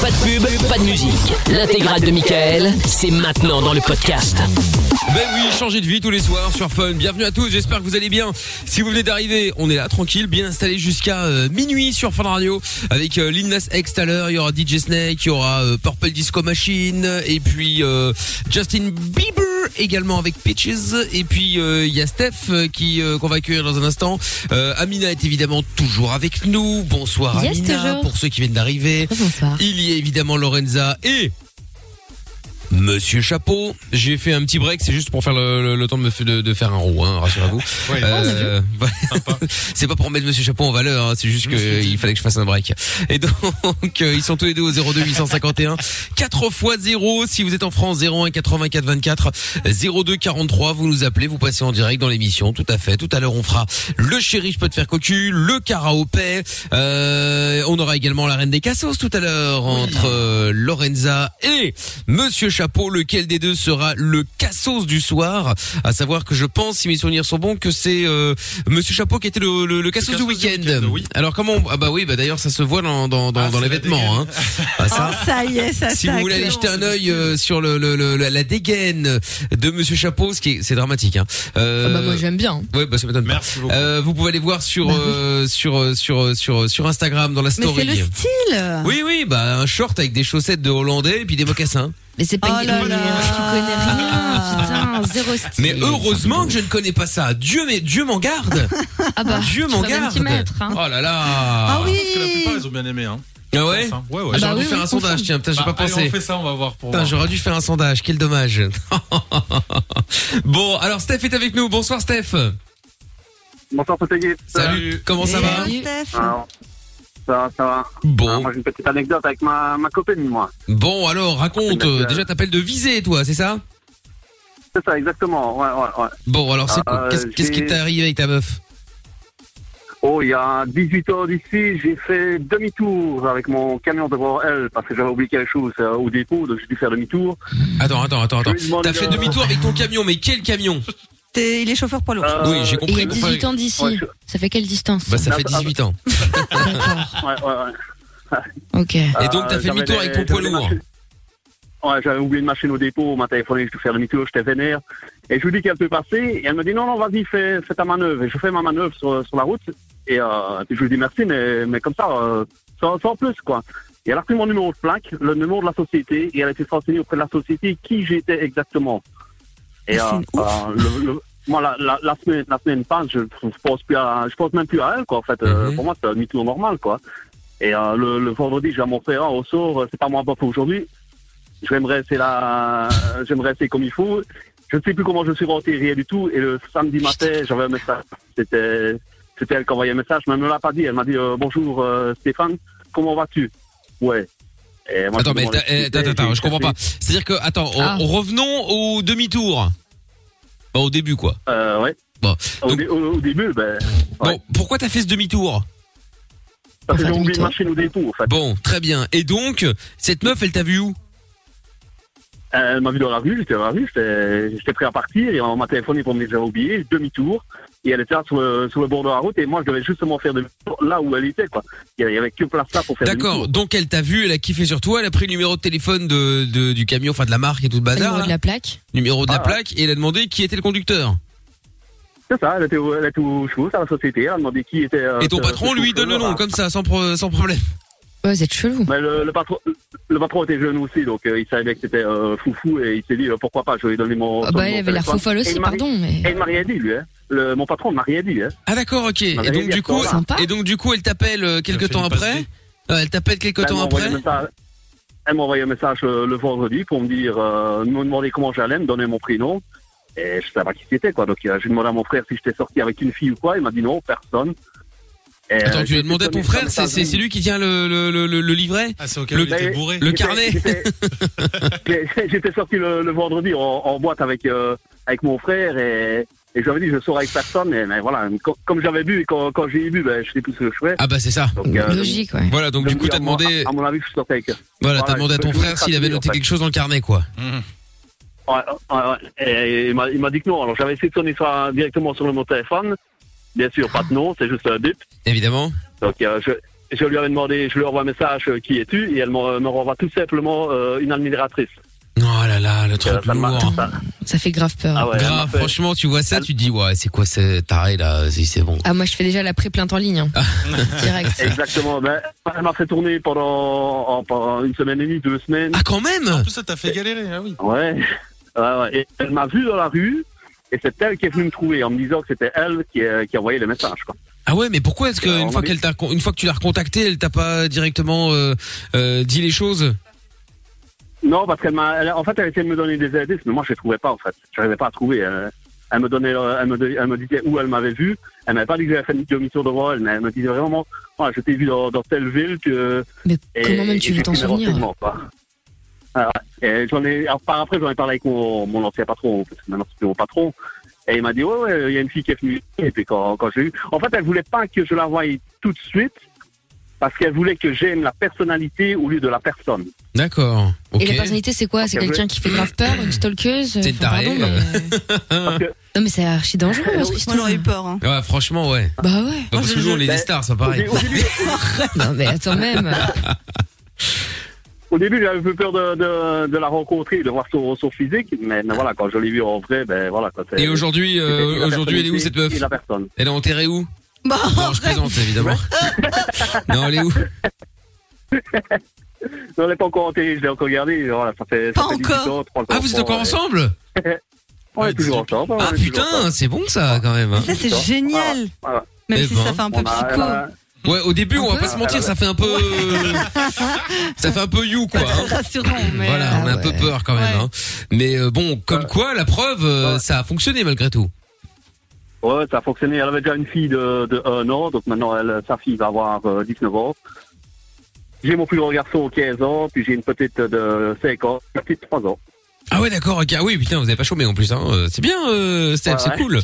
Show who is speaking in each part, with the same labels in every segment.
Speaker 1: Pas de pub, pas de musique. L'intégrale de Michael, c'est maintenant dans le podcast.
Speaker 2: Ben oui, changer de vie tous les soirs sur Fun. Bienvenue à tous, j'espère que vous allez bien. Si vous venez d'arriver, on est là tranquille, bien installé jusqu'à euh, minuit sur Fun Radio avec euh, Lil Nas X tout à l'heure, il y aura DJ Snake, il y aura euh, Purple Disco Machine et puis euh, Justin Bieber également avec Peaches et puis euh, il y a Steph euh, qui euh, qu'on va accueillir dans un instant. Euh, Amina est évidemment toujours avec nous. Bonsoir
Speaker 3: Yes,
Speaker 2: Amina
Speaker 3: toujours.
Speaker 2: pour ceux qui viennent d'arriver. Il y a évidemment Lorenza et Monsieur Chapeau, j'ai fait un petit break, c'est juste pour faire le, le- le temps de, me f- de- de faire un roux, hein, rassurez-vous.
Speaker 4: Ouais.
Speaker 2: Euh, voilà. c'est pas pour mettre Monsieur Chapeau en valeur, hein, c'est juste qu'il fallait que je fasse un break. Et donc, euh, ils sont tous les deux au 02 851 4 fois 0. Si vous êtes en France, 01 84 24 02 43, vous nous appelez, vous passez en direct dans l'émission, tout à fait. Tout à l'heure, on fera le chéri, je peux te faire cocu, le karaopé. Euh, on aura également la reine des cassos tout à l'heure entre euh, Lorenza et Monsieur Chapeau. Lequel des deux sera le cassos du soir À savoir que je pense, si mes souvenirs sont bons, que c'est euh, Monsieur Chapeau qui était le, le, le cassos du week-end. Alors comment on- Ah bah oui, bah d'ailleurs ça se voit dans dans, dans, dans les vêtements. Hein. Ah, ça-
Speaker 5: ça y est, ça
Speaker 2: si vous voulez aller jeter un œil euh, sur le, le- le- la la dégaine de Monsieur Chapeau, ce qui est, c'est dramatique. Hein. Euh,
Speaker 6: Ah bah moi j'aime bien.
Speaker 2: Ouais, bah ça m'étonne pas. Euh, vous pouvez aller voir sur euh, sur euh, sur euh, sur euh, sur Instagram dans la
Speaker 5: Bah Mais
Speaker 2: story.
Speaker 5: c'est le style
Speaker 2: Oui oui, bah un short avec des chaussettes de hollandais et puis des mocassins.
Speaker 6: Mais c'est pas
Speaker 5: Oh
Speaker 6: une
Speaker 5: là
Speaker 6: mais,
Speaker 5: là.
Speaker 6: euh, Tu connais rien, putain, zéro style.
Speaker 2: Mais heureusement que je ne connais pas ça. Dieu mais Dieu m'en garde.
Speaker 6: Ah bah,
Speaker 2: Dieu
Speaker 6: je
Speaker 2: m'en
Speaker 6: saurais même
Speaker 2: garde.
Speaker 6: t'y mettre, hein.
Speaker 2: Oh là là.
Speaker 5: Ah oui
Speaker 4: Parce que la plupart, ils ont bien aimé. Hein.
Speaker 2: Ah ouais.
Speaker 4: Enfin, ouais, ouais.
Speaker 2: J'aurais
Speaker 6: bah
Speaker 2: dû
Speaker 6: oui,
Speaker 2: faire
Speaker 6: oui,
Speaker 2: un
Speaker 6: je
Speaker 2: sondage,
Speaker 6: comprends.
Speaker 2: tiens, putain, j'ai
Speaker 4: Bah,
Speaker 2: pas
Speaker 4: allez,
Speaker 2: pensé.
Speaker 4: on fait ça, on va voir pour
Speaker 2: Putain,
Speaker 4: voir.
Speaker 2: j'aurais dû faire un sondage, quel dommage. bon, alors Steph est avec nous. Bonsoir Steph.
Speaker 7: Bonsoir tout le monde.
Speaker 2: Salut, comment ça va
Speaker 5: Salut, Steph.
Speaker 7: Alors, Ah, ça va, ça va. Alors,
Speaker 2: Bon,
Speaker 7: moi j'ai une petite anecdote avec ma, ma copine, moi.
Speaker 2: bon alors raconte, euh,
Speaker 7: Euh,
Speaker 2: déjà t'appelles de visée toi, c'est ça
Speaker 7: C'est ça, exactement. Ouais, ouais, ouais.
Speaker 2: Bon alors c'est
Speaker 7: Ah,
Speaker 2: quoi Qu'est-ce
Speaker 7: euh,
Speaker 2: qu'est-ce qui
Speaker 7: j'ai-
Speaker 2: t'est arrivé avec ta meuf
Speaker 7: Oh, il y a 18 heures d'ici, j'ai fait demi-tour avec mon camion devant elle parce que j'avais oublié quelque chose euh, au dépôt, donc j'ai dû faire demi-tour.
Speaker 2: Attends, attends, attends, attends.
Speaker 7: Je lui demande,
Speaker 2: T'as fait
Speaker 7: euh,
Speaker 2: demi-tour avec ton camion, mais quel camion
Speaker 5: T'es- Il est chauffeur poids lourd.
Speaker 7: Euh,
Speaker 2: Oui, j'ai
Speaker 6: Et il y a
Speaker 2: compris.
Speaker 6: 18 ans d'ici.
Speaker 7: Ouais, je-
Speaker 6: Ça fait quelle distance
Speaker 2: Bah ça
Speaker 7: Non,
Speaker 2: fait
Speaker 7: ça va.
Speaker 2: 18 ans.
Speaker 6: D'accord.
Speaker 7: Ouais, ouais, ouais.
Speaker 6: Ok. Ah,
Speaker 2: Et donc, t'as
Speaker 7: Euh,
Speaker 2: fait demi-tour
Speaker 7: j'avais
Speaker 2: avec ton poids
Speaker 7: j'avais
Speaker 2: lourd.
Speaker 7: ma machine- Ouais, j'avais oublié une machine au dépôt, on m'a téléphoné, je dois faire demi-tour, j'étais vénère. Et je lui dis qu'elle peut passer, et elle me dit non, non, vas-y, fais, fais ta manœuvre. Et je fais ma manœuvre sur, sur la route, et euh, puis je lui dis merci, mais, mais comme ça, euh, sans, sans plus, quoi. Et elle a pris mon numéro de plaque, le numéro de la société, et elle a été renseignée auprès de la société qui j'étais exactement. Et
Speaker 5: Mais
Speaker 2: Ah,
Speaker 5: c'est
Speaker 7: euh,
Speaker 5: une ouf.
Speaker 7: euh, le- le- moi, la, la, la semaine, la semaine passe, je, je pense plus à, je pense même plus à elle, quoi. En fait, Euh,
Speaker 2: Mhm.
Speaker 7: pour moi, c'est un demi-tour normal, quoi. Et euh, le, le vendredi, j'ai à mon frère au sort, euh, c'est pas moi bof aujourd'hui. Je vais me rester là, euh, je vais me rester comme il faut. Je ne sais plus comment je suis rentré, rien du tout. Et le samedi matin, j'avais un message. C'était, c'était elle qui envoyait un message, mais elle me l'a pas dit. Elle m'a dit euh, bonjour euh, Stéphane, comment vas-tu Ouais. Et moi, je
Speaker 2: Attends,
Speaker 7: lui
Speaker 2: mais
Speaker 7: demandais
Speaker 2: t'as-
Speaker 7: ce que
Speaker 2: eh, attends,
Speaker 7: c'était,
Speaker 2: attends,
Speaker 7: j'ai
Speaker 2: je comprends pas. C'est-à-dire que, attends, on-
Speaker 6: Ah.
Speaker 2: on- revenons au demi-tour. Bah, au début quoi.
Speaker 7: Euh, ouais.
Speaker 2: Bon,
Speaker 7: Au,
Speaker 2: donc-
Speaker 7: dé- au- au début, ben, Ouais.
Speaker 2: Bon, pourquoi t'as fait ce demi-tour
Speaker 7: parce que
Speaker 6: Enfin,
Speaker 7: j'ai oublié une
Speaker 6: demi-tour.
Speaker 7: machine au dépôt, en fait.
Speaker 2: Bon, très bien. Et donc, cette meuf, elle t'a vu où
Speaker 7: Euh, Elle m'a vu dans la rue, j'étais dans la rue, j'étais j'étais prêt à partir et on m'a téléphoné pour me dire que j'avais oublié, demi-tour. Et elle était là sur le, sur le bord de la route et moi je devais justement faire demi-tour là où elle était quoi. Il y avait- il y avait que place là pour faire demi-tour.
Speaker 2: D'accord, donc elle t'a vu, elle a kiffé sur toi, elle a pris le numéro de téléphone de, de- du camion, enfin de la marque et tout le
Speaker 6: Le
Speaker 2: bazar,
Speaker 6: numéro
Speaker 2: là.
Speaker 6: de la plaque
Speaker 2: numéro de la
Speaker 7: Ah.
Speaker 2: plaque, et elle a demandé qui était le conducteur.
Speaker 7: C'est ça, elle était, au- elle était au chevaux, à la société, elle m'a demandé qui était. euh,
Speaker 2: Et ton
Speaker 7: ce-
Speaker 2: patron
Speaker 7: ce
Speaker 2: lui donne le
Speaker 7: chauffeur,
Speaker 2: nom,
Speaker 7: là.
Speaker 2: comme ça, sans, pro- euh, sans problème.
Speaker 6: Ouais, vous êtes chelou.
Speaker 7: Mais le, le patron, le patron était jeune aussi, donc euh, il savait que c'était euh, foufou et il s'est dit euh, pourquoi pas, je vais lui donner mon.
Speaker 6: Ah bah,
Speaker 7: mon
Speaker 6: elle avait l'air
Speaker 7: téléphone.
Speaker 6: fofolle
Speaker 7: euh, Et
Speaker 6: aussi,
Speaker 7: il m'a-
Speaker 6: pardon,
Speaker 7: Et
Speaker 6: mais.
Speaker 7: il m'a rien dit lui, hein. Le, mon patron ne m'a rien dit. Hein.
Speaker 2: Ah d'accord, ok. Et
Speaker 7: m'a
Speaker 2: donc
Speaker 7: réveillé
Speaker 2: du
Speaker 7: à
Speaker 2: coup,
Speaker 7: ce
Speaker 6: moment-là.
Speaker 2: et donc du coup, elle t'appelle euh,
Speaker 4: Elle
Speaker 2: quelques
Speaker 4: a fait
Speaker 2: temps
Speaker 4: une
Speaker 2: après.
Speaker 4: passe-dé.
Speaker 2: Euh, elle t'appelle quelques
Speaker 7: Elle
Speaker 2: temps
Speaker 7: m'a envoyé
Speaker 2: après.
Speaker 7: un message- Elle m'a envoyé un message euh, le vendredi pour me dire, euh, me demander comment j'allais, me donner mon prénom. Et je savais pas qui c'était, quoi. Donc, euh, j'ai demandé à mon frère si j'étais sorti avec une fille ou quoi. Il m'a dit non, personne. Et,
Speaker 2: Attends,
Speaker 7: euh,
Speaker 2: tu lui as
Speaker 7: j'ai
Speaker 2: demandé à ton
Speaker 7: sonné
Speaker 2: frère,
Speaker 7: comme
Speaker 2: c'est
Speaker 7: ça,
Speaker 2: c'est-
Speaker 7: je-
Speaker 2: c'est lui qui tient le, le, le, le- le livret
Speaker 4: Ah, c'est au
Speaker 2: Le-
Speaker 4: cas où il était bourré.
Speaker 2: le
Speaker 7: J'étais-
Speaker 2: carnet.
Speaker 7: j'étais- j'étais- J'étais sorti le, le vendredi en, en boîte avec, euh, avec mon frère et, et j'avais dit je sors avec personne. Et, mais voilà, com- comme j'avais bu et quand, quand j'ai bu, ben, je sais plus ce que je fais.
Speaker 2: Ah bah c'est ça.
Speaker 7: Donc, euh,
Speaker 6: Logique, ouais.
Speaker 2: Voilà, donc du
Speaker 7: donc,
Speaker 2: coup, t'as
Speaker 7: à mon-
Speaker 2: demandé,
Speaker 7: À, à mon avis, je suis sorti avec.
Speaker 2: voilà, t'as
Speaker 7: voilà,
Speaker 2: demandé à
Speaker 7: je-
Speaker 2: ton
Speaker 7: je voulais
Speaker 2: frère s'il avait
Speaker 7: traduire,
Speaker 2: noté
Speaker 7: en fait.
Speaker 2: quelque chose dans le carnet, quoi.
Speaker 4: Mmh.
Speaker 7: Ouais, ouais, ouais. Et il m'a- il m'a dit que non. Alors j'avais essayé de sonner ça directement sur mon téléphone. Bien sûr, pas de nom, c'est juste un bip.
Speaker 2: Évidemment.
Speaker 7: Donc euh, je, je lui avais demandé, je lui envoie un message, euh, qui es-tu Et elle me, me renvoie tout simplement euh, une admiratrice.
Speaker 2: Oh là là, le truc
Speaker 7: Euh, ça m'a-
Speaker 2: lourd.
Speaker 7: ça-
Speaker 6: Ça fait grave peur.
Speaker 7: ah ouais, elle m'a
Speaker 2: Grave,
Speaker 7: fait-
Speaker 2: franchement, tu vois ça, tu te dis, ouais, c'est quoi ce taré là Si c'est bon.
Speaker 6: Ah, moi, je fais déjà la pré-plainte en ligne. hein.
Speaker 2: Ah,
Speaker 6: Direct.
Speaker 7: Exactement. Ben, elle m'a fait tourner pendant, en- pendant une semaine et demie, deux semaines.
Speaker 2: Ah, quand même
Speaker 4: En plus, ça t'a fait
Speaker 2: Eh,
Speaker 4: galérer, ah oui.
Speaker 7: Ouais. Ouais, ouais. Et elle m'a vu dans la rue. Et c'est elle qui est venue me trouver en me disant que c'était elle qui, euh, qui envoyait les messages. Quoi.
Speaker 2: Ah ouais, mais pourquoi est-ce
Speaker 7: Euh,
Speaker 2: qu'une
Speaker 7: on
Speaker 2: fois
Speaker 7: dit-
Speaker 2: qu'elle t'a, recon- une fois que tu l'as recontactée, elle t'a pas directement euh, euh, dit les choses
Speaker 7: Non, parce qu'elle m'a. elle- En fait, elle essayait de me donner des indices, mais moi, je les trouvais pas, en fait. Je n'arrivais pas à trouver. Elle, elle me donnait, euh, elle me, de- elle me disait où elle m'avait vu. Elle m'avait pas dit que j'avais fait une demi-tour devant elle, mais elle me disait vraiment, ouais, je t'ai vu dans, dans telle ville que.
Speaker 6: Mais
Speaker 7: et-
Speaker 6: comment même
Speaker 7: et
Speaker 6: tu
Speaker 7: j'ai
Speaker 6: veux t'en
Speaker 7: pris mes
Speaker 6: souvenir
Speaker 7: renseignements, quoi. Ah ouais. Et j'en ai, alors, par après, j'en ai parlé avec mon, mon ancien patron, parce que maintenant c'est mon patron, et il m'a dit, ouais, ouais, il y a une fille qui est venue, et puis quand, quand j'ai eu, en fait, elle voulait pas que je la voie tout de suite, parce qu'elle voulait que j'aime la personnalité au lieu de la personne.
Speaker 2: D'accord. Ok.
Speaker 6: Et la personnalité, c'est quoi C'est
Speaker 7: Ok,
Speaker 6: quelqu'un qui fait grave peur, une stalkeuse
Speaker 2: C'est
Speaker 6: Enfin, pardon,
Speaker 2: taré,
Speaker 6: mais,
Speaker 2: euh.
Speaker 6: euh, Non, mais c'est archi dangereux,
Speaker 7: Moi,
Speaker 6: cette
Speaker 5: Ah, Moi, j'aurais eu
Speaker 6: histoire.
Speaker 5: peur. hein.
Speaker 2: Ouais, franchement, ouais.
Speaker 6: Bah ouais.
Speaker 2: Parce que
Speaker 5: je-
Speaker 2: nous,
Speaker 5: je-
Speaker 2: on est des
Speaker 7: ben,
Speaker 2: stars, c'est pas
Speaker 7: Au,
Speaker 2: pareil.
Speaker 7: dé- au début,
Speaker 6: Non, mais attends même.
Speaker 7: au début, j'avais un peu peur de, de, de la rencontrer, de voir son, son physique, mais, mais voilà, quand je l'ai vue en vrai, ben voilà. Quoi, c'est-
Speaker 2: Et aujourd'hui,
Speaker 7: c'était
Speaker 2: euh,
Speaker 7: la
Speaker 2: aujourd'hui, elle est où
Speaker 7: personnalité
Speaker 2: cette meuf
Speaker 7: et la personne.
Speaker 2: Elle est enterrée où
Speaker 5: Bon,
Speaker 2: Non, je présente évidemment. non, elle est où
Speaker 7: Non, elle n'est pas encore enterrée, je l'ai encore gardée. Voilà, ça fait,
Speaker 5: Pas
Speaker 7: ça fait 18
Speaker 5: encore.
Speaker 7: ans, 30
Speaker 2: Ah, vous êtes
Speaker 7: enfants,
Speaker 2: encore
Speaker 7: ouais.
Speaker 2: ensemble
Speaker 7: On est toujours ensemble. on
Speaker 2: Ah
Speaker 7: est toujours ensemble.
Speaker 2: putain, c'est bon ça quand même. hein.
Speaker 5: ça, c'est génial.
Speaker 7: Voilà.
Speaker 5: Même
Speaker 2: Eh
Speaker 5: si
Speaker 2: ben,
Speaker 5: ça fait un peu
Speaker 7: On a-
Speaker 5: psycho.
Speaker 7: elle a-
Speaker 2: Ouais, au début, on va
Speaker 6: Un
Speaker 2: pas
Speaker 6: peu
Speaker 2: se mentir, ça fait un peu, euh, ça fait un peu you quoi. hein.
Speaker 5: C'est rassurant, mais.
Speaker 2: Voilà,
Speaker 6: Ah
Speaker 2: on a un
Speaker 6: ouais.
Speaker 2: peu peur quand même.
Speaker 5: Ouais.
Speaker 2: hein. Mais euh, bon, comme quoi, la preuve, euh,
Speaker 7: Ouais.
Speaker 2: ça a fonctionné malgré tout.
Speaker 7: Ouais, ça a fonctionné. Elle avait déjà une fille de, de 1 an, donc maintenant elle, sa fille va avoir euh, 19 ans. J'ai mon plus grand garçon, 15 ans, puis j'ai une petite de 5 ans, une petite de 3 ans.
Speaker 2: Ah ouais, d'accord. ok. Ah oui, putain, vous avez pas chômé en plus. Hein. Euh, C'est bien, euh, Steph,
Speaker 7: Ouais,
Speaker 2: c'est
Speaker 7: ouais.
Speaker 2: cool.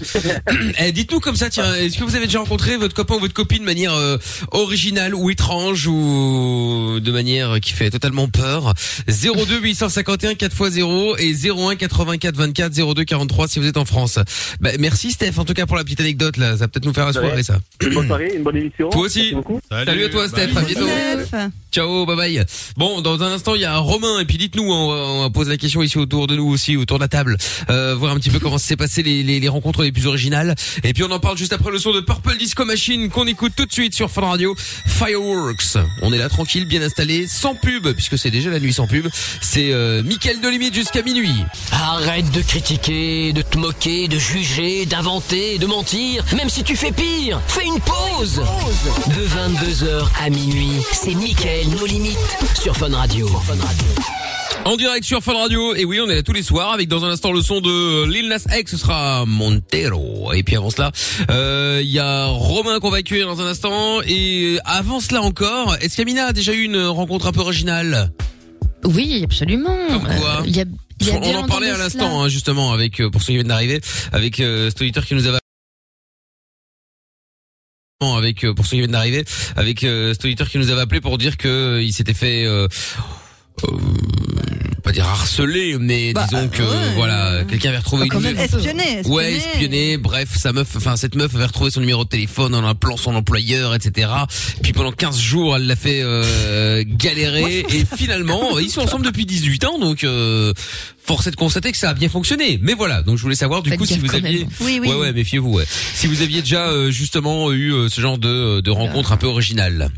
Speaker 2: Eh, Dites-nous comme ça, tiens, est-ce que vous avez déjà rencontré votre copain ou votre copine de manière euh, originale ou étrange ou de manière qui fait totalement peur 02 851 4x0 et 01 84 24 02 43 si vous êtes en France. Bah, merci Steph, en tout cas pour la petite anecdote là, ça va peut-être nous faire la
Speaker 7: Ouais.
Speaker 2: soirée ça.
Speaker 7: Une bonne soirée, une bonne émission.
Speaker 2: Toi aussi.
Speaker 7: Merci beaucoup.
Speaker 2: Salut à toi, Steph, à bientôt.
Speaker 5: Neuf.
Speaker 2: Ciao, bye bye. Bon, dans un instant, il y a Romain et puis dites-nous, on, va- on va poser la question ici autour de nous aussi, autour de la table, euh, voir un petit peu comment s'est passé les, les, les rencontres les plus originales. Et puis on en parle juste après le son de Purple Disco Machine qu'on écoute tout de suite sur Fun Radio, Fireworks. On est là tranquille, bien installé, sans pub, puisque c'est déjà la nuit sans pub. C'est euh, Mickaël de Limite jusqu'à minuit.
Speaker 1: Arrête de critiquer, de te moquer, de juger, d'inventer, de mentir. Même si tu fais pire, fais une pause. De 22h à minuit, c'est Mickaël, nos limites, sur Fun Radio.
Speaker 2: En direct sur Fun Radio. Et oui, on est là tous les soirs avec dans un instant le son de euh, Lil Nas X. Ce sera Montero. Et puis avant cela, euh, il y a Romain qu'on va accueillir dans un instant. Et avant cela encore, est-ce qu'Amina a déjà eu une rencontre un peu originale
Speaker 6: Oui, absolument.
Speaker 2: Comme quoi
Speaker 6: Euh, Il y a, il y a bien
Speaker 2: On en parlait à
Speaker 6: longtemps de cela.
Speaker 2: l'instant, hein, justement, avec euh, pour ceux qui viennent d'arriver, avec euh, cet auditeur qui nous avait avec euh, pour ceux qui viennent d'arriver avec euh, cet auditeur qui nous avait appelé pour dire que euh, il s'était fait euh, euh, pas dire harceler mais
Speaker 5: Bah,
Speaker 2: disons que
Speaker 5: ouais.
Speaker 2: voilà quelqu'un avait retrouvé
Speaker 6: Bah, Quand
Speaker 2: une
Speaker 6: même,
Speaker 5: Espionné, espionné.
Speaker 2: Ouais, espionné. Bref, sa meuf, enfin cette meuf avait retrouvé son numéro de téléphone en appelant son employeur, etc. Puis pendant 15 jours, elle l'a fait euh, galérer et finalement, euh, ils sont ensemble depuis 18 ans, donc euh, force est de constater que ça a bien fonctionné. Mais voilà, donc je voulais savoir du
Speaker 6: Faites
Speaker 2: coup si
Speaker 6: gaffe
Speaker 2: vous
Speaker 6: quand même.
Speaker 2: aviez,
Speaker 5: Oui, oui.
Speaker 2: ouais ouais, méfiez-vous. Ouais. Si vous aviez déjà euh, justement eu euh, ce genre de, de rencontre un peu originale.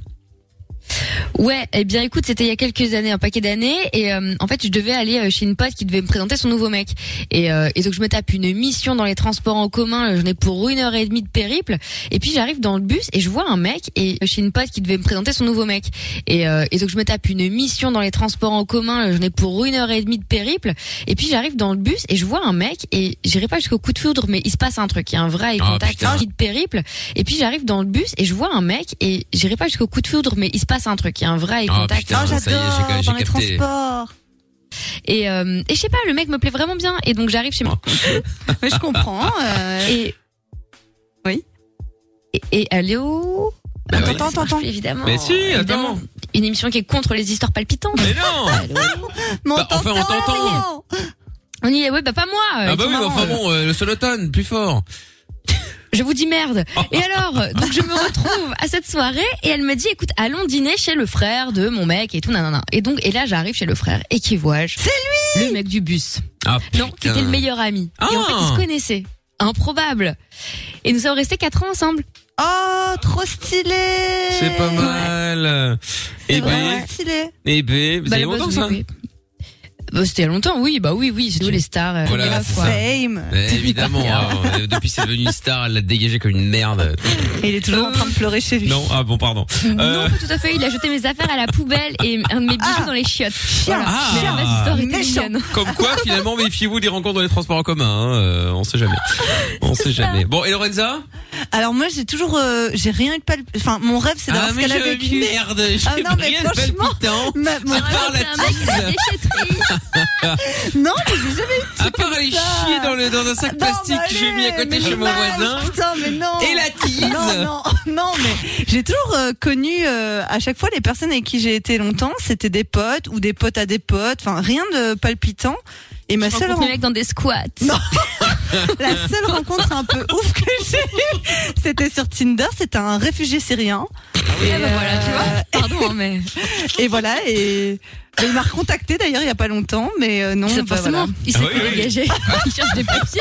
Speaker 6: Ouais, eh bien écoute, c'était il y a quelques années, un paquet d'années, et euh, en fait je devais aller euh, chez une pote qui devait me présenter son nouveau mec. Et, euh, et donc je me tape une mission dans les transports en commun, euh, j'en ai pour une heure et demie de périple, et puis j'arrive dans le bus et je vois un mec, et euh, chez une pote qui devait me présenter son nouveau mec. Et, euh, et donc je me tape une mission dans les transports en commun, euh, j'en ai pour une heure et demie de périple, et puis j'arrive dans le bus et je vois un mec, et j'irai pas jusqu'au coup de foudre, mais il se passe un truc, il y a un vrai eye
Speaker 2: Ah,
Speaker 6: contact,
Speaker 2: putain.
Speaker 6: un petit périple, et puis j'arrive dans le bus et je vois un mec et j'irai pas jusqu'au coup de foudre mais il se passe un truc, il y a un vrai eye
Speaker 2: Ah,
Speaker 6: contact.
Speaker 2: putain.
Speaker 5: Oh,
Speaker 2: Ça y est, j'ai-
Speaker 5: j'adore,
Speaker 2: j'ai
Speaker 5: dans les
Speaker 2: capté.
Speaker 5: transports.
Speaker 6: et euh, et je sais pas, le mec me plaît vraiment bien et donc j'arrive chez moi
Speaker 2: Oh,
Speaker 5: Mais je comprends. euh,
Speaker 6: et
Speaker 5: Oui.
Speaker 6: Et, et allô
Speaker 2: Bah
Speaker 6: Attends,
Speaker 2: oui.
Speaker 6: attends, attends, évidemment.
Speaker 2: Mais si,
Speaker 6: évidemment.
Speaker 2: attends.
Speaker 6: Une émission qui est contre les histoires palpitantes.
Speaker 2: Mais non.
Speaker 5: mais on
Speaker 2: Bah, enfin, on
Speaker 5: t'entend.
Speaker 2: t'entend.
Speaker 6: On y est, ouais, bah pas moi.
Speaker 2: Ah
Speaker 6: ils
Speaker 2: bah
Speaker 6: sont
Speaker 2: oui, mais
Speaker 6: marrants,
Speaker 2: enfin
Speaker 6: eux.
Speaker 2: bon, euh, le seul automne, plus fort.
Speaker 6: je vous dis merde. Et alors, donc je me retrouve à cette soirée et elle me dit, écoute, allons dîner chez le frère de mon mec et tout, nanana. Et donc, et là, j'arrive chez le frère et qui vois-je C'est lui, le mec du bus.
Speaker 2: Ah,
Speaker 6: Non, qui était
Speaker 2: putain.
Speaker 6: le meilleur ami. Et en fait, ils
Speaker 2: Ah.
Speaker 6: se connaissaient. Improbable. Et nous sommes restés quatre ans ensemble.
Speaker 5: Oh, trop stylé
Speaker 2: C'est pas mal. Et
Speaker 5: Vraiment
Speaker 2: ben,
Speaker 5: stylé.
Speaker 2: et ben, vous
Speaker 6: Bah,
Speaker 2: avez
Speaker 6: la
Speaker 2: longtemps
Speaker 6: bosse,
Speaker 2: ça
Speaker 6: oui, oui. Bah, c'était il y a longtemps, oui, bah oui, oui, c'est nous les stars. euh,
Speaker 2: Voilà,
Speaker 6: de la
Speaker 5: La
Speaker 2: c'est
Speaker 6: fois.
Speaker 2: ça.
Speaker 5: fame.
Speaker 2: Eh, Évidemment, hein. depuis c'est devenu une star, elle l'a dégagé comme une merde.
Speaker 5: Et il est toujours en train de pleurer chez lui.
Speaker 2: Non, ah bon, pardon. Euh,
Speaker 6: Non, pas tout à fait. Il a jeté mes affaires à la poubelle et un de mes bijoux
Speaker 5: Ah.
Speaker 6: dans les chiottes.
Speaker 5: Chien.
Speaker 6: Voilà.
Speaker 2: Ah.
Speaker 6: Mais la base histoire était
Speaker 5: Méchant.
Speaker 6: mignonne.
Speaker 2: Comme quoi, finalement, méfiez-vous des rencontres dans les transports en commun. Hein. euh, on sait jamais. On sait jamais. Bon, et Lorenza
Speaker 5: Alors moi, j'ai toujours, euh, j'ai rien eu de palp... Enfin, mon rêve, c'est d'avoir
Speaker 2: Ah,
Speaker 5: ce
Speaker 2: mais
Speaker 5: qu'elle a
Speaker 2: j'ai-
Speaker 5: vécu.
Speaker 2: Merde, j'ai
Speaker 5: Ah, non, mais
Speaker 2: rien de
Speaker 5: franchement.
Speaker 2: palpitant.
Speaker 5: Ma- mon-
Speaker 2: À part la
Speaker 6: C'est un mec
Speaker 2: tease,
Speaker 6: de la déchetterie.
Speaker 5: Non, mais j'ai jamais eu de
Speaker 2: à part aller
Speaker 5: ça.
Speaker 2: chier dans, le, dans un sac
Speaker 5: Non,
Speaker 2: plastique
Speaker 5: bah,
Speaker 2: que j'ai mis à
Speaker 5: allez,
Speaker 2: côté
Speaker 5: mais
Speaker 2: chez
Speaker 5: j'ai
Speaker 2: mon
Speaker 5: mal,
Speaker 2: voisin.
Speaker 5: Putain, mais non.
Speaker 2: Et la tease.
Speaker 5: Non, non, non, mais j'ai toujours euh, connu euh, à chaque fois les personnes avec qui j'ai été longtemps, c'était des potes ou des potes à des potes, enfin rien de palpitant. Et ma
Speaker 6: Je
Speaker 5: seule,
Speaker 6: rencontre les
Speaker 5: ren-
Speaker 6: mecs dans des squats.
Speaker 5: Non. la seule rencontre un peu ouf que j'ai eue, c'était sur Tinder, c'était un réfugié syrien.
Speaker 6: Eh ben voilà, tu vois. Pardon, hein, mais.
Speaker 5: Euh, Et voilà, et et il m'a recontacté d'ailleurs il y a pas longtemps, mais euh, non,
Speaker 6: C'est
Speaker 5: bah,
Speaker 6: forcément.
Speaker 5: voilà.
Speaker 6: Il s'est
Speaker 2: Ah oui,
Speaker 6: fait
Speaker 2: oui.
Speaker 6: dégager. Il cherche des papiers.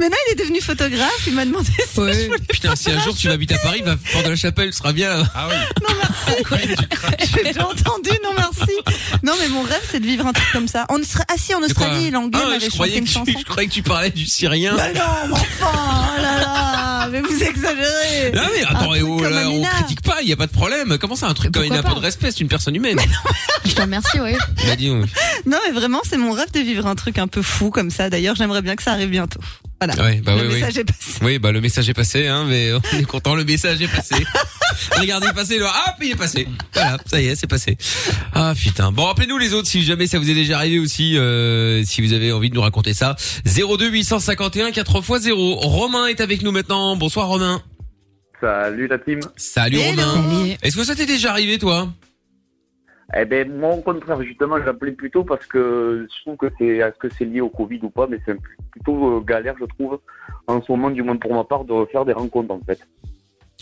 Speaker 5: Maintenant il est devenu photographe, il m'a demandé si je voulais-
Speaker 2: Putain, si un jour tu vas habiter à Paris, va Port de la Chapelle, tu seras bien.
Speaker 8: Ah oui.
Speaker 5: J'ai déjà entendu, non merci. Non mais mon rêve c'est de vivre un truc comme ça. On serait assis en
Speaker 2: De quoi
Speaker 5: Australie, l'anglais
Speaker 2: Ah,
Speaker 5: m'avait
Speaker 2: je
Speaker 5: chanté
Speaker 2: croyais,
Speaker 5: une
Speaker 2: que
Speaker 5: chanson.
Speaker 2: tu, je croyais que tu parlais du Syrien.
Speaker 5: Bah non, mais enfin, oh là là, mais vous exagérez.
Speaker 2: Non mais attends,
Speaker 5: Un
Speaker 2: et
Speaker 5: truc
Speaker 2: oh,
Speaker 5: comme
Speaker 2: là, on
Speaker 5: Amina.
Speaker 2: critique pas, il y a pas de problème. Comment ça, un truc
Speaker 6: Mais
Speaker 2: quand il y a un
Speaker 6: pourquoi
Speaker 2: peu de
Speaker 6: pas
Speaker 2: respect, c'est une personne humaine.
Speaker 6: Je te remercie, oui.
Speaker 2: Bah dis donc.
Speaker 5: Non mais vraiment, c'est mon rêve de vivre un truc un peu fou comme ça. D'ailleurs, j'aimerais bien que ça arrive bientôt. Voilà.
Speaker 2: Ouais, bah
Speaker 5: Le
Speaker 2: oui, oui.
Speaker 5: message est passé.
Speaker 2: Oui, bah le message est passé, hein, mais on est content, le message est passé. Regardez passer le hop, il est passé. Voilà, ça y est, c'est passé. Ah putain. Bon, rappelez-nous les autres si jamais ça vous est déjà arrivé aussi, euh, si vous avez envie de nous raconter ça. 02 851 4 x 0. Romain est avec nous maintenant. Bonsoir Romain.
Speaker 9: Salut la team.
Speaker 2: Salut
Speaker 5: Hello.
Speaker 2: Romain.
Speaker 6: Allez.
Speaker 2: Est-ce que ça t'est déjà arrivé toi
Speaker 9: Eh ben, moi, au contraire, justement, je l'appelais plutôt parce que je trouve que c'est, est-ce que c'est lié au Covid ou pas, mais c'est plutôt euh, galère, je trouve, en ce moment, du moins pour ma part, de faire des rencontres, en fait.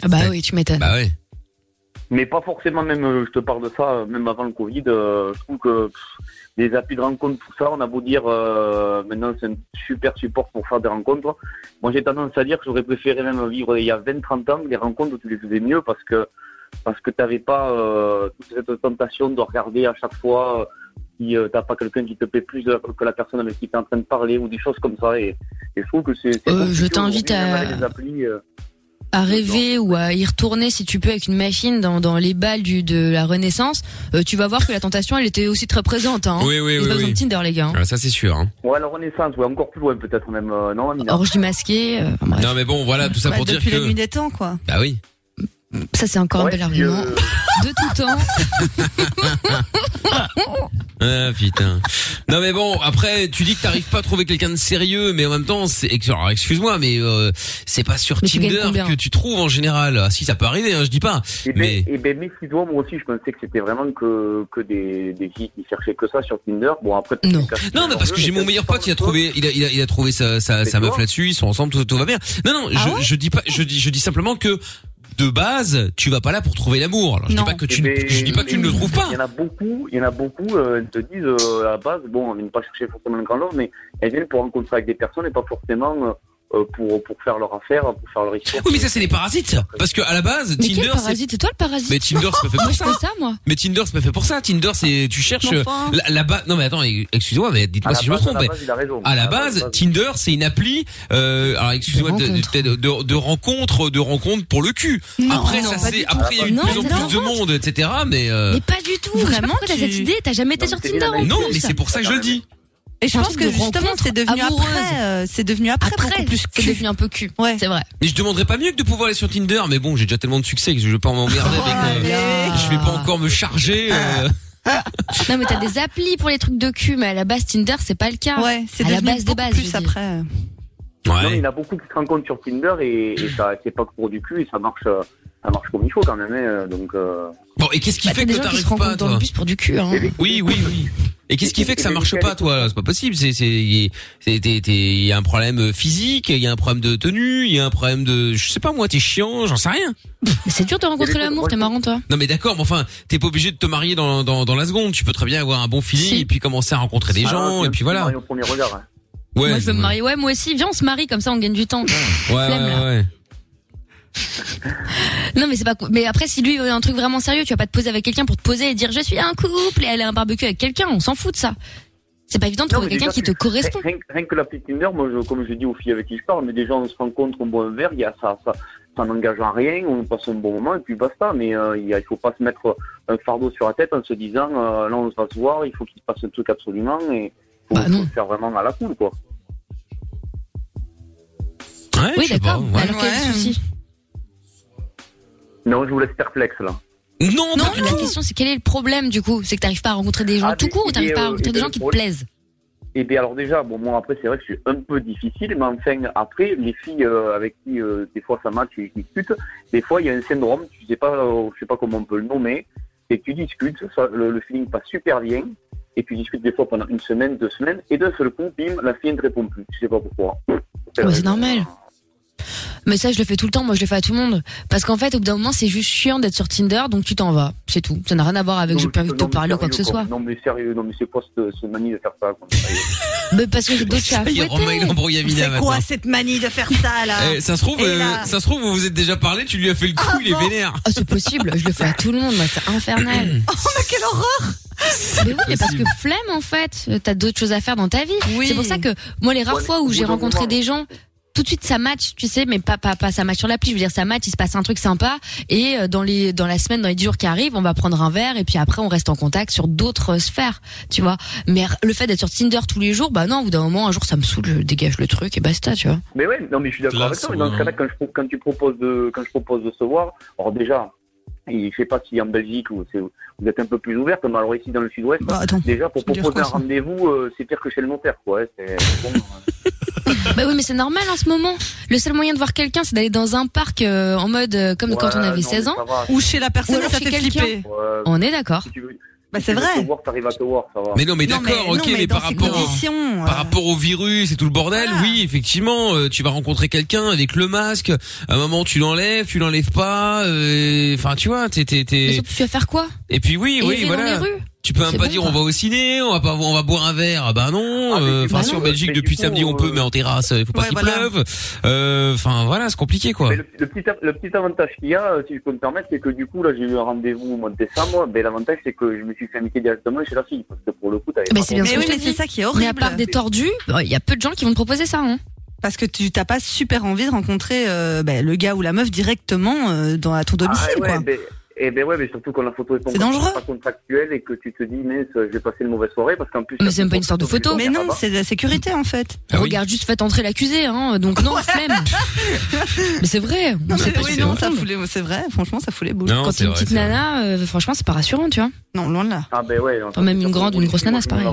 Speaker 6: Ah bah oui, tu m'étonnes.
Speaker 2: Bah ouais.
Speaker 9: Mais pas forcément, même, euh, je te parle de ça, euh, même avant le Covid, euh, je trouve que pff, les applis de rencontres, tout ça, on a beau dire, euh, maintenant, c'est un super support pour faire des rencontres. Moi, j'ai tendance à dire que j'aurais préféré même vivre il y a 20-30 ans, les rencontres, tu les faisais mieux parce que, parce que t'avais pas euh, toute cette tentation de regarder à chaque fois euh, si euh, t'as pas quelqu'un qui te plaît plus euh, que la personne avec qui t'es en train de parler ou des choses comme ça. Et, et je trouve que c'est... c'est
Speaker 6: Euh,
Speaker 9: compliqué
Speaker 6: je t'invite
Speaker 9: aujourd'hui, même
Speaker 6: à-
Speaker 9: avec les applis, euh,
Speaker 6: à rêver ou à y retourner si tu peux avec une machine dans, dans les balles du, de la Renaissance, euh, tu vas voir que la tentation elle était aussi très présente. Hein.
Speaker 2: Oui, oui,
Speaker 6: Il y a
Speaker 2: oui,
Speaker 6: pas
Speaker 2: oui.
Speaker 6: besoin de Tinder les gars. hein.
Speaker 2: Ah, ça c'est sûr. hein.
Speaker 9: Ouais, la Renaissance, ouais, encore plus loin peut-être même, euh, non Amina
Speaker 6: Orgie masquée, euh, enfin, Oh, bref.
Speaker 2: Non mais bon, voilà, tout ça
Speaker 5: Bah,
Speaker 2: pour dire
Speaker 5: depuis la
Speaker 2: que.
Speaker 5: nuit des temps, quoi.
Speaker 2: Bah oui.
Speaker 6: ça c'est encore un
Speaker 9: Ouais,
Speaker 6: bel
Speaker 9: puis,
Speaker 6: argument.
Speaker 9: euh,
Speaker 6: De tout temps,
Speaker 2: Ah putain. Non mais bon, après tu dis que t'arrives pas à trouver quelqu'un de sérieux, mais en même temps, c'est ex- alors, excuse-moi, mais euh, c'est pas sur
Speaker 6: Mais tu gagnes
Speaker 2: Tinder
Speaker 6: combien
Speaker 2: que tu trouves en général. Ah, si ça peut arriver, hein, je dis pas.
Speaker 9: Et
Speaker 2: Mais-
Speaker 9: ben, et ben, mes six doigts, moi aussi, je pensais que c'était vraiment que, que des, des filles qui cherchaient que ça sur Tinder. Bon, après,
Speaker 6: Non.
Speaker 2: Non, mais parce que j'ai mon meilleur pote, il a trouvé, il a, il a, il a trouvé sa, sa,
Speaker 9: Mais
Speaker 2: sa meuf
Speaker 9: toi
Speaker 2: là-dessus, ils sont ensemble, tout, tout va bien. Non, non,
Speaker 5: Ah
Speaker 2: je,
Speaker 5: ouais
Speaker 2: je dis pas, je dis, je dis simplement que de base, tu vas pas là pour trouver l'amour. Alors je dis
Speaker 5: Non.
Speaker 2: pas que tu, ne- je dis pas que tu ne le trouves pas.
Speaker 9: Eh ben, Il y en a beaucoup, il y en a beaucoup, euh, elles te disent euh, à la base, bon, elles ne pas chercher forcément le grand love, mais elles viennent pour rencontrer avec des personnes et pas forcément euh, euh, pour, pour faire leur affaire, pour faire leur histoire.
Speaker 2: Oui, mais ça c'est les parasites, parce que à la base,
Speaker 6: mais quel
Speaker 2: Tinder, c'est,
Speaker 6: parasite C'est toi le parasite
Speaker 2: mais Tinder, c'est pas fait
Speaker 6: Moi
Speaker 2: pour
Speaker 6: je
Speaker 2: ça.
Speaker 6: fais ça moi.
Speaker 2: Mais Tinder, c'est pas fait pour ça. Tinder, c'est tu cherches
Speaker 5: Mais enfin.
Speaker 2: euh, la- là-bas. Non, mais attends, excusez-moi, mais
Speaker 9: À
Speaker 2: dites-moi
Speaker 9: la
Speaker 2: si je me
Speaker 9: base,
Speaker 2: trompe.
Speaker 9: à la
Speaker 2: mais
Speaker 9: base, il a raison.
Speaker 2: À la base, Tinder, c'est une appli. Euh, alors, excusez-moi, de, de,
Speaker 6: De rencontre.
Speaker 2: peut-être de, de rencontre, de rencontre pour le cul.
Speaker 5: Non,
Speaker 2: après,
Speaker 5: non,
Speaker 2: ça
Speaker 5: pas
Speaker 2: c'est
Speaker 5: du tout.
Speaker 2: après il y a eu de
Speaker 6: Non,
Speaker 2: plus en
Speaker 6: c'est
Speaker 2: plus de
Speaker 6: la
Speaker 2: monde, etc. Mais euh,
Speaker 6: Mais pas du tout.
Speaker 5: Vraiment,
Speaker 6: Vraiment, t'as
Speaker 5: tu-
Speaker 6: cette idée T'as jamais été
Speaker 9: Non,
Speaker 6: sur
Speaker 9: mais
Speaker 6: Tinder
Speaker 9: c'est
Speaker 6: en
Speaker 9: bien
Speaker 2: non,
Speaker 6: plus.
Speaker 2: mais c'est pour ça que je le dis.
Speaker 5: Et je
Speaker 6: Un
Speaker 5: pense
Speaker 6: truc
Speaker 5: que
Speaker 6: de
Speaker 5: justement,
Speaker 6: rencontre
Speaker 5: c'est devenu
Speaker 6: amoureuse.
Speaker 5: après, euh, c'est devenu après,
Speaker 6: Après,
Speaker 5: beaucoup plus
Speaker 6: c'est
Speaker 5: cul.
Speaker 6: devenu un peu cul.
Speaker 5: Ouais.
Speaker 6: C'est vrai.
Speaker 2: Mais je demanderais pas mieux que de pouvoir aller sur Tinder. Mais bon, j'ai déjà tellement de succès que je vais pas m'emmerder avec. euh,
Speaker 5: Allez.
Speaker 2: je vais pas encore me charger. euh.
Speaker 6: Non, mais t'as des applis pour les trucs de cul, mais à la base Tinder c'est pas le cas.
Speaker 5: Ouais, c'est
Speaker 6: À la
Speaker 5: devenu
Speaker 6: base des
Speaker 5: beaucoup
Speaker 6: bases, je
Speaker 5: plus
Speaker 6: dis.
Speaker 5: après. euh.
Speaker 9: Non, mais il
Speaker 2: Ouais.
Speaker 9: y en a beaucoup qui se rencontrent sur Tinder et, et ça, c'est pas que pour du cul et ça marche, euh, ça marche comme il faut quand même, hein, donc, euh,
Speaker 2: Bon, et qu'est-ce qui
Speaker 6: Bah, t'as
Speaker 2: fait que
Speaker 6: des gens qui se
Speaker 2: t'arrives pas
Speaker 6: rencontrent dans le
Speaker 2: toi
Speaker 6: bus pour du cul. Hein.
Speaker 2: Oui, oui, oui. Et qu'est-ce qui fait que ça marche pas, toi là C'est pas possible. C'est, c'est, il c'est- t'es- t'es- il y a un problème euh, physique, il y a un problème de tenue, il y a un problème de, je sais pas moi, t'es chiant, j'en sais rien.
Speaker 6: C'est dur de rencontrer l'amour, t'es marrant toi.
Speaker 2: Non mais d'accord, mais enfin, t'es pas obligé de te marier dans, dans, dans la seconde. Tu peux très bien avoir un bon feeling et puis commencer à rencontrer des
Speaker 6: Ah,
Speaker 2: gens
Speaker 6: tu
Speaker 2: et
Speaker 6: peux
Speaker 2: puis
Speaker 6: te
Speaker 2: voilà.
Speaker 6: marier
Speaker 9: au premier regard. hein.
Speaker 2: Ouais,
Speaker 6: moi je veux me
Speaker 2: ouais.
Speaker 6: marier. Ouais, moi aussi. Viens, on se marie comme ça, on gagne du temps.
Speaker 2: Ouais, ouais,
Speaker 6: Flemme, là.
Speaker 2: ouais, ouais.
Speaker 6: Non, mais c'est pas. cou- Mais après, si lui veut un truc vraiment sérieux, tu vas pas te poser avec quelqu'un pour te poser et dire je suis un couple et aller à un barbecue avec quelqu'un. On s'en fout de ça. C'est pas évident de trouver
Speaker 9: mais
Speaker 6: quelqu'un
Speaker 9: déjà,
Speaker 6: qui te
Speaker 9: rien-
Speaker 6: correspond.
Speaker 9: Rien, rien que la petite Tinder, moi, je- comme je dis aux filles avec qui je parle, mais déjà, on se rencontre, on boit un verre, il y a ça, ça, ça n'engage à rien, on passe un bon moment et puis basta. Mais euh, il ne faut pas se mettre un fardeau sur la tête en se disant, euh, là, on va se voir, il faut qu'il se passe un truc absolument et faut,
Speaker 6: Bah,
Speaker 9: faut le faire vraiment à la cool, quoi.
Speaker 6: oui, d'accord. Alors quel est le souci
Speaker 9: Non, je vous laisse perplexe, là.
Speaker 2: Non,
Speaker 6: non. La question c'est quel est le problème du coup C'est que t'arrives pas à rencontrer des gens tout court ou
Speaker 9: mais,
Speaker 6: t'arrives pas à
Speaker 9: euh,
Speaker 6: rencontrer
Speaker 9: et
Speaker 6: des
Speaker 9: ben,
Speaker 6: gens qui te
Speaker 9: le problème-
Speaker 6: plaisent
Speaker 9: Et Eh bien alors déjà, bon moi après c'est vrai que je suis un peu difficile, mais enfin après les filles euh, avec qui euh, des fois ça match et qui discutent, des fois il y a un syndrome, tu sais pas, euh, je sais pas comment on peut le nommer, et tu discutes, ça, le, le feeling passe super bien, et tu discutes des fois pendant une semaine, deux semaines, et d'un seul coup, bim, la fille ne te répond plus, tu sais pas pourquoi.
Speaker 6: Ouais, c'est normal. Mais ça, je le fais tout le temps. Moi, je le fais à tout le monde. Parce qu'en fait, au bout d'un moment, c'est juste chiant d'être sur Tinder, donc tu t'en vas. C'est tout. Ça n'a rien à voir avec j'ai plus envie de te
Speaker 9: Non, mais
Speaker 6: parler ou quoi que ce
Speaker 9: sérieux,
Speaker 6: soit.
Speaker 9: Non mais sérieux, non mais c'est quoi cette, cette manie de faire ça quoi
Speaker 6: Mais parce que j'ai d'autres chats à
Speaker 2: Il y a
Speaker 6: fouetter.
Speaker 2: Romain, il embrouille Amina
Speaker 5: C'est quoi
Speaker 2: Oh, maintenant.
Speaker 5: cette manie de faire ça là
Speaker 2: Eh, ça se trouve,
Speaker 5: Et
Speaker 2: euh,
Speaker 5: là-
Speaker 2: ça se trouve, vous vous êtes déjà parlé, tu lui as fait le coup, il est vénère.
Speaker 6: Ah, c'est possible. Je le fais à tout le monde. Moi, bah, c'est infernal.
Speaker 5: Oh mais quelle horreur
Speaker 6: Mais oui, mais parce que
Speaker 2: possible.
Speaker 6: flemme en fait, t'as d'autres choses à faire dans ta vie.
Speaker 5: Oui.
Speaker 6: C'est pour ça que moi, les rares
Speaker 9: Ouais,
Speaker 6: fois
Speaker 9: au
Speaker 6: où
Speaker 9: bout
Speaker 6: j'ai
Speaker 9: d'un
Speaker 6: rencontré
Speaker 9: moment.
Speaker 6: des gens, tout de suite ça match, tu sais, mais pas pas pas ça match sur l'appli. Je veux dire, ça match, il se passe un truc sympa et euh, dans les dans la semaine, dans les 10 jours qui arrivent, on va prendre un verre et puis après on reste en contact sur d'autres euh, sphères, tu vois. Mais r- le fait d'être sur Tinder tous les jours, bah non, au bout d'un moment, un jour ça me saoule, je dégage le truc et basta, tu vois.
Speaker 9: Mais ouais, non, mais je suis d'accord avec
Speaker 2: Classe,
Speaker 9: toi. Mais dans ce
Speaker 2: ouais.
Speaker 9: cas-là, quand, je pro- quand tu proposes de, quand je propose de se voir, alors déjà, il- je sais pas si en Belgique ou c'est- vous êtes un peu plus ouverte, mais alors ici dans le Sud-Ouest,
Speaker 5: Bah attends.
Speaker 9: déjà pour
Speaker 5: c'est dur,
Speaker 9: proposer un
Speaker 5: quoi, ça.
Speaker 9: rendez-vous, euh, c'est pire que chez le notaire, quoi. hein, c'est- bon, euh,
Speaker 6: Bah oui, mais c'est normal en ce moment. Le seul moyen de voir quelqu'un, c'est d'aller dans un parc euh, en mode euh, comme quand
Speaker 9: ouais,
Speaker 6: on avait
Speaker 9: non,
Speaker 6: 16
Speaker 9: mais
Speaker 6: ans.
Speaker 9: ça va,
Speaker 5: Ou chez la personne
Speaker 6: Ou alors
Speaker 5: ça
Speaker 6: chez
Speaker 5: fait
Speaker 6: quelqu'un.
Speaker 5: flipper.
Speaker 9: euh,
Speaker 6: On est d'accord.
Speaker 9: si tu veux-
Speaker 5: Bah
Speaker 9: si
Speaker 5: c'est
Speaker 9: tu veux
Speaker 5: vrai.
Speaker 9: te voir, t'arrives à te voir, ça va.
Speaker 2: Mais non, mais
Speaker 5: Non,
Speaker 2: d'accord,
Speaker 5: mais-
Speaker 2: ok,
Speaker 5: non,
Speaker 2: mais, par
Speaker 5: dans ces
Speaker 2: rapport,
Speaker 5: conditions,
Speaker 2: par
Speaker 5: euh,
Speaker 2: rapport au virus et tout le bordel,
Speaker 5: Voilà.
Speaker 2: oui, effectivement, euh, tu vas rencontrer quelqu'un avec le masque. À un moment, tu l'enlèves, tu l'enlèves pas. euh, Enfin, tu vois, t'es, t'es,
Speaker 6: Mais
Speaker 2: t'es-
Speaker 6: surtout, tu vas faire quoi
Speaker 2: Et puis oui,
Speaker 6: Et
Speaker 2: oui,
Speaker 6: rire dans
Speaker 2: voilà.
Speaker 6: les rues
Speaker 2: Tu peux même
Speaker 6: C'est
Speaker 2: pas
Speaker 6: bon,
Speaker 2: dire
Speaker 6: quoi.
Speaker 2: on va au ciné, on va pas, on va boire un verre. Ah Bah non.
Speaker 9: Ah, mais
Speaker 2: euh,
Speaker 9: du
Speaker 2: Enfin,
Speaker 9: coup,
Speaker 2: si en
Speaker 9: euh,
Speaker 2: Belgique
Speaker 9: mais du
Speaker 2: depuis
Speaker 9: coup,
Speaker 2: samedi on
Speaker 9: euh,
Speaker 2: peut, mais en terrasse, il faut pas
Speaker 5: ouais,
Speaker 2: qu'il
Speaker 5: voilà.
Speaker 2: pleuve. Euh, Enfin, voilà, c'est compliqué quoi.
Speaker 9: Mais le, le petit, le petit avantage qu'il y a, euh, si je peux me permettre, c'est que du coup, là, j'ai eu un rendez-vous au mois de décembre. Ben, l'avantage, c'est que je me suis fait inviter directement chez la fille. Parce que pour le coup, t'avais
Speaker 6: Mais
Speaker 9: pas
Speaker 6: c'est bien
Speaker 9: ton-
Speaker 6: ce
Speaker 5: Mais
Speaker 6: que
Speaker 5: oui,
Speaker 6: je te
Speaker 5: mais
Speaker 6: dis.
Speaker 5: c'est ça qui est
Speaker 6: Mais à
Speaker 5: horrible.
Speaker 6: part des tordus, bah, il y a peu de gens qui vont te proposer ça. Hein.
Speaker 5: Parce que tu t'as pas super envie de rencontrer euh, bah, le gars ou la meuf directement euh, dans à ton domicile,
Speaker 9: Ah, ouais,
Speaker 5: quoi.
Speaker 9: ben- eh ben ouais, mais surtout quand la photo est pas-
Speaker 5: C'est dangereux.
Speaker 9: pas contractuelle et que tu te dis, mais euh, je vais passer une mauvaise soirée parce qu'en plus.
Speaker 6: Mais
Speaker 9: la
Speaker 6: c'est même pas une histoire de
Speaker 9: photo,
Speaker 6: photo.
Speaker 9: je vais
Speaker 5: Mais
Speaker 9: faire Ah
Speaker 5: non,
Speaker 9: là-bas.
Speaker 5: c'est de la sécurité en fait.
Speaker 2: bah. Ah oui.
Speaker 6: Regarde, juste faites entrer l'accusé. Hein. Donc non, flemme. mais c'est vrai. on
Speaker 5: Non,
Speaker 6: sait
Speaker 5: mais
Speaker 6: pas
Speaker 5: oui,
Speaker 6: si
Speaker 5: non,
Speaker 6: c'est
Speaker 5: ça
Speaker 6: vrai.
Speaker 5: fout les- c'est vrai, franchement, ça fout les boules.
Speaker 2: Non,
Speaker 6: Quand t'es
Speaker 2: c'est
Speaker 6: une
Speaker 2: vrai,
Speaker 6: petite
Speaker 2: c'est vrai.
Speaker 6: nana, euh, franchement, c'est pas rassurant, tu vois.
Speaker 5: Non, loin de là.
Speaker 9: Ah ben ouais. Enfin,
Speaker 6: même une grande ou une grosse nana, c'est pareil.
Speaker 2: Ouais.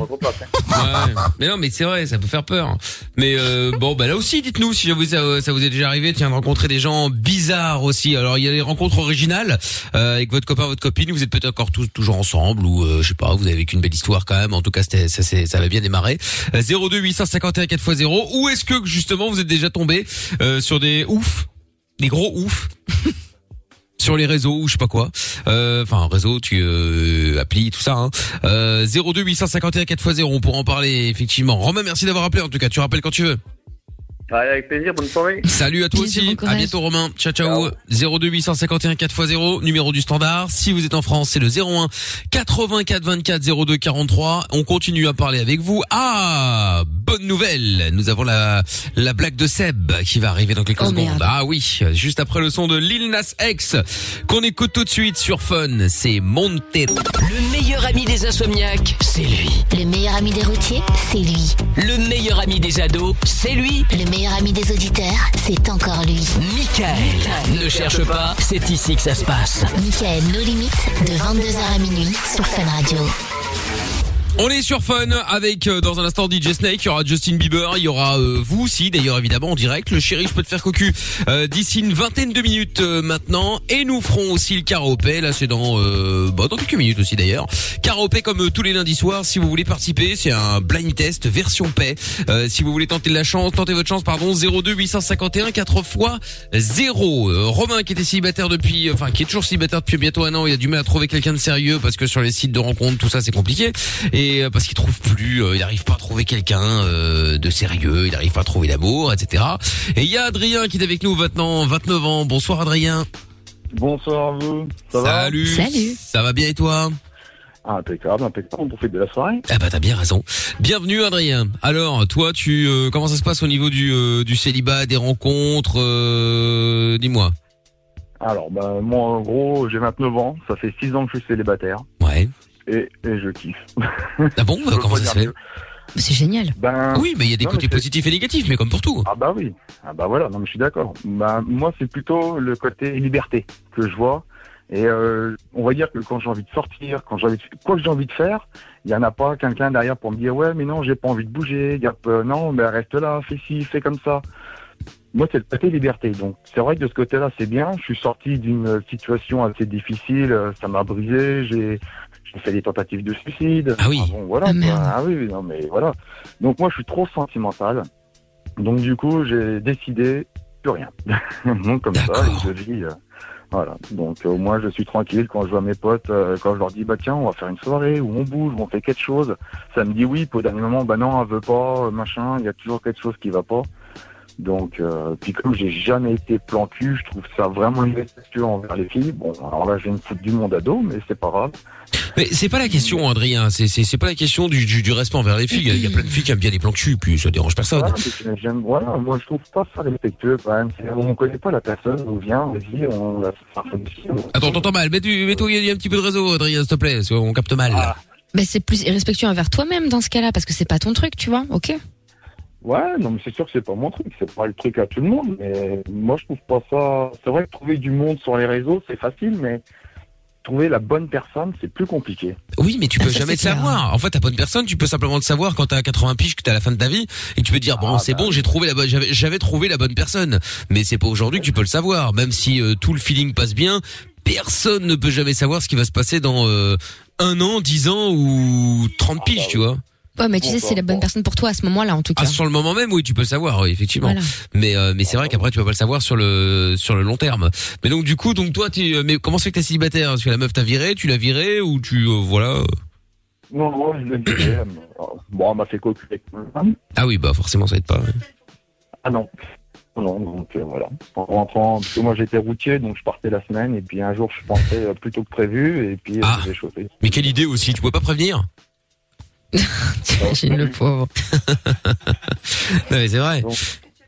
Speaker 2: Mais non, mais c'est vrai, ça peut faire peur. Mais euh, bon, bah là aussi, dites-nous si vous, ça, ça vous est déjà arrivé, tiens, de rencontrer des gens bizarres aussi. Alors, il y a les rencontres originales euh, avec votre copain, votre copine. Vous êtes peut-être encore tous toujours ensemble ou euh, je sais pas. Vous avez une belle histoire quand même. En tout cas, c'était- ça, c'est- ça avait bien démarré. Euh, 02 851 4x0. Ou est-ce que justement vous êtes déjà tombé euh, sur des oufs, des gros oufs sur les réseaux ou je sais pas quoi. Euh, Enfin, réseau, tu euh, appli, tout ça. Hein. Euh, 02 851 4x0, on pourra en parler effectivement. Romain, merci d'avoir appelé en tout cas. Tu rappelles quand tu veux.
Speaker 9: Allez, avec plaisir, bonne soirée.
Speaker 2: Salut à toi
Speaker 6: Bisous,
Speaker 2: aussi.
Speaker 6: bon courage.
Speaker 2: à bientôt Romain. Ciao ciao. 02 851 4x0, numéro du standard. Si vous êtes en France, c'est le 01 84 24 02 43. On continue à parler avec vous. Ah, bonne nouvelle. Nous avons la la blague de Seb qui va arriver dans quelques
Speaker 6: Oh,
Speaker 2: secondes.
Speaker 6: merde.
Speaker 2: Ah oui, juste après le son de Lil Nas X qu'on écoute tout de suite sur Fun. C'est Montero.
Speaker 1: Le meilleur ami des insomniaques, c'est lui.
Speaker 3: Le meilleur ami des routiers, c'est lui.
Speaker 1: Le meilleur ami des ados, c'est lui.
Speaker 3: Le meilleur ami des auditeurs, c'est encore lui.
Speaker 1: Michael. Ne cherche pas, c'est ici que ça se passe.
Speaker 3: Michael, nos limites, de 22h à minuit sur Fun Radio.
Speaker 2: On est sur Fun avec euh, dans un instant DJ Snake, il y aura Justin Bieber, il y aura euh, vous aussi d'ailleurs évidemment en direct, le chéri je peux te faire cocu euh, d'ici une vingtaine de minutes euh, maintenant et nous ferons aussi le karaopé, là c'est dans euh, bah, dans quelques minutes aussi d'ailleurs. Karaopé comme euh, tous les lundis soirs, si vous voulez participer, c'est un blind test version paix. Euh, si vous voulez tenter de la chance, tenter votre chance pardon 02 851 4 fois 0. Euh, Romain qui était célibataire depuis euh, enfin qui est toujours célibataire depuis bientôt un an, il a du mal à trouver quelqu'un de sérieux parce que sur les sites de rencontres tout ça c'est compliqué et euh, parce qu'il trouve plus, euh, il n'arrive pas à trouver quelqu'un euh, de sérieux, il n'arrive pas à trouver l'amour, etc. Et il y a Adrien qui est avec nous maintenant, 29 ans. Bonsoir Adrien.
Speaker 10: Bonsoir à vous. Ça va
Speaker 2: Salut.
Speaker 6: Salut.
Speaker 2: Ça va bien et toi
Speaker 10: Ah, Impeccable, impeccable. On profite de la soirée.
Speaker 2: Ah bah t'as bien raison. Bienvenue Adrien. Alors toi tu euh, comment ça se passe au niveau du euh, du célibat, des rencontres euh, Dis-moi.
Speaker 10: Alors, ben, moi, en gros, j'ai 29 ans. Ça fait 6 ans que je suis célibataire.
Speaker 2: Ouais.
Speaker 10: Et, et je kiffe.
Speaker 2: Ah bon bah,
Speaker 10: Je
Speaker 2: Comment ça se
Speaker 10: regarde
Speaker 2: fait
Speaker 10: mieux.
Speaker 6: Bah, C'est génial.
Speaker 10: Ben,
Speaker 2: Oui mais il y a des
Speaker 10: Non, mais
Speaker 2: côtés
Speaker 10: c'est-
Speaker 2: positifs et négatifs mais comme pour tout.
Speaker 10: Ah bah oui. Ah bah voilà, non mais je suis d'accord. Bah moi c'est plutôt le côté liberté que je vois. Et euh, on va dire que quand j'ai envie de sortir, quand j'ai envie de, quoi que j'ai envie de faire, il y en a pas quelqu'un derrière pour me dire ouais mais non j'ai pas envie de bouger, il y a pas- non mais reste là, fais ci, fais comme ça. Moi c'est le côté liberté. Donc c'est vrai que de ce côté-là c'est bien. Je suis sorti d'une situation assez difficile, euh, ça m'a brisé, j'ai j'ai fait des tentatives de suicide.
Speaker 2: Ah oui.
Speaker 10: bon voilà.
Speaker 6: Ah, merde.
Speaker 10: quoi. ah oui non mais voilà. Donc moi je suis trop sentimental. Donc du coup, j'ai décidé plus rien. Donc comme ça,
Speaker 2: D'accord.
Speaker 10: je vis. euh, voilà. Donc euh, au moins, je suis tranquille quand je vois mes potes, euh, quand je leur dis bah tiens, on va faire une soirée ou on bouge, ou on fait quelque chose. Ça me dit oui, puis au dernier moment, bah non, elle veut pas, euh, machin. Il y a toujours quelque chose qui va pas. Donc euh, puis comme j'ai jamais été plan cul, je trouve ça vraiment irrespectueux envers les filles. Bon, alors là, je vais me foutre du monde à dos, mais c'est pas grave.
Speaker 2: Mais c'est pas la question Adrien, c'est c'est c'est pas la question du, du du respect envers les filles. Il y a- il y a plein de filles qui aiment bien les plans cul puis ça dérange personne.
Speaker 10: Voilà, mais j'aime- j'aime- voilà, moi je trouve pas ça respectueux quand même. C'est- On connaît pas la personne, on vient, on dit, on la ça fait du ciel.
Speaker 2: Attends, t'entends mal. Mets, du, mets toi un petit peu de réseau, Adrien, s'il te plaît, parce qu'on capte mal.
Speaker 10: Ah.
Speaker 6: Bah, c'est plus irrespectueux envers toi-même dans ce cas-là, parce que c'est pas ton truc, tu vois, ok
Speaker 10: Ouais, non, mais c'est sûr que c'est pas mon truc, c'est pas le truc à tout le monde, mais moi je trouve pas ça. C'est vrai que trouver du monde sur les réseaux c'est facile, mais trouver la bonne personne c'est plus compliqué.
Speaker 2: Oui, mais tu peux
Speaker 6: Ça,
Speaker 2: jamais te
Speaker 6: c'est clair.
Speaker 2: savoir. En fait, ta bonne personne, tu peux simplement te savoir quand t'as 80 piges, que t'es à la fin de ta vie, et que tu peux te dire bon,
Speaker 10: Ah,
Speaker 2: c'est
Speaker 10: bah.
Speaker 2: bon, j'ai trouvé la bonne, j'avais, j'avais trouvé la bonne personne. Mais c'est pas aujourd'hui que tu peux le savoir. Même si euh, tout le feeling passe bien, personne ne peut jamais savoir ce qui va se passer dans euh, un an, 10 ans ou 30 piges,
Speaker 10: bah
Speaker 2: tu vois.
Speaker 6: Ouais, mais tu sais,
Speaker 10: Bon,
Speaker 6: c'est la bonne
Speaker 10: bon.
Speaker 6: personne pour toi à ce moment-là, en tout cas.
Speaker 2: bah, Ah, sur le moment même, oui, tu peux le savoir, oui, effectivement.
Speaker 6: Voilà.
Speaker 2: Mais euh, mais c'est vrai qu'après tu vas pas le savoir sur le sur le long terme. Mais donc du coup donc toi tu mais comment c'est que t'es célibataire Parce que la meuf t'a viré, tu l'as viré ou tu euh, voilà.
Speaker 10: Non, non, je le dis, euh, bon, on m'a fait cocu avec ma femme.
Speaker 2: Ah oui bah forcément ça aide pas. ouais.
Speaker 10: Ah non. Non, donc euh, voilà. En rentrant, parce que moi j'étais routier, donc je partais la semaine, et puis un jour je pensais euh, plus tôt que prévu, et puis euh,
Speaker 2: Ah.
Speaker 10: j'ai chauffé.
Speaker 2: Mais quelle idée aussi, tu pouvais pas prévenir
Speaker 6: T'imagines le pauvre.
Speaker 2: Non mais c'est vrai.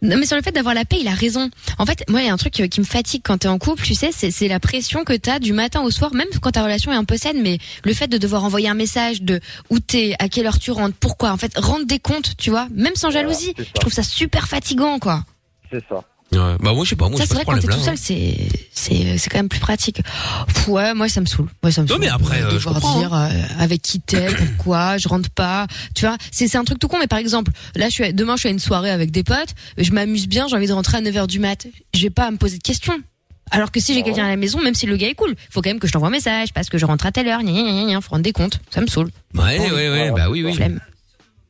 Speaker 6: Non, mais sur le fait d'avoir la paix, il a raison. En fait, moi, il y a un truc euh, qui me fatigue quand t'es en couple, tu sais, c'est c'est la pression que t'as du matin au soir, même quand ta relation est un peu saine, mais le fait de devoir envoyer un message de où t'es, à quelle heure tu rentres, pourquoi, en fait, rendre des comptes, tu vois, même sans
Speaker 10: Voilà,
Speaker 6: jalousie.
Speaker 10: c'est ça.
Speaker 6: Je trouve ça super fatigant, quoi.
Speaker 10: C'est ça.
Speaker 2: Ouais. Bah moi je sais pas, moi
Speaker 6: ça,
Speaker 2: j'ai
Speaker 6: c'est
Speaker 2: pas ce
Speaker 6: vrai, quand t'es
Speaker 2: problème
Speaker 6: tout
Speaker 2: là.
Speaker 6: seul, c'est c'est c'est quand même plus pratique. Pff, ouais, moi, ça me saoule. Moi, ça me
Speaker 2: Non,
Speaker 6: saoule.
Speaker 2: mais après, euh, je
Speaker 6: devoir
Speaker 2: comprends,
Speaker 6: dire euh, avec qui t'es, pourquoi, je rentre pas. Tu vois, c'est c'est un truc tout con, mais par exemple, là, je suis à- demain, je suis à une soirée avec des potes, je m'amuse bien, j'ai envie de rentrer à 9h du mat. Je vais pas à me poser de questions. Alors que si
Speaker 2: Oh.
Speaker 6: j'ai
Speaker 10: Ouais.
Speaker 6: quelqu'un à la maison, même si le gars est cool, faut quand même que je t'envoie un message parce que je rentre à telle heure, gna, gna, gna, gna, faut rendre des comptes. Ça me saoule.
Speaker 2: Ouais ouais ouais,
Speaker 10: Voilà,
Speaker 2: bah oui
Speaker 10: c'est
Speaker 2: oui.
Speaker 6: Flemme.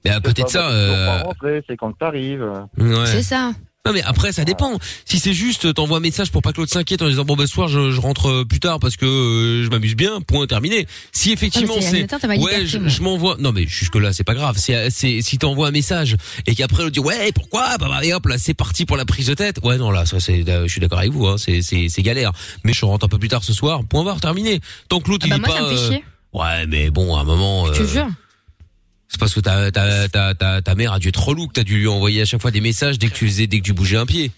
Speaker 2: Mais à côté de
Speaker 10: C'est
Speaker 2: ça
Speaker 10: pas- c'est toujours
Speaker 2: euh,
Speaker 10: pas rentré, C'est quand t'arrives. euh,
Speaker 2: ouais.
Speaker 6: C'est ça.
Speaker 2: Non mais après ça dépend. Si c'est juste euh, t'envoies un message pour pas que l'autre s'inquiète en disant bon bah ce soir je, je rentre euh, plus tard parce que euh, je m'amuse bien. Point terminé. Si effectivement
Speaker 6: Ah, mais c'est-
Speaker 2: c'est
Speaker 6: attends, t'as ma
Speaker 2: ouais
Speaker 6: liberté,
Speaker 2: je,
Speaker 6: moi.
Speaker 2: je m'envoie non mais jusque là c'est pas grave. C'est euh, c'est si t'envoies un message et qu'après l'autre dit ouais pourquoi bah, bah et hop là c'est parti pour la prise de tête. Ouais non là ça c'est euh, je suis d'accord avec vous hein, c'est c'est c'est galère. Mais je rentre un peu plus tard ce soir. Point barre terminé. Tant que l'autre
Speaker 6: Ah bah,
Speaker 2: il dit
Speaker 6: moi,
Speaker 2: pas
Speaker 6: ça me fait
Speaker 2: euh,
Speaker 6: chier.
Speaker 2: ouais mais bon à un moment
Speaker 6: Je te
Speaker 2: euh,
Speaker 6: jure.
Speaker 2: c'est parce que ta ta ta ta ta mère a dû être relou que t'as dû lui envoyer à chaque fois des messages dès que tu faisais dès que tu bougeais un pied.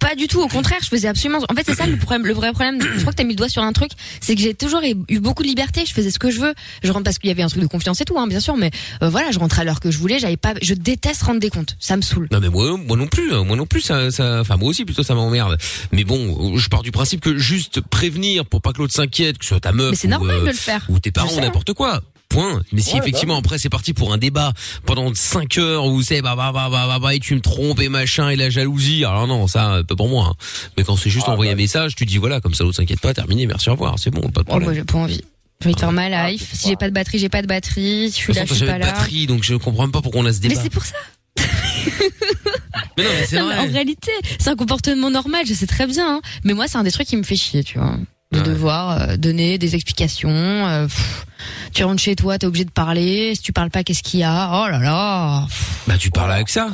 Speaker 6: Pas du tout, au contraire, je faisais absolument. En fait, c'est ça le problème, le vrai problème. Je crois que t'as mis le doigt sur un truc, c'est que j'ai toujours eu beaucoup de liberté. Je faisais ce que je veux. Je rentre parce qu'il y avait un truc de confiance et tout, hein, bien sûr, mais euh, voilà, je rentrais à l'heure que je voulais. J'avais pas. Je déteste rendre des comptes. Ça me saoule.
Speaker 2: Non mais moi, moi non plus, hein. moi non plus, ça, ça, enfin moi aussi plutôt ça m'emmerde. Mais bon, je pars du principe que juste prévenir pour pas que l'autre s'inquiète, que ce soit ta meuf
Speaker 6: Mais c'est
Speaker 2: ou,
Speaker 6: normal
Speaker 2: euh,
Speaker 6: de le faire.
Speaker 2: ou tes parents
Speaker 6: Je
Speaker 2: ou
Speaker 6: sais. bah
Speaker 2: n'importe quoi. Point. Mais si
Speaker 11: Ouais,
Speaker 2: effectivement après c'est parti pour un débat pendant 5 heures où c'est bah bah bah bah bah bah et tu me trompes et machin et la jalousie. Alors non, ça euh, pas pour moi. hein. Mais quand c'est juste envoyer un message, tu dis voilà comme ça l'autre s'inquiète pas, terminé, merci au revoir, c'est bon, pas de
Speaker 6: Oh,
Speaker 2: problème. Ah,
Speaker 6: moi, j'ai pas envie. Je vais faire ma life. Si j'ai pas de batterie, j'ai pas de batterie. Je
Speaker 2: De
Speaker 6: suis
Speaker 2: toute
Speaker 6: là,
Speaker 2: façon,
Speaker 6: je
Speaker 2: t'as
Speaker 6: suis
Speaker 2: jamais
Speaker 6: pas
Speaker 2: de
Speaker 6: là.
Speaker 2: batterie, donc je comprends pas pourquoi on a ce
Speaker 6: Mais
Speaker 2: débat.
Speaker 6: c'est pour ça.
Speaker 2: Mais non, mais c'est
Speaker 6: Non, mais
Speaker 2: vrai.
Speaker 6: en réalité, c'est un comportement normal, je sais très bien. hein. Mais moi, c'est un des trucs qui me fait chier, tu vois. De
Speaker 2: Ouais.
Speaker 6: devoir euh, donner des explications. euh, pff, tu rentres chez toi, t'es obligé de parler. Si tu parles pas, qu'est-ce qu'il y a Oh là là pff,
Speaker 2: Bah tu parles avec ça.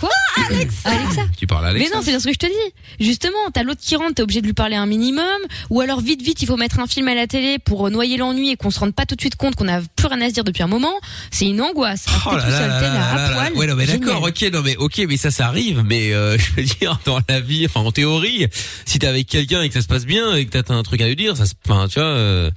Speaker 6: Quoi
Speaker 2: Bah, Euh,
Speaker 6: Alexa Alexa
Speaker 2: Tu parles avec
Speaker 6: Mais
Speaker 2: ça.
Speaker 6: non, c'est bien ce que je te dis. Justement, t'as l'autre qui rentre, t'es obligé de lui parler un minimum, ou alors vite, vite, il faut mettre un film à la télé pour euh, noyer l'ennui et qu'on se rende pas tout de suite compte qu'on a plus rien à se dire depuis un moment. C'est une angoisse. Alors,
Speaker 2: Oh
Speaker 6: t'es
Speaker 2: là
Speaker 6: tout
Speaker 2: là
Speaker 6: seul,
Speaker 2: là
Speaker 6: t'es
Speaker 2: là
Speaker 6: là,
Speaker 2: là
Speaker 6: à
Speaker 2: là.
Speaker 6: poil,
Speaker 2: Ouais, non, mais
Speaker 6: génial.
Speaker 2: d'accord, ok, non, mais ok, mais ça, ça arrive. Mais euh, je veux dire, dans la vie, enfin, en théorie, si t'es avec quelqu'un et que ça se passe bien et que t'as un truc à lui dire, ça se, enfin, tu vois. euh,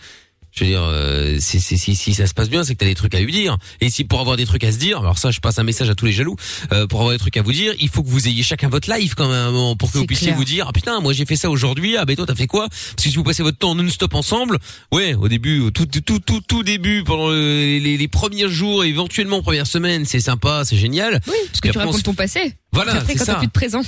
Speaker 2: je veux dire, euh, si, si, si, si ça se passe bien, c'est que t'as des trucs à lui dire. Et si pour avoir des trucs à se dire, alors ça, je passe un message à tous les jaloux. euh, pour avoir des trucs à vous dire, il faut que vous ayez chacun votre live quand même, hein, pour que
Speaker 6: C'est
Speaker 2: vous puissiez
Speaker 6: clair.
Speaker 2: vous dire, ah putain, moi j'ai fait ça aujourd'hui. Ah ben toi, t'as fait quoi Parce que si vous passez votre temps non-stop ensemble, ouais, au début, au tout, tout, tout, tout début, pendant le- les, les premiers jours, éventuellement première semaine, c'est sympa, c'est génial.
Speaker 6: Oui, parce que
Speaker 2: Et
Speaker 6: tu
Speaker 2: après, on
Speaker 6: racontes
Speaker 2: se-
Speaker 6: ton passé.
Speaker 2: Voilà,
Speaker 6: Puis après,
Speaker 2: c'est
Speaker 6: quand
Speaker 2: ça.
Speaker 6: t'as plus de présent.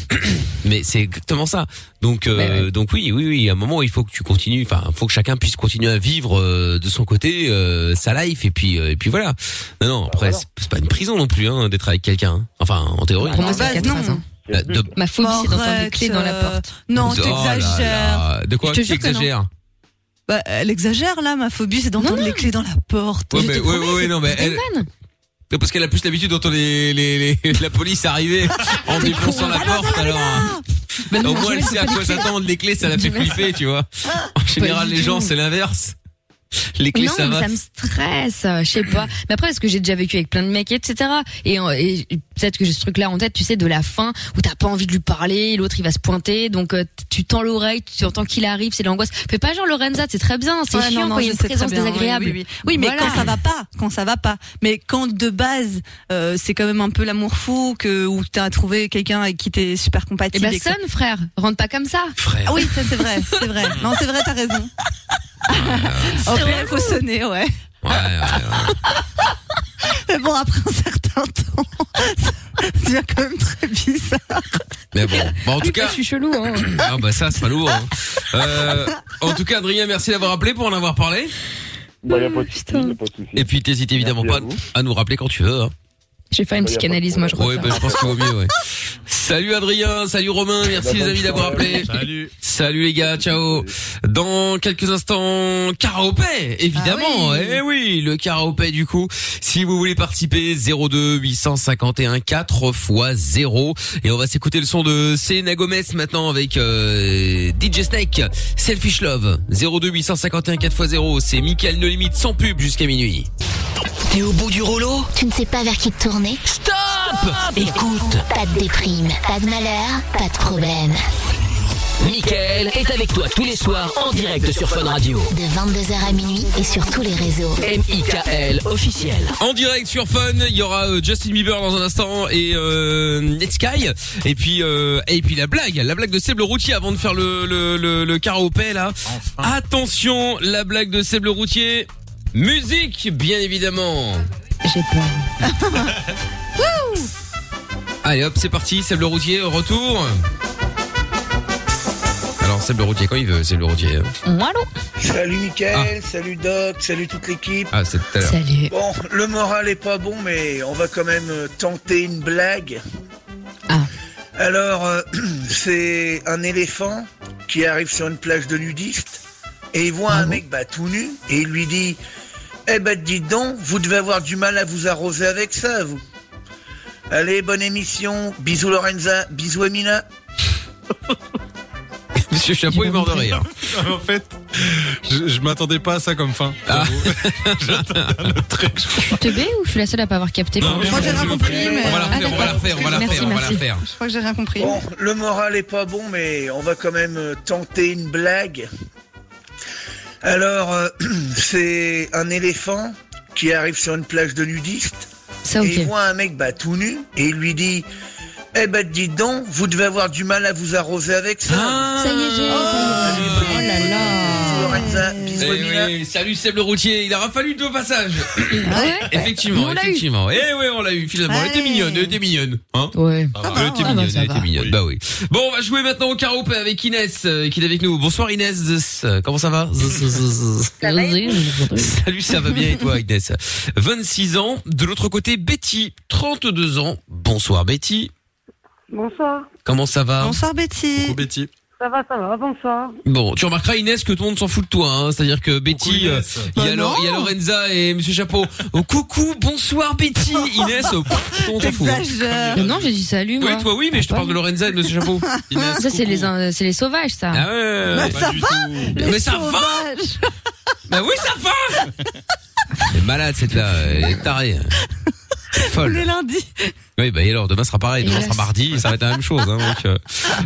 Speaker 2: Mais c'est exactement ça. Donc, euh,
Speaker 6: Mais
Speaker 2: donc oui, oui, oui. À un moment, il faut que tu continues. Enfin, faut que chacun puisse continuer à vivre euh, de son côté euh, sa life. Et puis, euh, et puis voilà. Non, non. Après, c'est- c'est pas une prison non plus hein, d'être avec quelqu'un. hein. Enfin, en théorie.
Speaker 6: Pour moi,
Speaker 5: Bah,
Speaker 6: c'est 4
Speaker 5: non.
Speaker 6: phrases. hein.
Speaker 2: Euh, de...
Speaker 6: Ma phobie, c'est d'entendre des
Speaker 5: Arrête,
Speaker 6: clés dans la
Speaker 5: euh,
Speaker 6: porte.
Speaker 5: Non,
Speaker 2: Oh là
Speaker 5: t'exagères.
Speaker 2: là. De quoi
Speaker 6: Je te
Speaker 2: tu
Speaker 6: jure que non.
Speaker 2: exagères
Speaker 5: Bah, elle exagère là, ma phobie, c'est d'entendre les clés dans la porte.
Speaker 2: Ouais,
Speaker 5: Je
Speaker 2: mais-
Speaker 5: te
Speaker 2: ouais,
Speaker 5: promets,
Speaker 2: ouais, ouais,
Speaker 5: c'est-
Speaker 2: non, mais
Speaker 6: C'est
Speaker 2: elle,
Speaker 6: une vanne.
Speaker 2: Non, parce qu'elle a plus l'habitude d'entendre les, les, les- la police arriver en défonçant
Speaker 6: Ah
Speaker 2: la porte, alors.
Speaker 6: Bah non,
Speaker 2: Au moins, elle
Speaker 6: j'imagine
Speaker 2: sait à
Speaker 6: pas
Speaker 2: quoi
Speaker 6: les clés.
Speaker 2: s'attendre. Les clés, ça la fait
Speaker 6: J'imagine.
Speaker 2: flipper, tu vois. En général,
Speaker 6: Ah, du
Speaker 2: les gens,
Speaker 6: tout.
Speaker 2: c'est l'inverse. Les clés,
Speaker 6: Non,
Speaker 2: ça
Speaker 6: mais
Speaker 2: va.
Speaker 6: ça me stresse, euh, je sais pas. Mais après, parce que j'ai déjà vécu avec plein de mecs, etc. Et, euh, et peut-être que j'ai ce truc-là en tête, tu sais, de la fin où t'as pas envie de lui parler, l'autre il va se pointer, donc euh, t- tu tends l'oreille, tu entends qu'il arrive, c'est de l'angoisse. Fais pas genre Lorenza, c'est très bien, c'est
Speaker 5: Ouais,
Speaker 6: chiant
Speaker 5: non, non,
Speaker 6: quand il y
Speaker 5: je
Speaker 6: a une
Speaker 5: sais très
Speaker 6: présence
Speaker 5: bien, oui,
Speaker 6: désagréable.
Speaker 5: Oui, oui. Oui, mais
Speaker 6: Voilà.
Speaker 5: quand ça va pas, quand ça va pas. Mais quand de base, euh, c'est quand même un peu l'amour fou que où t'as trouvé quelqu'un avec qui t'es super
Speaker 6: Et
Speaker 5: compatible.
Speaker 6: bah
Speaker 5: et que ça-
Speaker 6: sonne, frère, rentre pas comme ça.
Speaker 2: Frère.
Speaker 5: Ah oui, ça c'est vrai, c'est vrai. Non, c'est vrai, t'as raison. Oh, mais il faut sonner, ouais.
Speaker 2: Ouais, ouais, ouais.
Speaker 5: Mais bon, après un certain temps, ça devient quand même très bizarre. bah,
Speaker 2: Mais bon. Bon, en tout cas.
Speaker 6: je suis chelou. Hein.
Speaker 2: Ah, bah, ça, c'est pas lourd. hein. Euh, en tout cas, Adrien, merci d'avoir appelé pour en avoir parlé.
Speaker 10: Bah, y a pas de souci,
Speaker 6: Putain.
Speaker 10: y a pas de souci.
Speaker 2: Et puis, t'hésites évidemment
Speaker 10: Merci à
Speaker 2: pas
Speaker 10: vous.
Speaker 2: à nous rappeler quand tu veux. hein.
Speaker 6: Je vais faire une
Speaker 10: Bah, y a pas de
Speaker 6: psychanalyse, moi je crois.
Speaker 2: Ouais, bah, je pense qu'il vaut mieux, ouais. Salut Adrien, salut Romain, merci les amis d'avoir appelé.
Speaker 4: Salut.
Speaker 2: Salut les gars, ciao. Dans quelques instants, karaopé, évidemment.
Speaker 5: Ah oui.
Speaker 2: Eh oui, le karaopé du coup. Si vous voulez participer, 02 851 4 x 0. Et on va s'écouter le son de Selena Gomez maintenant avec euh, DJ Snake, Selfish Love. 02 851 4 x 0. C'est Michael No Limite sans pub jusqu'à minuit.
Speaker 1: T'es au bout du rouleau
Speaker 3: Tu ne sais pas vers qui te tourner
Speaker 1: Stop Écoute,
Speaker 3: Pas de déprime, pas de malheur, pas de problème.
Speaker 1: Michael est avec toi tous les soirs en direct sur Fun Radio.
Speaker 3: De 22h à minuit et sur tous les réseaux.
Speaker 1: M.I.K.L. officiel.
Speaker 2: En direct sur Fun, il y aura euh, Justin Bieber dans un instant et euh, Netsky et puis euh, et puis la blague, la blague de Seb le routier avant de faire le le le, le karaopé là. Attention, la blague de Seb le routier. Musique bien évidemment.
Speaker 6: J'ai peur.
Speaker 2: Allez hop, c'est parti, Seb le routier retour. Alors Seb le routier quand il veut, Seb le routier.
Speaker 6: Allô
Speaker 12: Salut Mickaël, salut Doc, salut toute l'équipe.
Speaker 2: Ah, c'est tout à l'heure.
Speaker 6: Salut.
Speaker 12: Bon, le moral est pas bon, mais on va quand même euh, tenter une blague.
Speaker 6: Ah.
Speaker 12: Alors, euh, c'est un éléphant qui arrive sur une plage de nudistes et il
Speaker 2: Ah
Speaker 12: voit un mec bah, tout nu et il lui dit Eh ben, dites donc, vous devez avoir du mal à vous arroser avec ça, vous. Allez, bonne émission. Bisous Lorenza, bisous Emina.
Speaker 2: Monsieur Chapeau est mort de rire.
Speaker 4: en fait, je, je m'attendais pas à ça comme fin.
Speaker 2: Ah.
Speaker 6: Je suis teubée ou je suis la seule à pas avoir capté
Speaker 2: Non,
Speaker 5: Moi j'ai rien
Speaker 2: je-
Speaker 5: compris, mais.
Speaker 2: On va la
Speaker 5: euh,
Speaker 2: refaire, on va la refaire, on va la
Speaker 6: Merci,
Speaker 2: refaire, on va la
Speaker 6: merci.
Speaker 2: refaire.
Speaker 5: Je crois que j'ai rien compris.
Speaker 12: Bon, le moral est pas bon, mais on va quand même euh, tenter une blague. Alors, euh, c'est un éléphant qui arrive sur une plage de nudistes
Speaker 6: Ça,
Speaker 12: et il
Speaker 6: ok.
Speaker 12: voit un mec bah, tout nu et il lui dit Eh ben, dites donc, vous devez avoir du mal à vous arroser avec ça.
Speaker 13: Oh,
Speaker 6: Ça Ah, y est, j'ai. ça y est.
Speaker 12: Allez, bonne
Speaker 6: Oh là
Speaker 12: écoute.
Speaker 6: là.
Speaker 12: Lorenza, bisous
Speaker 2: Eh
Speaker 12: Amina.
Speaker 2: oui, salut Seb le routier, il aura fallu deux passages.
Speaker 5: Ouais.
Speaker 2: effectivement,
Speaker 6: Mais on l'a eu.
Speaker 2: effectivement. Eh ouais, on l'a eu finalement. Elle était
Speaker 5: Ouais.
Speaker 2: mignonne, elle était mignonne. Hein
Speaker 6: Ouais.
Speaker 2: Ah, elle était
Speaker 6: ça va,
Speaker 2: mignonne,
Speaker 6: ça
Speaker 2: elle était
Speaker 6: va.
Speaker 2: mignonne.
Speaker 4: Oui.
Speaker 2: Bah oui. Bon, on va jouer maintenant au caropé avec Inès euh, qui est avec nous. Bonsoir Inès. Zs. Euh, Comment ça va Zs, zs, zs, zs.
Speaker 6: Ça va
Speaker 2: Salut, ça va bien et toi Inès 26 ans. De l'autre côté, Betty, 32 ans. Bonsoir Betty.
Speaker 11: Bonsoir.
Speaker 2: Comment ça va
Speaker 5: Bonsoir Betty.
Speaker 4: Trop Betty.
Speaker 11: Ça va, ça va, bonsoir.
Speaker 2: Bon, tu remarqueras Inès que tout le monde s'en fout de toi, hein. c'est-à-dire que
Speaker 4: Coucou,
Speaker 2: Betty, euh,
Speaker 4: Inès.
Speaker 2: il y, a
Speaker 5: Bah
Speaker 2: Lo-
Speaker 5: non.
Speaker 2: il y a Lorenza et Monsieur Chapeau. Oh, coucou, bonsoir Betty, Inès, euh, pff, on s'en fout. hein.
Speaker 5: T'exagères.
Speaker 6: Mais non, j'ai dit salut,
Speaker 2: Oui,
Speaker 6: moi.
Speaker 2: toi oui, mais je te parle de Lorenza et de Monsieur Chapeau.
Speaker 4: Inès,
Speaker 6: Ça, c'est
Speaker 4: coucou.
Speaker 6: les, euh, c'est les sauvages, ça.
Speaker 2: Ah ouais.
Speaker 4: Pas
Speaker 5: ça
Speaker 4: du tout.
Speaker 2: Mais ça va
Speaker 5: Sauvage.
Speaker 2: Bah oui, ça va Elle est malade cette là, elle est tarée. Elle est
Speaker 5: Tous
Speaker 2: Folle.
Speaker 5: les lundis.
Speaker 2: Oui, bah et alors, demain sera pareil, demain
Speaker 6: Hélas.
Speaker 2: sera mardi, ça va être la même chose. Hein, donc, euh.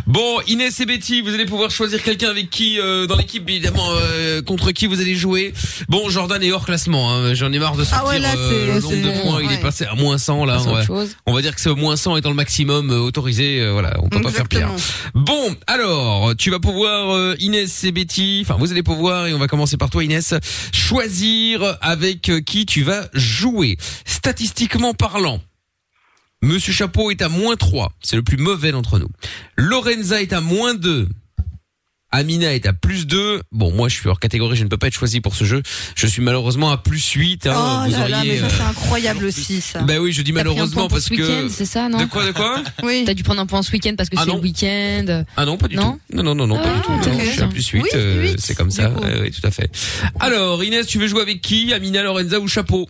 Speaker 2: Bon, Inès et Betty, vous allez pouvoir choisir quelqu'un avec qui, euh, dans l'équipe, évidemment, euh, contre qui vous allez jouer. Bon, Jordan est hors classement, hein, j'en ai marre de sortir
Speaker 5: Ah ouais, là,
Speaker 2: euh,
Speaker 5: c'est-
Speaker 2: le nombre de
Speaker 5: c'est-
Speaker 2: points, il est
Speaker 5: Mmh, ouais.
Speaker 2: passé à moins 100 là.
Speaker 6: C'est
Speaker 2: On
Speaker 6: autre
Speaker 2: va,
Speaker 6: chose.
Speaker 2: on va dire que c'est au moins 100 étant le maximum euh, autorisé, euh, voilà, on peut pas faire pire.
Speaker 5: Exactement.
Speaker 2: Bon, alors, tu vas pouvoir, euh, Inès et Betty, enfin vous allez pouvoir, et on va commencer par toi Inès, choisir avec euh, qui tu vas jouer. Statistiquement parlant, Monsieur Chapeau est à moins 3, c'est le plus mauvais d'entre nous. Lorenza est à moins 2. Amina est à plus 2. Bon, moi je suis hors catégorie, je ne peux pas être choisi pour ce jeu. Je suis malheureusement à plus 8.
Speaker 5: Oh
Speaker 2: Hein, vous
Speaker 5: là là,
Speaker 2: auriez...
Speaker 5: mais ça
Speaker 2: euh,
Speaker 5: c'est incroyable aussi ça.
Speaker 2: Ben oui, je dis
Speaker 6: T'as pris un point
Speaker 2: malheureusement
Speaker 6: pour
Speaker 2: parce
Speaker 6: ce week-end,
Speaker 2: que...
Speaker 6: c'est ça, non
Speaker 2: De quoi, de quoi
Speaker 5: Oui.
Speaker 6: T'as dû prendre un point ce week-end parce que
Speaker 2: Ah
Speaker 6: c'est
Speaker 2: non.
Speaker 6: le week-end.
Speaker 2: Ah non, pas du
Speaker 6: Non
Speaker 2: tout. Non, non, non, non, pas
Speaker 6: Ah,
Speaker 2: du tout. Non,
Speaker 6: ok.
Speaker 2: Je suis à plus 8,
Speaker 5: Oui, huit,
Speaker 2: c'est comme ça.
Speaker 5: du coup.
Speaker 2: Ouais, ouais, tout à fait. Alors, Inès, tu veux jouer avec qui Amina, Lorenza ou Chapeau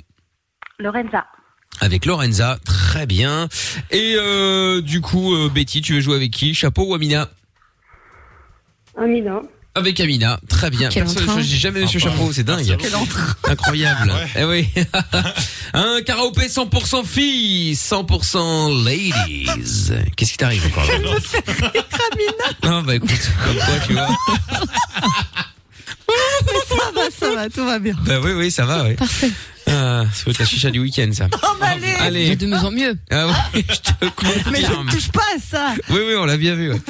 Speaker 11: Lorenza.
Speaker 2: Avec Lorenza, très bien. Et euh, du coup, euh, Betty, tu veux jouer avec qui Chapeau ou Amina
Speaker 11: Amina.
Speaker 2: avec Amina, très bien.
Speaker 6: Quel
Speaker 2: Personne ne
Speaker 6: entrain.
Speaker 2: choisit jamais Monsieur
Speaker 4: Sympa.
Speaker 2: Chapeau, c'est dingue. Incroyable. Eh oui. Un karaopé 100% filles, 100% ladies. Qu'est-ce qui t'arrive encore là Non, bah écoute, comme quoi tu vois.
Speaker 5: Ça va, ça va, tout va bien.
Speaker 2: Bah oui, oui, ça va, oui. Parfait. Ah, ça va être la chicha du week-end, ça.
Speaker 5: Oh bah allez,
Speaker 6: Mais
Speaker 2: Allez.
Speaker 6: de mieux en mieux.
Speaker 2: Ah oui, je te
Speaker 5: mais
Speaker 2: confirme.
Speaker 5: je touche pas à ça.
Speaker 2: Oui, oui, on l'a bien vu. ouais.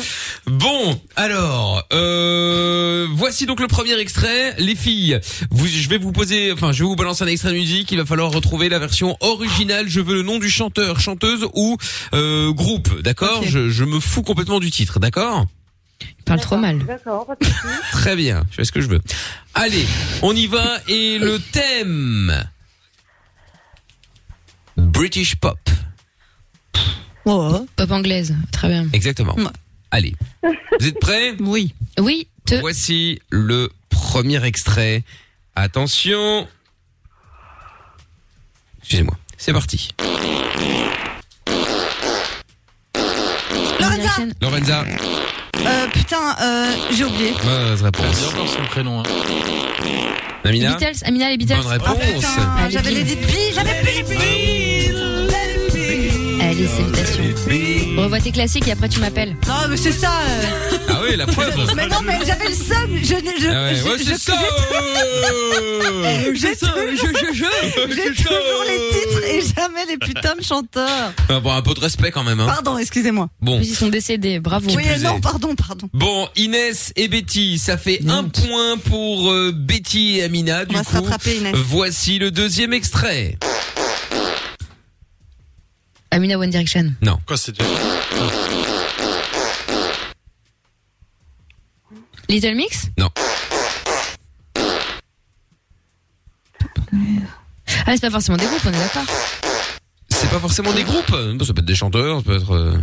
Speaker 2: Bon, alors, euh, voici donc le premier extrait. Les filles, vous, je vais vous poser, enfin, je vais vous balancer un extrait de musique. Il va falloir retrouver la version originale. Je veux le nom du chanteur, chanteuse ou euh, groupe, d'accord
Speaker 5: Ok.
Speaker 2: je, je me fous complètement du titre, d'accord
Speaker 6: Il parle trop mal.
Speaker 11: D'accord, pas de souci.
Speaker 2: Très bien, je fais ce que je veux. Allez, on y va et le thème British pop.
Speaker 5: Oh,
Speaker 6: Pop anglaise, très bien.
Speaker 2: Exactement.
Speaker 5: Ouais.
Speaker 2: Allez. Vous êtes prêts
Speaker 5: oui.
Speaker 6: Oui, te.
Speaker 2: Voici le premier extrait. Attention. Excusez-moi. C'est parti.
Speaker 5: Lorenza.
Speaker 6: La chaîne-
Speaker 2: Lorenza,
Speaker 5: Euh, putain, euh, j'ai oublié.
Speaker 2: mauvaise
Speaker 4: Vas-y,
Speaker 2: réponse.
Speaker 4: encore son prénom. hein.
Speaker 2: Amina,
Speaker 6: Beatles, Amina les Beatles.
Speaker 2: bonne
Speaker 5: Ah
Speaker 2: réponse. Ah
Speaker 5: putain,
Speaker 6: Allez,
Speaker 5: j'avais
Speaker 6: Bill.
Speaker 5: les dites billes, j'avais plus les billes.
Speaker 6: Allez, salutations. Revois tes classiques et après tu m'appelles.
Speaker 5: Non, mais c'est ça. euh.
Speaker 2: Ah oui, la preuve.
Speaker 5: Mais non, mais j'avais le seum. Je, je, je,
Speaker 2: Ah ouais, ouais,
Speaker 5: je-
Speaker 2: c'est
Speaker 5: je-
Speaker 2: ça. euh,
Speaker 5: J'ai
Speaker 2: c'est ça,
Speaker 5: toujours-
Speaker 2: je- je- je,
Speaker 5: J'ai
Speaker 2: c'est ça,
Speaker 5: toujours les titres
Speaker 2: euh.
Speaker 5: et jamais les putains de chanteurs.
Speaker 2: Ah, bon, un peu de respect quand même. Hein.
Speaker 5: Pardon, excusez-moi.
Speaker 6: En
Speaker 2: Bon.
Speaker 6: plus, ils sont décédés, bravo.
Speaker 5: Oui,
Speaker 2: plus est.
Speaker 5: non, pardon, pardon.
Speaker 2: Bon, Inès et Betty, ça fait un point pour euh, Betty et Amina.
Speaker 5: On
Speaker 2: Du
Speaker 5: va se
Speaker 2: coup,
Speaker 5: rattraper, Inès.
Speaker 2: voici le deuxième extrait.
Speaker 6: Amina One Direction.
Speaker 4: Quoi, c'est déjà.
Speaker 6: Little Mix
Speaker 2: Non.
Speaker 6: Ah, c'est pas forcément des groupes, on est d'accord.
Speaker 2: C'est pas forcément des groupes. Bon, Ça peut être des chanteurs, ça peut être. euh,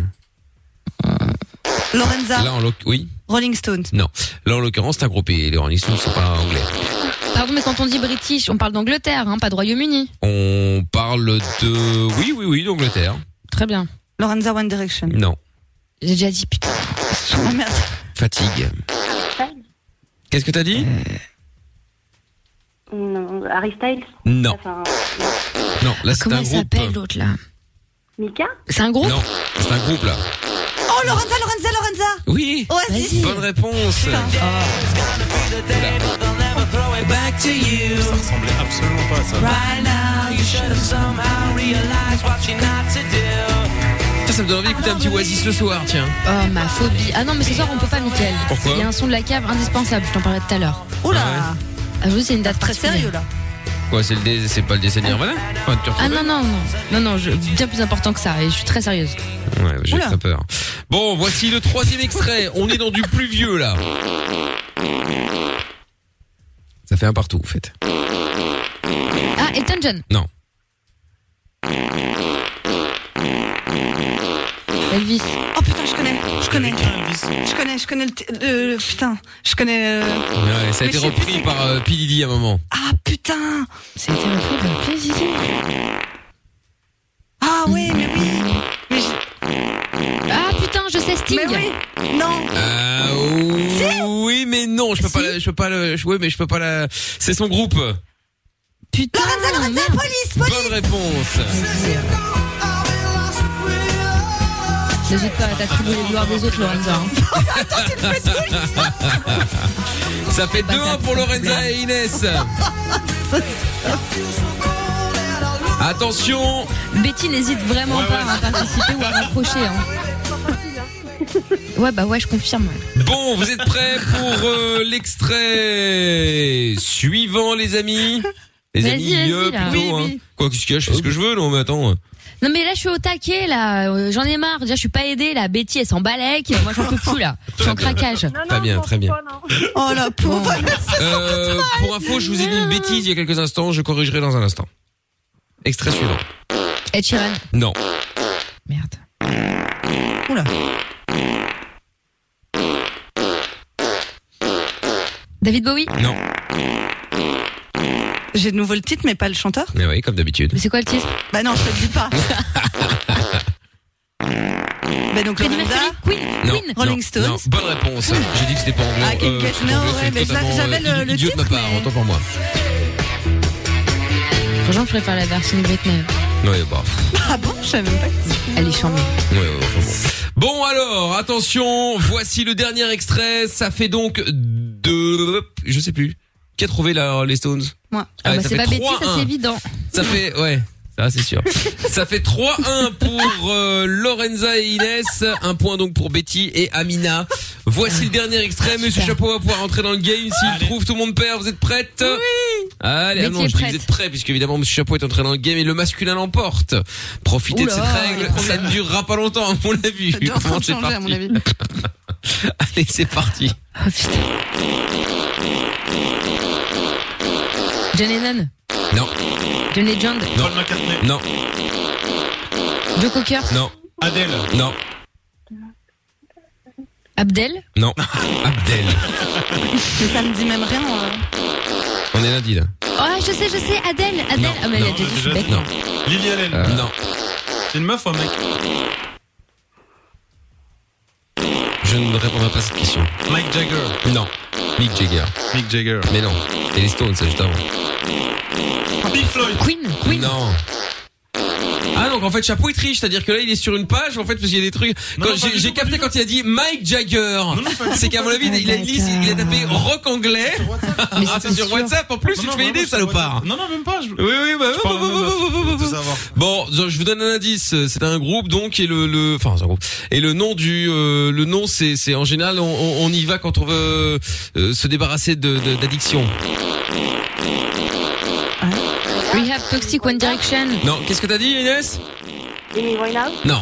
Speaker 5: Lorenza,
Speaker 2: Là, en l'oc- oui,
Speaker 5: Rolling Stones.
Speaker 2: non. Là, en l'occurrence, c'est un groupe et les Rolling Stones sont pas anglais.
Speaker 6: Pardon, mais quand on dit British, on parle d'Angleterre, hein, pas de Royaume-Uni.
Speaker 2: On parle de. Oui, oui, oui, d'Angleterre.
Speaker 6: Très bien.
Speaker 5: Lorenza One Direction.
Speaker 2: Non.
Speaker 6: J'ai déjà dit putain.
Speaker 5: Ah merde.
Speaker 2: Fatigue. Qu'est-ce que t'as dit
Speaker 11: Non, Harry Styles
Speaker 5: Oh.
Speaker 2: Non.
Speaker 11: Enfin,
Speaker 2: Non, là, c'est
Speaker 6: Comment
Speaker 2: un
Speaker 6: elle
Speaker 2: groupe.
Speaker 6: s'appelle l'autre là
Speaker 11: Mika
Speaker 6: C'est un groupe
Speaker 2: Non, c'est un groupe, là.
Speaker 5: Oh, Lorenza, Lorenza, Lorenza.
Speaker 2: Oui
Speaker 5: Oasis.
Speaker 2: Bonne réponse
Speaker 5: Putain.
Speaker 4: Ça ressemblait absolument
Speaker 2: Ah.
Speaker 4: pas à ça.
Speaker 2: Putain, ça me donne envie d'écouter un petit Oasis ce soir, tiens.
Speaker 6: Oh, ma phobie. Ah non, mais ce soir, on peut pas, Mickaël.
Speaker 2: Pourquoi
Speaker 6: Il y a un son de la cave indispensable, je t'en parlais tout à l'heure.
Speaker 5: Oula
Speaker 6: Ah, je vous dis, c'est une date très sérieuse,
Speaker 5: là.
Speaker 2: Quoi, c'est le dé- c'est pas le décès de Nirvana Enfin, tu
Speaker 6: Ah
Speaker 2: retrouves-
Speaker 6: non, non, non. Non, non, je- bien plus important que ça, et je suis très sérieuse.
Speaker 2: Ouais, j'ai
Speaker 6: Oula.
Speaker 2: très peur. Bon, voici le troisième extrait. On est dans du plus vieux là. Ça fait un partout, en fait.
Speaker 6: Ah, Elton John.
Speaker 2: Non.
Speaker 6: Elvis.
Speaker 5: Oh putain, je connais, je connais. Je connais, je connais le. t- le- le- putain, je connais. euh,
Speaker 2: Ouais, ça a
Speaker 5: Mais
Speaker 2: été
Speaker 5: je sais plus
Speaker 2: repris par euh, P. Diddy à un moment.
Speaker 5: Ah putain
Speaker 6: C'était repris par
Speaker 5: Ah ouais, mais oui Mais je-
Speaker 6: Ah putain, je sais Sting.
Speaker 5: Non.
Speaker 2: Ah oui, mais non, je peux pas, la- je peux pas le, je- ouais, mais je peux pas la. C'est son groupe.
Speaker 6: Putain,
Speaker 5: police,
Speaker 2: Bonne réponse.
Speaker 6: N'hésite pas à t'attribuer les gloires des autres, Lorenzo. hein.
Speaker 2: Ça fait 2-1 pour Lorenza et Inès. Attention,
Speaker 6: Betty n'hésite vraiment pas à participer ou à raccrocher. Hein. Ouais, bah ouais, je confirme.
Speaker 2: Bon, vous êtes prêts pour euh, l'extrait suivant, les amis Les
Speaker 6: Vas-y,
Speaker 2: amis,
Speaker 6: vas-y,
Speaker 2: euh,
Speaker 6: là.
Speaker 2: plutôt.
Speaker 6: Oui,
Speaker 2: hein.
Speaker 6: oui.
Speaker 2: Quoi, qu'est-ce qu'il y a Je fais ce que je veux, non Mais attends.
Speaker 6: Non mais là je suis au taquet là, Euh, j'en ai marre, déjà je suis pas aidée là, Betty elle s'en balèque, moi j'en peux plus là, je suis en craquage.
Speaker 2: très bien, très bien.
Speaker 5: Oh la pauvre
Speaker 2: Euh, pour info, je vous ai dit une bêtise il y a quelques instants. Je corrigerai dans un instant. Extrait suivant.
Speaker 6: Ed Sheeran.
Speaker 2: Non.
Speaker 5: Oula.
Speaker 6: David Bowie
Speaker 2: Non.
Speaker 5: J'ai de nouveau le titre, mais pas le chanteur.
Speaker 2: Mais Eh oui, comme d'habitude.
Speaker 6: Mais c'est quoi le titre
Speaker 5: Bah non, je te le dis pas. bah donc
Speaker 6: Freddie
Speaker 5: Lorenza.
Speaker 6: Queen,
Speaker 2: Non,
Speaker 5: Rolling
Speaker 2: non,
Speaker 5: Stones.
Speaker 2: non. Bonne réponse. J'ai dit que c'était pas anglais.
Speaker 5: I can
Speaker 2: Euh,
Speaker 5: get
Speaker 2: c'est
Speaker 5: no,
Speaker 2: anglais,
Speaker 5: ouais,
Speaker 2: c'est
Speaker 5: mais j'a-
Speaker 2: totalement,
Speaker 5: j'avais
Speaker 2: euh,
Speaker 5: le- le
Speaker 2: idiot de ma
Speaker 5: titre,
Speaker 2: part,
Speaker 5: mais-
Speaker 2: autant pour moi.
Speaker 6: Franchement je préfère la version de Britney.
Speaker 2: Ouais, bah. pff.
Speaker 5: Ah bon, je savais même pas.
Speaker 6: Elle est charmée.
Speaker 2: Ouais, ouais, ouais, enfin bon. Bon, alors, attention, voici le dernier extrait. Ça fait donc deux... Je sais plus. Qui a trouvé là, les Stones
Speaker 5: Moi.
Speaker 6: Ah,
Speaker 2: Ouais,
Speaker 6: bah
Speaker 2: ça
Speaker 6: c'est
Speaker 2: fait
Speaker 6: pas Betty,
Speaker 2: 3-1.
Speaker 6: ça c'est évident.
Speaker 2: Ça fait... Ouais. Ça, c'est sûr. Ça fait 3-1 pour euh, Lorenza et Inès, un point donc pour Betty et Amina. Voici le dernier
Speaker 6: Ah,
Speaker 2: extrait. Monsieur Chapeau va pouvoir entrer dans le game. S'il trouve, tout le monde perd. Vous êtes prête Oui. Allez, ah
Speaker 6: Betty
Speaker 2: non,
Speaker 6: est
Speaker 2: je dis que
Speaker 6: prête.
Speaker 2: vous êtes prêts, puisque évidemment Monsieur Chapeau est entré dans le game et le masculin l'emporte. Profitez de
Speaker 6: Oula,
Speaker 2: cette
Speaker 6: les
Speaker 2: règle. Ça ne durera pas longtemps, on l'a vu.
Speaker 5: C'est en train de
Speaker 2: C'est
Speaker 5: changer, à
Speaker 2: parti.
Speaker 5: mon avis.
Speaker 2: Allez, c'est parti.
Speaker 6: Oh putain. John Lennon,
Speaker 2: Non,
Speaker 6: John Legend,
Speaker 4: Paul McCartney.
Speaker 2: non,
Speaker 6: Joe Cocker,
Speaker 2: non,
Speaker 4: Adèle.
Speaker 2: non,
Speaker 6: Abdel,
Speaker 2: non. Abdel.
Speaker 5: Mais ça me dit même rien. euh.
Speaker 2: On est lundi là.
Speaker 6: Oh, je sais, je sais, Adèle, Adèle.
Speaker 2: Non,
Speaker 6: ah, mais elle a
Speaker 4: non,
Speaker 6: déjà dit, je suis
Speaker 4: déjà
Speaker 6: bête.
Speaker 2: Non,
Speaker 4: Lily Allen.
Speaker 2: euh, non.
Speaker 4: C'est une meuf ou un mec
Speaker 2: Je ne répondrai pas à cette question.
Speaker 4: Mike Jagger.
Speaker 2: Non. Mick Jagger.
Speaker 4: Mick Jagger.
Speaker 2: Mais non. Et les Stones, ça, juste avant.
Speaker 4: Pink Floyd.
Speaker 6: Queen, Queen.
Speaker 2: Non. Ah donc en fait chapeau il triche c'est à dire que là il est sur une page en fait parce qu'il y a des trucs
Speaker 4: Non,
Speaker 2: Quand
Speaker 4: non, pas
Speaker 2: j'ai-
Speaker 4: du
Speaker 2: j'ai
Speaker 4: tout, pas
Speaker 2: capté
Speaker 4: du
Speaker 2: quand il a dit Mike Jagger c'est qu'à mon avis il a une liste il a tapé rock anglais
Speaker 6: Mais
Speaker 2: ah
Speaker 6: c'est
Speaker 2: c'est sur
Speaker 6: sûr.
Speaker 2: WhatsApp en plus tu te fais aider salopard
Speaker 4: Non, non, même pas. Je...
Speaker 2: oui oui bah,
Speaker 4: Je parle à ma meuf, de savoir.
Speaker 2: Bon, je je vous donne un indice. C'est un groupe donc et le, le enfin c'est un groupe et le nom du euh, le nom c'est c'est en général on, on- on y va quand on veut euh, se débarrasser de de- d'addiction.
Speaker 6: Rehab Toxic One Direction,
Speaker 2: non, qu'est-ce que t'as dit Inès
Speaker 11: Amy Winehouse.
Speaker 2: Non,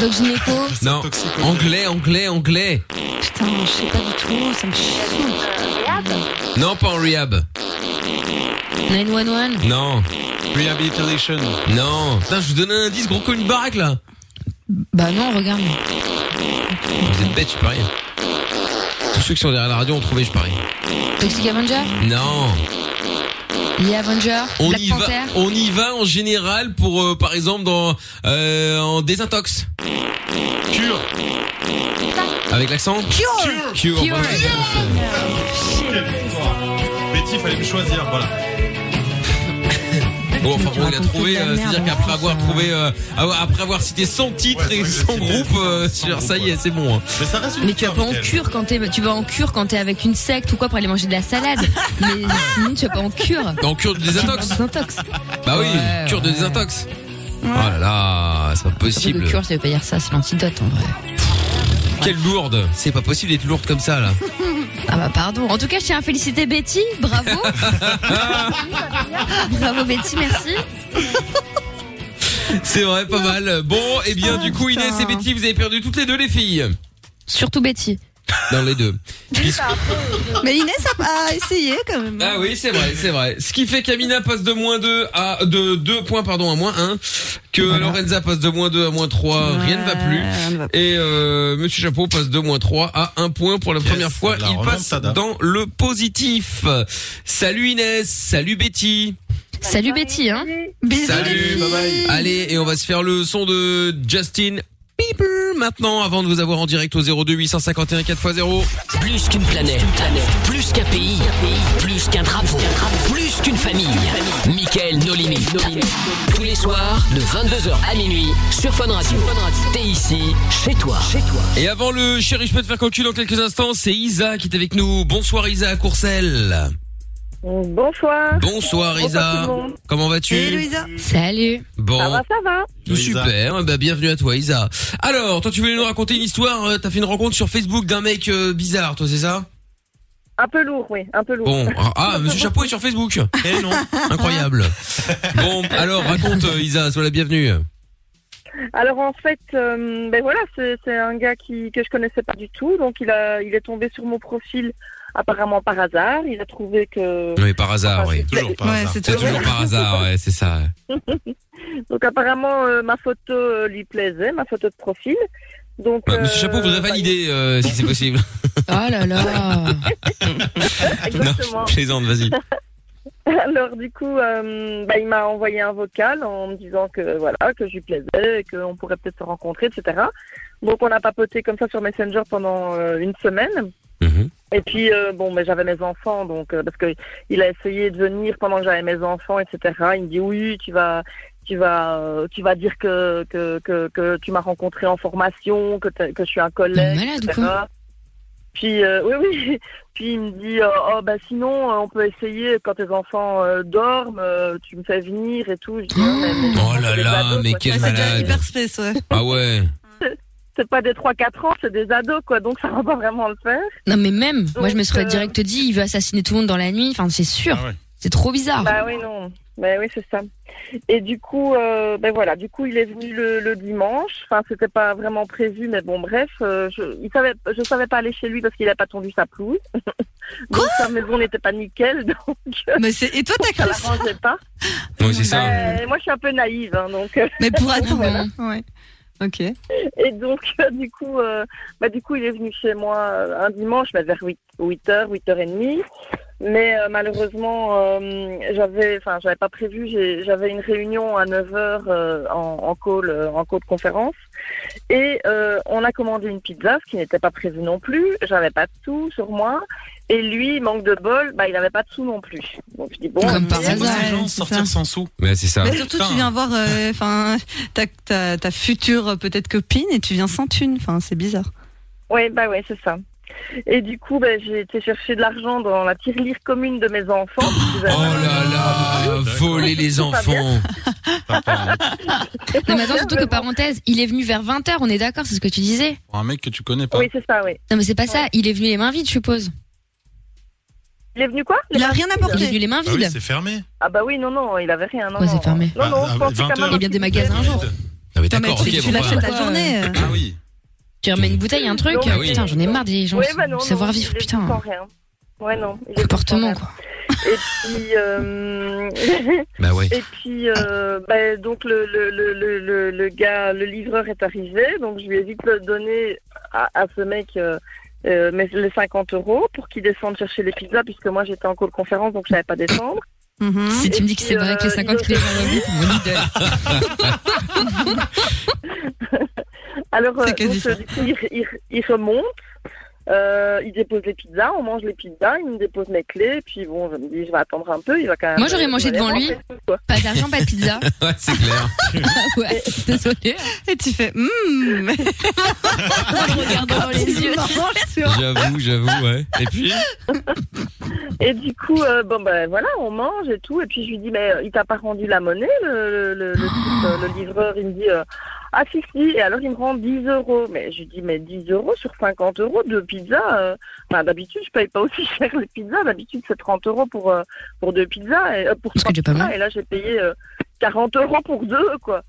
Speaker 6: Doc Gynéco.
Speaker 2: non.
Speaker 4: Ah, toxique,
Speaker 2: Anglais, anglais, anglais.
Speaker 5: Putain, je sais pas du tout, ça me saoule.
Speaker 2: Non, pas en rehab.
Speaker 6: 911,
Speaker 2: Non,
Speaker 4: Rehabilitation.
Speaker 2: non. Putain, je vous donne un indice gros comme une baraque là.
Speaker 6: bah non, regarde.
Speaker 2: Vous êtes bêtes, je parie. Tous ceux qui sont derrière la radio ont trouvé, je parie.
Speaker 6: Toxic Avenger,
Speaker 2: Non.
Speaker 6: The Avenger,
Speaker 2: On
Speaker 6: Black
Speaker 2: y va,
Speaker 6: Panther,
Speaker 2: on y va en général pour euh, par exemple dans euh, en désintox.
Speaker 4: Cure.
Speaker 2: Avec l'accent
Speaker 5: Cure.
Speaker 2: Cure.
Speaker 6: Cure.
Speaker 2: bonne réponse.
Speaker 4: Betty, fallait me choisir, voilà.
Speaker 2: Bon, enfin
Speaker 6: Tu
Speaker 2: bon, il a
Speaker 6: racontes que de
Speaker 2: trouvé,
Speaker 6: la
Speaker 2: euh,
Speaker 6: merde,
Speaker 2: c'est-à-dire
Speaker 6: hein,
Speaker 2: qu'après avoir
Speaker 6: ça.
Speaker 2: trouvé, euh, avoir- après avoir cité 100 titres
Speaker 4: Ouais,
Speaker 2: et
Speaker 4: c'est
Speaker 2: 100
Speaker 4: vrai que j'ai cité
Speaker 2: groupes, euh,
Speaker 4: 100
Speaker 2: sur- ça
Speaker 4: groupes,
Speaker 2: y est,
Speaker 4: ouais.
Speaker 2: c'est bon. hein.
Speaker 4: Mais ça reste une
Speaker 6: Mais tu vas pas en
Speaker 4: Mickaël.
Speaker 6: cure quand t'es, tu vas en cure quand t'es avec une secte ou quoi pour aller manger de la salade. Mais sinon, tu vas pas en cure.
Speaker 2: En cure de désintox
Speaker 6: Désintox.
Speaker 2: Bah oui,
Speaker 6: Ouais,
Speaker 2: cure de
Speaker 6: ouais.
Speaker 2: désintox. Oh là là, c'est pas
Speaker 6: Surtout
Speaker 2: possible.
Speaker 6: que cure, ça veut pas dire ça, c'est l'antidote en vrai.
Speaker 2: Quelle lourde. C'est pas possible d'être lourde comme ça là.
Speaker 6: Ah bah pardon. En tout cas, je tiens à féliciter Betty. Bravo. Bravo Betty, merci.
Speaker 2: C'est vrai, pas mal. Bon, et bien du coup, Inès et Betty, vous avez perdu toutes les deux les filles.
Speaker 6: Surtout Betty.
Speaker 2: Dans les deux.
Speaker 5: Mais Inès a, a essayé quand même.
Speaker 2: Ah oui, c'est vrai, c'est vrai. Ce qui fait qu'Amina passe de moins 2 à de 2 points pardon à moins 1, que Lorenza passe de moins 2 à moins 3, rien ne va plus. Et euh, monsieur Chapeau passe de moins 3 à 1 point pour la première fois,
Speaker 14: la
Speaker 2: il passe
Speaker 14: remontada.
Speaker 2: dans le positif. Salut Inès, salut Betty.
Speaker 6: Salut Betty, hein.
Speaker 2: Salut, bye bye. Allez, et on va se faire le son de Justin Bieber maintenant avant de vous avoir en direct au 02 851 4x0.
Speaker 1: Plus qu'une planète, plus qu'un pays, plus qu'un drapeau, plus qu'une famille. Michael No Limit. Tous les soirs, de 22h à minuit, sur Fun Radio. T'es ici, chez toi. Chez toi.
Speaker 2: Et avant le chéri, je peux te faire calcul dans quelques instants, c'est Isa qui est avec nous. Bonsoir Isa à Courcelles.
Speaker 13: Oh, Bonsoir.
Speaker 2: Bonsoir Isa.
Speaker 13: tout le monde.
Speaker 2: Comment vas-tu
Speaker 6: Salut.
Speaker 2: Bon.
Speaker 13: Ça va, ça va.
Speaker 2: Super, eh ben, bienvenue à toi Isa. Alors, toi tu voulais nous raconter une histoire, euh, t'as fait une rencontre sur Facebook d'un mec euh, bizarre, toi c'est ça
Speaker 13: Un peu lourd, oui, un peu lourd.
Speaker 2: Bon, ah, ah, Monsieur Chapeau est sur Facebook Eh non, incroyable. Bon, alors raconte euh, Isa, sois la bienvenue.
Speaker 13: Alors en fait, euh, ben voilà, c'est c'est un gars qui que je connaissais pas du tout, donc il a il est tombé sur mon profil apparemment par hasard. Il a trouvé que
Speaker 2: Oui, par hasard, oui.
Speaker 13: Toujours par Ouais, hasard. c'est
Speaker 2: C'est
Speaker 13: toujours-
Speaker 2: toujours Euh, par hasard, ouais, c'est ça.
Speaker 13: donc apparemment euh, ma photo euh, lui plaisait, ma photo de profil. Donc bah,
Speaker 2: Bah, Monsieur Chapeau voudrait valider euh, si c'est possible.
Speaker 6: Oh là là.
Speaker 13: Exactement.
Speaker 2: Non, je plaisante, vas-y.
Speaker 13: Alors du coup, euh, bah, il m'a envoyé un vocal en me disant que voilà que je lui plaisais, et qu'on pourrait peut-être se rencontrer, etc. Donc on a papoté comme ça sur Messenger pendant euh, une semaine. Et puis euh, bon, mais j'avais mes enfants, donc euh, parce que il a essayé de venir pendant que j'avais mes enfants, etc. Il me dit oui, tu vas, tu vas, euh, tu vas dire que que, que, que tu m'as rencontré en formation, que, t'as- que je suis un collègue,
Speaker 6: malade ou
Speaker 13: etc.
Speaker 6: quoi
Speaker 13: Puis euh, oui, oui. Puis il me dit euh, oh bah sinon euh, on peut essayer quand tes enfants euh, dorment, euh, tu me fais venir et tout. Je dis, Ah, ben, Ouais, mais-
Speaker 2: Oh là là, mais quel malade.
Speaker 13: space,
Speaker 2: Ah ouais.
Speaker 13: C'est pas des 3-4 ans, c'est des ados, quoi. Donc ça va pas vraiment le faire.
Speaker 6: Non mais même, moi je me serais
Speaker 13: euh,
Speaker 6: direct dit, il veut assassiner tout le monde dans la nuit. Enfin, c'est sûr.
Speaker 2: Ah
Speaker 6: C'est trop bizarre.
Speaker 13: Bah oui, non. Bah oui, c'est ça. Et du coup, euh, ben voilà, du coup, il est venu le, le dimanche. Enfin, c'était pas vraiment prévu, mais bon, bref, euh, je, il savait, je savais pas aller chez lui parce qu'il a pas tondu sa pelouse. Quoi donc, sa maison n'était pas nickel, donc.
Speaker 5: Mais c'est, et toi, t'as
Speaker 13: cru ça l'arrangeait pas.
Speaker 2: Oui, c'est ça.
Speaker 13: Ben, moi, je suis un peu naïve, hein, donc.
Speaker 5: Mais pour attendre,
Speaker 13: Voilà.
Speaker 5: Ouais. Ok.
Speaker 13: Et donc, euh, du coup, euh, bah, du coup, il est venu chez moi euh, un dimanche, mais vers 8, 8h, 8h30. Mais euh, malheureusement, euh, j'avais, enfin, j'avais pas prévu, j'ai- j'avais une réunion à 9h en, en call, euh, en call de conférence. Et euh, on a commandé une pizza, ce qui n'était pas prévu non plus. J'avais pas de sous sur moi. Et lui, manque de bol, bah, il n'avait pas de sous non plus. Donc je dis bon,
Speaker 5: Comme par
Speaker 13: mais-
Speaker 5: hasard, C'est quoi ces gens,
Speaker 2: bah.
Speaker 4: Sortir sans sous.
Speaker 2: Mais c'est ça.
Speaker 5: Mais surtout, tu viens voir euh, enfin, ta, ta, ta future euh, peut-être copine et tu viens sans thune. Enfin, c'est bizarre.
Speaker 13: Oui, bah ouais, c'est ça. Et du coup, ben, j'ai été chercher de l'argent dans la tirelire commune de mes
Speaker 2: Oh
Speaker 13: enfants. parce que j'avais-
Speaker 2: Ah, voler les enfants.
Speaker 6: Non mais attends, surtout que parenthèse, il est venu vers 20h, on est d'accord, c'est ce que tu disais
Speaker 4: Pour un mec que tu connais pas.
Speaker 13: Oui, c'est ça, oui.
Speaker 6: Non mais c'est pas ça, il est venu les mains vides, je suppose.
Speaker 13: Il est venu quoi
Speaker 5: Il a rien
Speaker 6: Il est venu les mains
Speaker 4: Bah oui,
Speaker 6: vides.
Speaker 4: c'est fermé.
Speaker 13: Ah bah oui, non, non, il avait rien. Non,
Speaker 6: Ouais,
Speaker 13: non.
Speaker 6: c'est fermé.
Speaker 13: Non, non,
Speaker 4: Ah,
Speaker 13: je pensais
Speaker 4: vingt
Speaker 13: qu'à ma-
Speaker 6: Il y a bien des magasins un jour.
Speaker 2: Ah,
Speaker 5: Non,
Speaker 2: mais
Speaker 5: mais
Speaker 2: d'accord,
Speaker 5: tu-
Speaker 2: ok,
Speaker 5: tu
Speaker 2: bon,
Speaker 5: l'achètes
Speaker 2: bah.
Speaker 5: la journée. euh.
Speaker 4: Ah oui.
Speaker 6: Tu remets une bouteille, un truc. euh,
Speaker 13: Non,
Speaker 2: Ah oui.
Speaker 6: Putain, j'en ai marre des gens
Speaker 13: Ouais,
Speaker 6: qui
Speaker 13: bah non,
Speaker 6: savoir
Speaker 13: non,
Speaker 6: vivre,
Speaker 13: il est
Speaker 6: putain.
Speaker 13: venu sans rien. Ouais, non. il est venu sans
Speaker 6: Comportement
Speaker 13: rien.
Speaker 6: quoi.
Speaker 13: Et puis, euh,
Speaker 2: Bah ouais.
Speaker 13: et puis euh, bah, donc le, le, le, le, le, le gars, le livreur est arrivé, donc je lui ai vite donné à, à ce mec euh, euh, mes- les 50 euros pour qu'il descende chercher les pizzas, puisque moi j'étais en call conférence, donc je savais pas descendre.
Speaker 6: Si tu me dis
Speaker 13: Et
Speaker 6: que
Speaker 13: puis,
Speaker 6: Mhm. c'est vrai que les
Speaker 13: euh,
Speaker 6: 50
Speaker 13: il
Speaker 6: qu'il est
Speaker 13: était venu. Alors, euh,
Speaker 5: C'est quasi
Speaker 13: donc, euh, du coup, il, il- il remonte. Euh, il dépose les pizzas, on mange les pizzas, il me dépose mes clés, puis bon, je me dis, je vais attendre un peu, il va quand même.
Speaker 6: Moi, j'aurais mangé
Speaker 13: il va
Speaker 6: devant
Speaker 13: les
Speaker 6: lui.
Speaker 13: manger, quoi.
Speaker 6: Pas d'argent, pas de pizza.
Speaker 2: Ouais, c'est clair.
Speaker 6: ouais, désolé.
Speaker 5: Et tu fais, hum.
Speaker 6: regarde dans les yeux.
Speaker 2: J'avoue, j'avoue, ouais. Et puis
Speaker 13: Et du coup, euh, bon ben voilà, on mange et tout. Et puis je lui dis, mais euh, il t'a pas rendu la monnaie, le, le, le, le type, euh, le livreur. Il me dit, euh, ah si si. Et alors il me rend 10 euros. Mais je lui dis, mais 10 euros sur 50 euros de pizza. euh, ben, d'habitude je paye pas aussi cher les pizzas. D'habitude c'est 30 euros pour euh, pour deux pizzas et euh, pour trois
Speaker 6: pas
Speaker 13: pizzas. Et là j'ai payé euh, 40 euros pour deux quoi.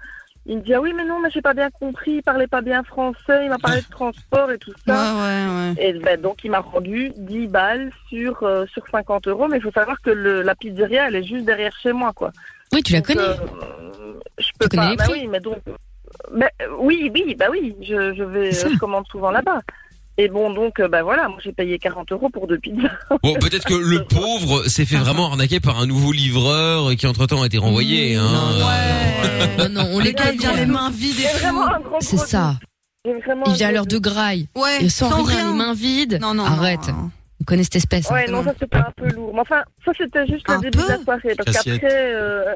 Speaker 13: Il me dit ah oui mais non mais j'ai pas bien compris, il parlait pas bien français, il m'a parlé de transport et tout ça. Et ben, donc, il m'a rendu 10 balles sur, euh, sur 50 euros. Mais il faut savoir que le, la pizzeria, elle est juste derrière chez moi, quoi.
Speaker 6: Oui, tu la connais.
Speaker 13: Euh, je peux
Speaker 6: Tu connais
Speaker 13: pas.
Speaker 6: les
Speaker 13: bah
Speaker 6: prix.
Speaker 13: oui, mais donc. bah, euh, oui, oui, bah oui, je, je vais,
Speaker 2: C'est ça.
Speaker 13: je commande souvent là-bas. Et bon, donc, euh, bah voilà, moi j'ai payé 40 euros pour deux pizzas.
Speaker 2: Bon, peut-être que le pauvre s'est fait vraiment arnaquer par un nouveau livreur qui entre-temps a été renvoyé. hein.
Speaker 6: Non, non, on les
Speaker 5: gars, il vient les mains vides et tout.
Speaker 6: C'est ça. Il vient à l'heure de graille.
Speaker 5: Ouais,
Speaker 6: Et sans,
Speaker 5: sans
Speaker 6: rien,
Speaker 5: rien.
Speaker 6: les mains vides. Non, non. Arrête. On connaît cette espèce. hein.
Speaker 13: Ouais, non, ça c'était un peu lourd. Mais enfin, ça c'était juste le début de la soirée. Parce
Speaker 6: Cassiette.
Speaker 13: qu'après, euh,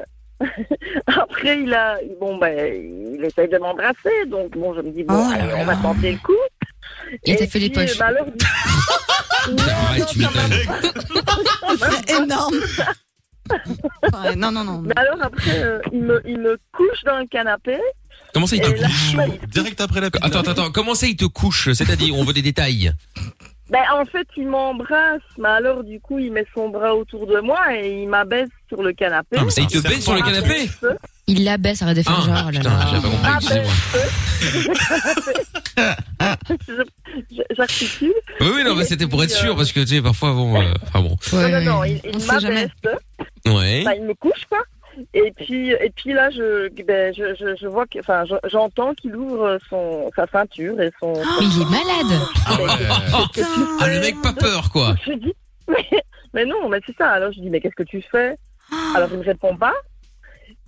Speaker 13: après, il a. Bon, ben, il essaye de m'embrasser. Donc, bon, je me dis, bon, allez, on va tenter le coup.
Speaker 6: Il t'a fait les
Speaker 13: puis, euh,
Speaker 6: poches.
Speaker 13: bah, alors, bah
Speaker 5: C'est énorme. non, non, non.
Speaker 13: Mais alors après, euh, il, me, il me couche dans le canapé.
Speaker 2: Comment ça, il te
Speaker 13: Et là,
Speaker 2: couche
Speaker 13: bah,
Speaker 2: Direct après la Attends, attends, attends. Comment ça, il te couche C'est-à-dire, on veut des détails.
Speaker 13: Ben, en fait, il m'embrasse, mais alors du coup, il met son bras autour de moi et il m'abaisse sur le canapé.
Speaker 2: Et Ah, il te baisse sur le canapé
Speaker 6: Il la baisse, arrête de faire genre. là, là.
Speaker 2: J'avais pas compris, excusez-moi.
Speaker 13: Je- J'articule.
Speaker 2: Oui, oui, non, mais c'était pour être sûr, parce que, tu sais, parfois, bon... euh, Enfin bon.
Speaker 13: non, non, non, il, il m'abaisse.
Speaker 2: Ouais.
Speaker 13: Enfin, il me couche, quoi. Et puis, et puis là, je, ben, je, je, je vois que, enfin, je- j'entends qu'il ouvre son, sa ceinture et son.
Speaker 6: il est malade.
Speaker 2: Ah, ouais.
Speaker 6: oh,
Speaker 2: Ah, le mec pas peur, quoi.
Speaker 13: Je dis, mais, mais non, mais c'est ça. Alors je dis, mais qu'est-ce que tu fais Alors il me répond pas.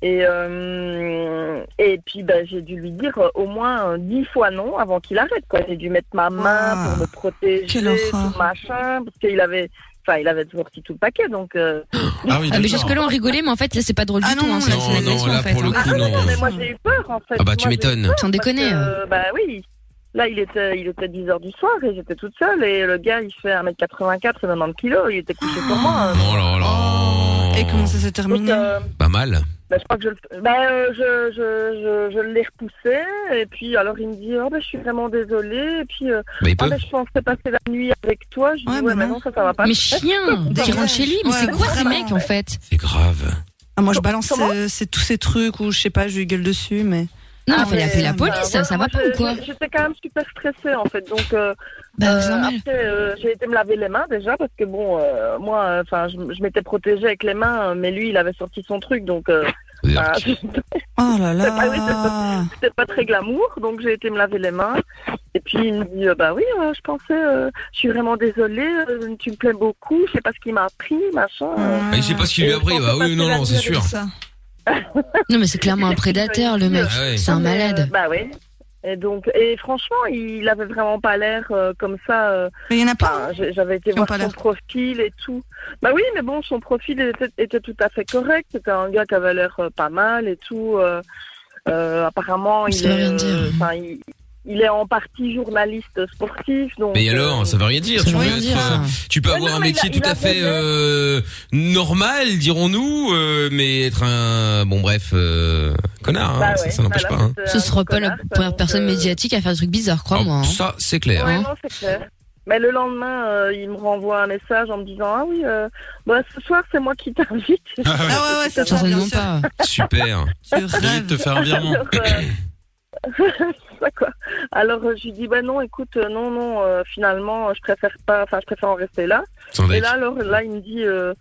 Speaker 13: Et, euh, et puis ben, j'ai dû lui dire euh, au moins euh, dix fois non avant qu'il arrête. quoi. J'ai dû mettre ma main pour me protéger,
Speaker 5: quelle horreur.
Speaker 13: tout machin, parce qu'il avait, enfin, il avait sorti tout le paquet. Donc, euh,
Speaker 2: Ah
Speaker 6: Ah, mais jusque-là, on rigolait, mais en fait, là, c'est pas drôle du tout. hein, c'est- c'est
Speaker 2: non,
Speaker 6: une
Speaker 2: non,
Speaker 6: agression,
Speaker 2: là,
Speaker 6: en fait,
Speaker 2: pour le
Speaker 6: hein.
Speaker 2: coup, non.
Speaker 13: Ah, mais moi j'ai eu peur en fait.
Speaker 2: Ah
Speaker 13: Moi,
Speaker 2: bah, tu
Speaker 13: j'ai eu
Speaker 2: m'étonnes.
Speaker 13: peur
Speaker 6: Sans
Speaker 13: parce
Speaker 6: déconner,
Speaker 13: que,
Speaker 6: hein.
Speaker 13: euh, bah oui. Là, il était, il était 10h du soir et j'étais toute seule. Et le gars, il fait 1m84 et 90 kilos. Il était couché sur moi. hein. euh,
Speaker 2: Oh là là.
Speaker 5: Et comment ça s'est terminé
Speaker 2: Pas mal.
Speaker 13: Bah, je crois que je, le- bah, euh, je, je, je, je l'ai repoussé. Et puis, alors, il me dit oh, bah, Je suis vraiment désolée. Et puis, euh,
Speaker 2: Bah, il
Speaker 13: ah,
Speaker 2: peut.
Speaker 13: bah, je pensais passer la nuit avec toi. Je dis Ouais, mais non, ça, ça va pas.
Speaker 6: Mais chien, qui rentre chez lui, mais c'est quoi ces mecs en fait
Speaker 2: C'est grave.
Speaker 5: Ah, moi, je balance euh, c'est tous ces trucs où je sais pas, je lui gueule dessus, mais.
Speaker 6: Non,
Speaker 5: Ah,
Speaker 6: il fallait
Speaker 5: mais-
Speaker 6: appeler la police,
Speaker 5: bah,
Speaker 6: ça, ça va
Speaker 5: voilà,
Speaker 6: pas
Speaker 5: moi,
Speaker 6: ou quoi
Speaker 5: je-
Speaker 13: J'étais quand même super stressée en fait, donc euh,
Speaker 6: Bah,
Speaker 13: euh,
Speaker 6: c'est normal.
Speaker 13: après euh, j'ai été me laver les mains déjà parce que bon, euh, moi, enfin, je, je m'étais protégée avec les mains, mais lui, il avait sorti son truc, donc euh, bah,
Speaker 5: Oh là
Speaker 13: c'était pas- oui, c'était
Speaker 5: là.
Speaker 13: pas- c'était pas très glamour, donc j'ai été me laver les mains. Et puis il me dit, euh, bah oui, euh, je pensais, euh, je suis vraiment désolée, euh, tu me plais beaucoup, je sais pas ce qu'il m'a appris, machin. euh.
Speaker 2: Ah, Je sais pas ce qu'il lui a pris. Bah oui, non, non, c'est sûr.
Speaker 6: Non, mais c'est clairement un prédateur, le mec.
Speaker 2: Ah ouais.
Speaker 6: C'est un
Speaker 13: Mais, euh,
Speaker 6: malade.
Speaker 13: bah oui. Et donc, et franchement, il avait vraiment pas l'air euh, comme ça. euh,
Speaker 5: Mais il y en a
Speaker 13: pas. J'avais été
Speaker 5: qui ont
Speaker 13: voir
Speaker 5: pas
Speaker 13: son
Speaker 5: l'air.
Speaker 13: profil et tout. Bah oui, mais bon, son profil était, était tout à fait correct. C'était un gars qui avait l'air euh, pas mal et tout. euh, euh, apparemment, il
Speaker 6: Ça veut
Speaker 13: est,
Speaker 6: rien
Speaker 13: euh,
Speaker 6: dire.
Speaker 13: enfin, il, il est en partie journaliste sportif. Donc,
Speaker 2: Mais alors, ça veut rien dire.
Speaker 13: Ça
Speaker 2: Tu
Speaker 13: veut
Speaker 2: peux,
Speaker 13: rien
Speaker 2: être,
Speaker 13: dire,
Speaker 2: euh, tu peux avoir un
Speaker 13: mais il
Speaker 2: métier
Speaker 13: a-
Speaker 2: tout
Speaker 13: il a
Speaker 2: à fait
Speaker 13: fait-
Speaker 2: euh, normal, dirons-nous, euh, mais être un bon bref euh, connard, hein,
Speaker 13: Bah
Speaker 2: ça,
Speaker 13: ouais,
Speaker 2: ça n'empêche
Speaker 13: voilà,
Speaker 2: pas. hein.
Speaker 13: c'est, euh,
Speaker 6: Ce sera pas la première personne médiatique à faire des trucs bizarres, crois-moi. hein.
Speaker 2: Ça, c'est clair.
Speaker 13: Ouais,
Speaker 2: hein.
Speaker 13: non, c'est clair. Mais le lendemain, euh, il me renvoie un message en me disant Ah oui, euh, bah, ce soir, c'est moi qui t'invite.
Speaker 4: Ah ouais.
Speaker 5: Ah ouais, ouais, c'est ça, bien
Speaker 6: Certainement
Speaker 5: sûr.
Speaker 6: pas.
Speaker 2: oh, Super.
Speaker 4: J'ai de te faire un virement.
Speaker 13: Alors, euh, c'est ça, quoi. Alors, euh, je lui dis, bah non, écoute, euh, non, non, euh, finalement, euh, je préfère pas, enfin, je préfère en rester là.
Speaker 2: Sans
Speaker 13: Et
Speaker 2: deck.
Speaker 13: là, alors, là, il me dit, euh,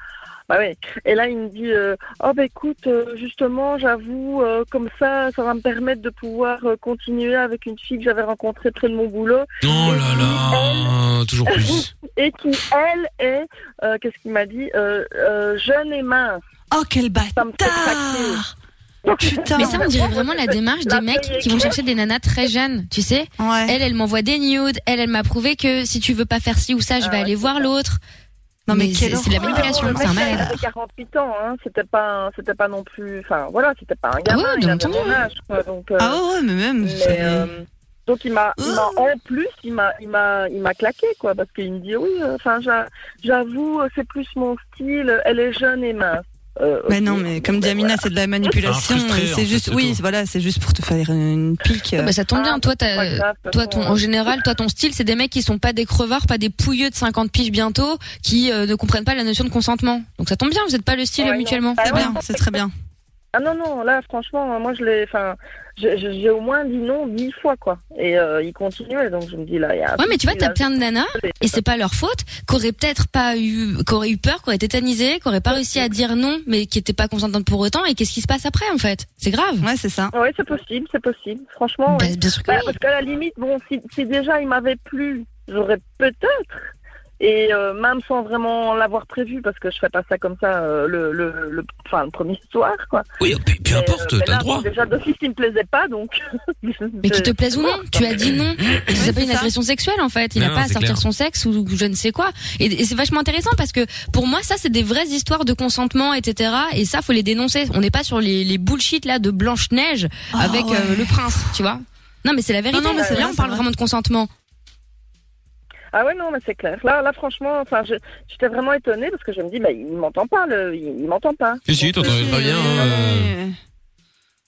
Speaker 13: bah ouais. Et là, il me dit, euh, oh, bah écoute, euh, justement, j'avoue, euh, comme ça, ça va me permettre de pouvoir euh, continuer avec une fille que j'avais rencontrée près de mon boulot
Speaker 2: Oh là là, toujours plus.
Speaker 13: et qui, elle, est, euh, qu'est-ce qu'il m'a dit, euh, euh, jeune et mince.
Speaker 5: Oh, quel
Speaker 13: Ça me fait
Speaker 5: bâtard
Speaker 13: craquer.
Speaker 5: putain.
Speaker 6: Mais ça, on dirait vraiment la démarche des mecs qui vont chercher des nanas très jeunes, tu sais. Elle, elle m'envoie des nudes. Elle, elle m'a prouvé que si tu veux pas faire ci ou ça, je vais aller voir l'autre.
Speaker 5: Non, mais
Speaker 6: c'est
Speaker 5: quelle
Speaker 6: c'est de la
Speaker 5: horreur.
Speaker 6: manipulation,
Speaker 13: Le
Speaker 6: c'est
Speaker 13: mec,
Speaker 6: un
Speaker 13: il
Speaker 6: malade.
Speaker 13: avait 48 ans, hein. c'était pas, un- c'était pas non plus, enfin voilà, c'était pas un
Speaker 6: Ah
Speaker 13: gamin,
Speaker 5: ouais,
Speaker 13: il
Speaker 5: donc
Speaker 13: avait
Speaker 5: tant
Speaker 13: mon
Speaker 5: mieux.
Speaker 13: âge, quoi, donc, euh,
Speaker 5: Ah ouais, mais même.
Speaker 13: mais,
Speaker 5: c'est-
Speaker 13: euh, donc il m'a, il
Speaker 6: Oh.
Speaker 13: m'a- en plus, il m'a, il m'a, il m'a claqué quoi, parce qu'il me dit oui, euh, enfin j'a- j'avoue, euh, c'est plus mon style, elle est jeune et mince. Euh,
Speaker 5: Mais non,
Speaker 13: ben
Speaker 5: mais comme dit Amina, c'est de la manipulation.
Speaker 13: Un
Speaker 2: Ah,
Speaker 13: frustré,
Speaker 5: et
Speaker 13: en
Speaker 5: C'est
Speaker 13: fait,
Speaker 5: juste,
Speaker 13: c'est
Speaker 5: oui, voilà, c'est juste pour te faire une pique.
Speaker 6: Ouais, bah, ça tombe bien, toi,
Speaker 5: pas
Speaker 6: t'as,
Speaker 5: grave,
Speaker 6: toi ton, en général, toi ton style, c'est des mecs qui sont pas des crevards, pas des pouilleux de 50 piges bientôt, qui euh, ne comprennent pas la notion de consentement. Donc ça tombe bien, vous êtes pas le style
Speaker 13: Ouais,
Speaker 6: euh,
Speaker 13: non.
Speaker 6: mutuellement.
Speaker 13: Ah C'est ouais. bien,
Speaker 5: c'est très bien.
Speaker 13: Ah non non, là franchement, moi je l'ai, enfin, je- je- j'ai au moins dit non dix fois quoi, et euh, il continuait, donc je me dis là, il y a. un
Speaker 6: Ouais, mais tu vois,
Speaker 13: petit,
Speaker 6: t'as
Speaker 13: là,
Speaker 6: plein de nanas, et c'est pas leur faute, qu'auraient peut-être pas eu, qu'auraient eu peur, qu'auraient tétanisé, qu'auraient pas réussi à dire non, mais qui étaient pas consentantes pour autant, et qu'est-ce qui se passe après, en fait? C'est grave.
Speaker 5: Ouais, c'est ça.
Speaker 13: Oui, Ah c'est possible, c'est possible. Franchement,
Speaker 6: Bah,
Speaker 13: ouais.
Speaker 6: bien sûr que
Speaker 13: Bah,
Speaker 6: oui.
Speaker 13: Parce qu'à la limite, bon, si, si déjà il m'avait plu, j'aurais peut-être, et euh, même sans vraiment l'avoir prévu, parce que je fais pas ça comme ça euh, le, le, le, enfin, le premier soir, quoi. euh,
Speaker 2: Oui, puis,
Speaker 13: peu importe, t'as le droit. Déjà, d'office, il me plaisait pas, donc.
Speaker 6: Mais qu'il te plaise ou non, tu as dit non. Ça s'appelle une
Speaker 13: ça.
Speaker 6: agression sexuelle en fait. Il
Speaker 13: Non,
Speaker 6: n'a
Speaker 13: non,
Speaker 6: pas à
Speaker 13: c'est
Speaker 6: sortir
Speaker 13: clair.
Speaker 6: son sexe ou je ne sais quoi. Et, et c'est vachement intéressant parce que pour moi ça c'est des vraies histoires de consentement, etc. Et ça faut les dénoncer. On n'est pas sur les, les bullshit là de Blanche Neige
Speaker 5: Ah,
Speaker 6: avec euh,
Speaker 5: ouais.
Speaker 6: le prince, tu vois. Non mais c'est la vérité.
Speaker 5: Non, non, mais c'est
Speaker 6: là
Speaker 5: vrai,
Speaker 6: on parle
Speaker 5: c'est vrai.
Speaker 6: vraiment de consentement.
Speaker 13: Ah ouais, non, mais c'est clair. Là, là franchement, enfin, je- j'étais vraiment étonnée parce que je me dis, bah, il m'entend pas, le, il, il m'entend pas.
Speaker 2: Si, si, t'entendais pas bien. hein, euh.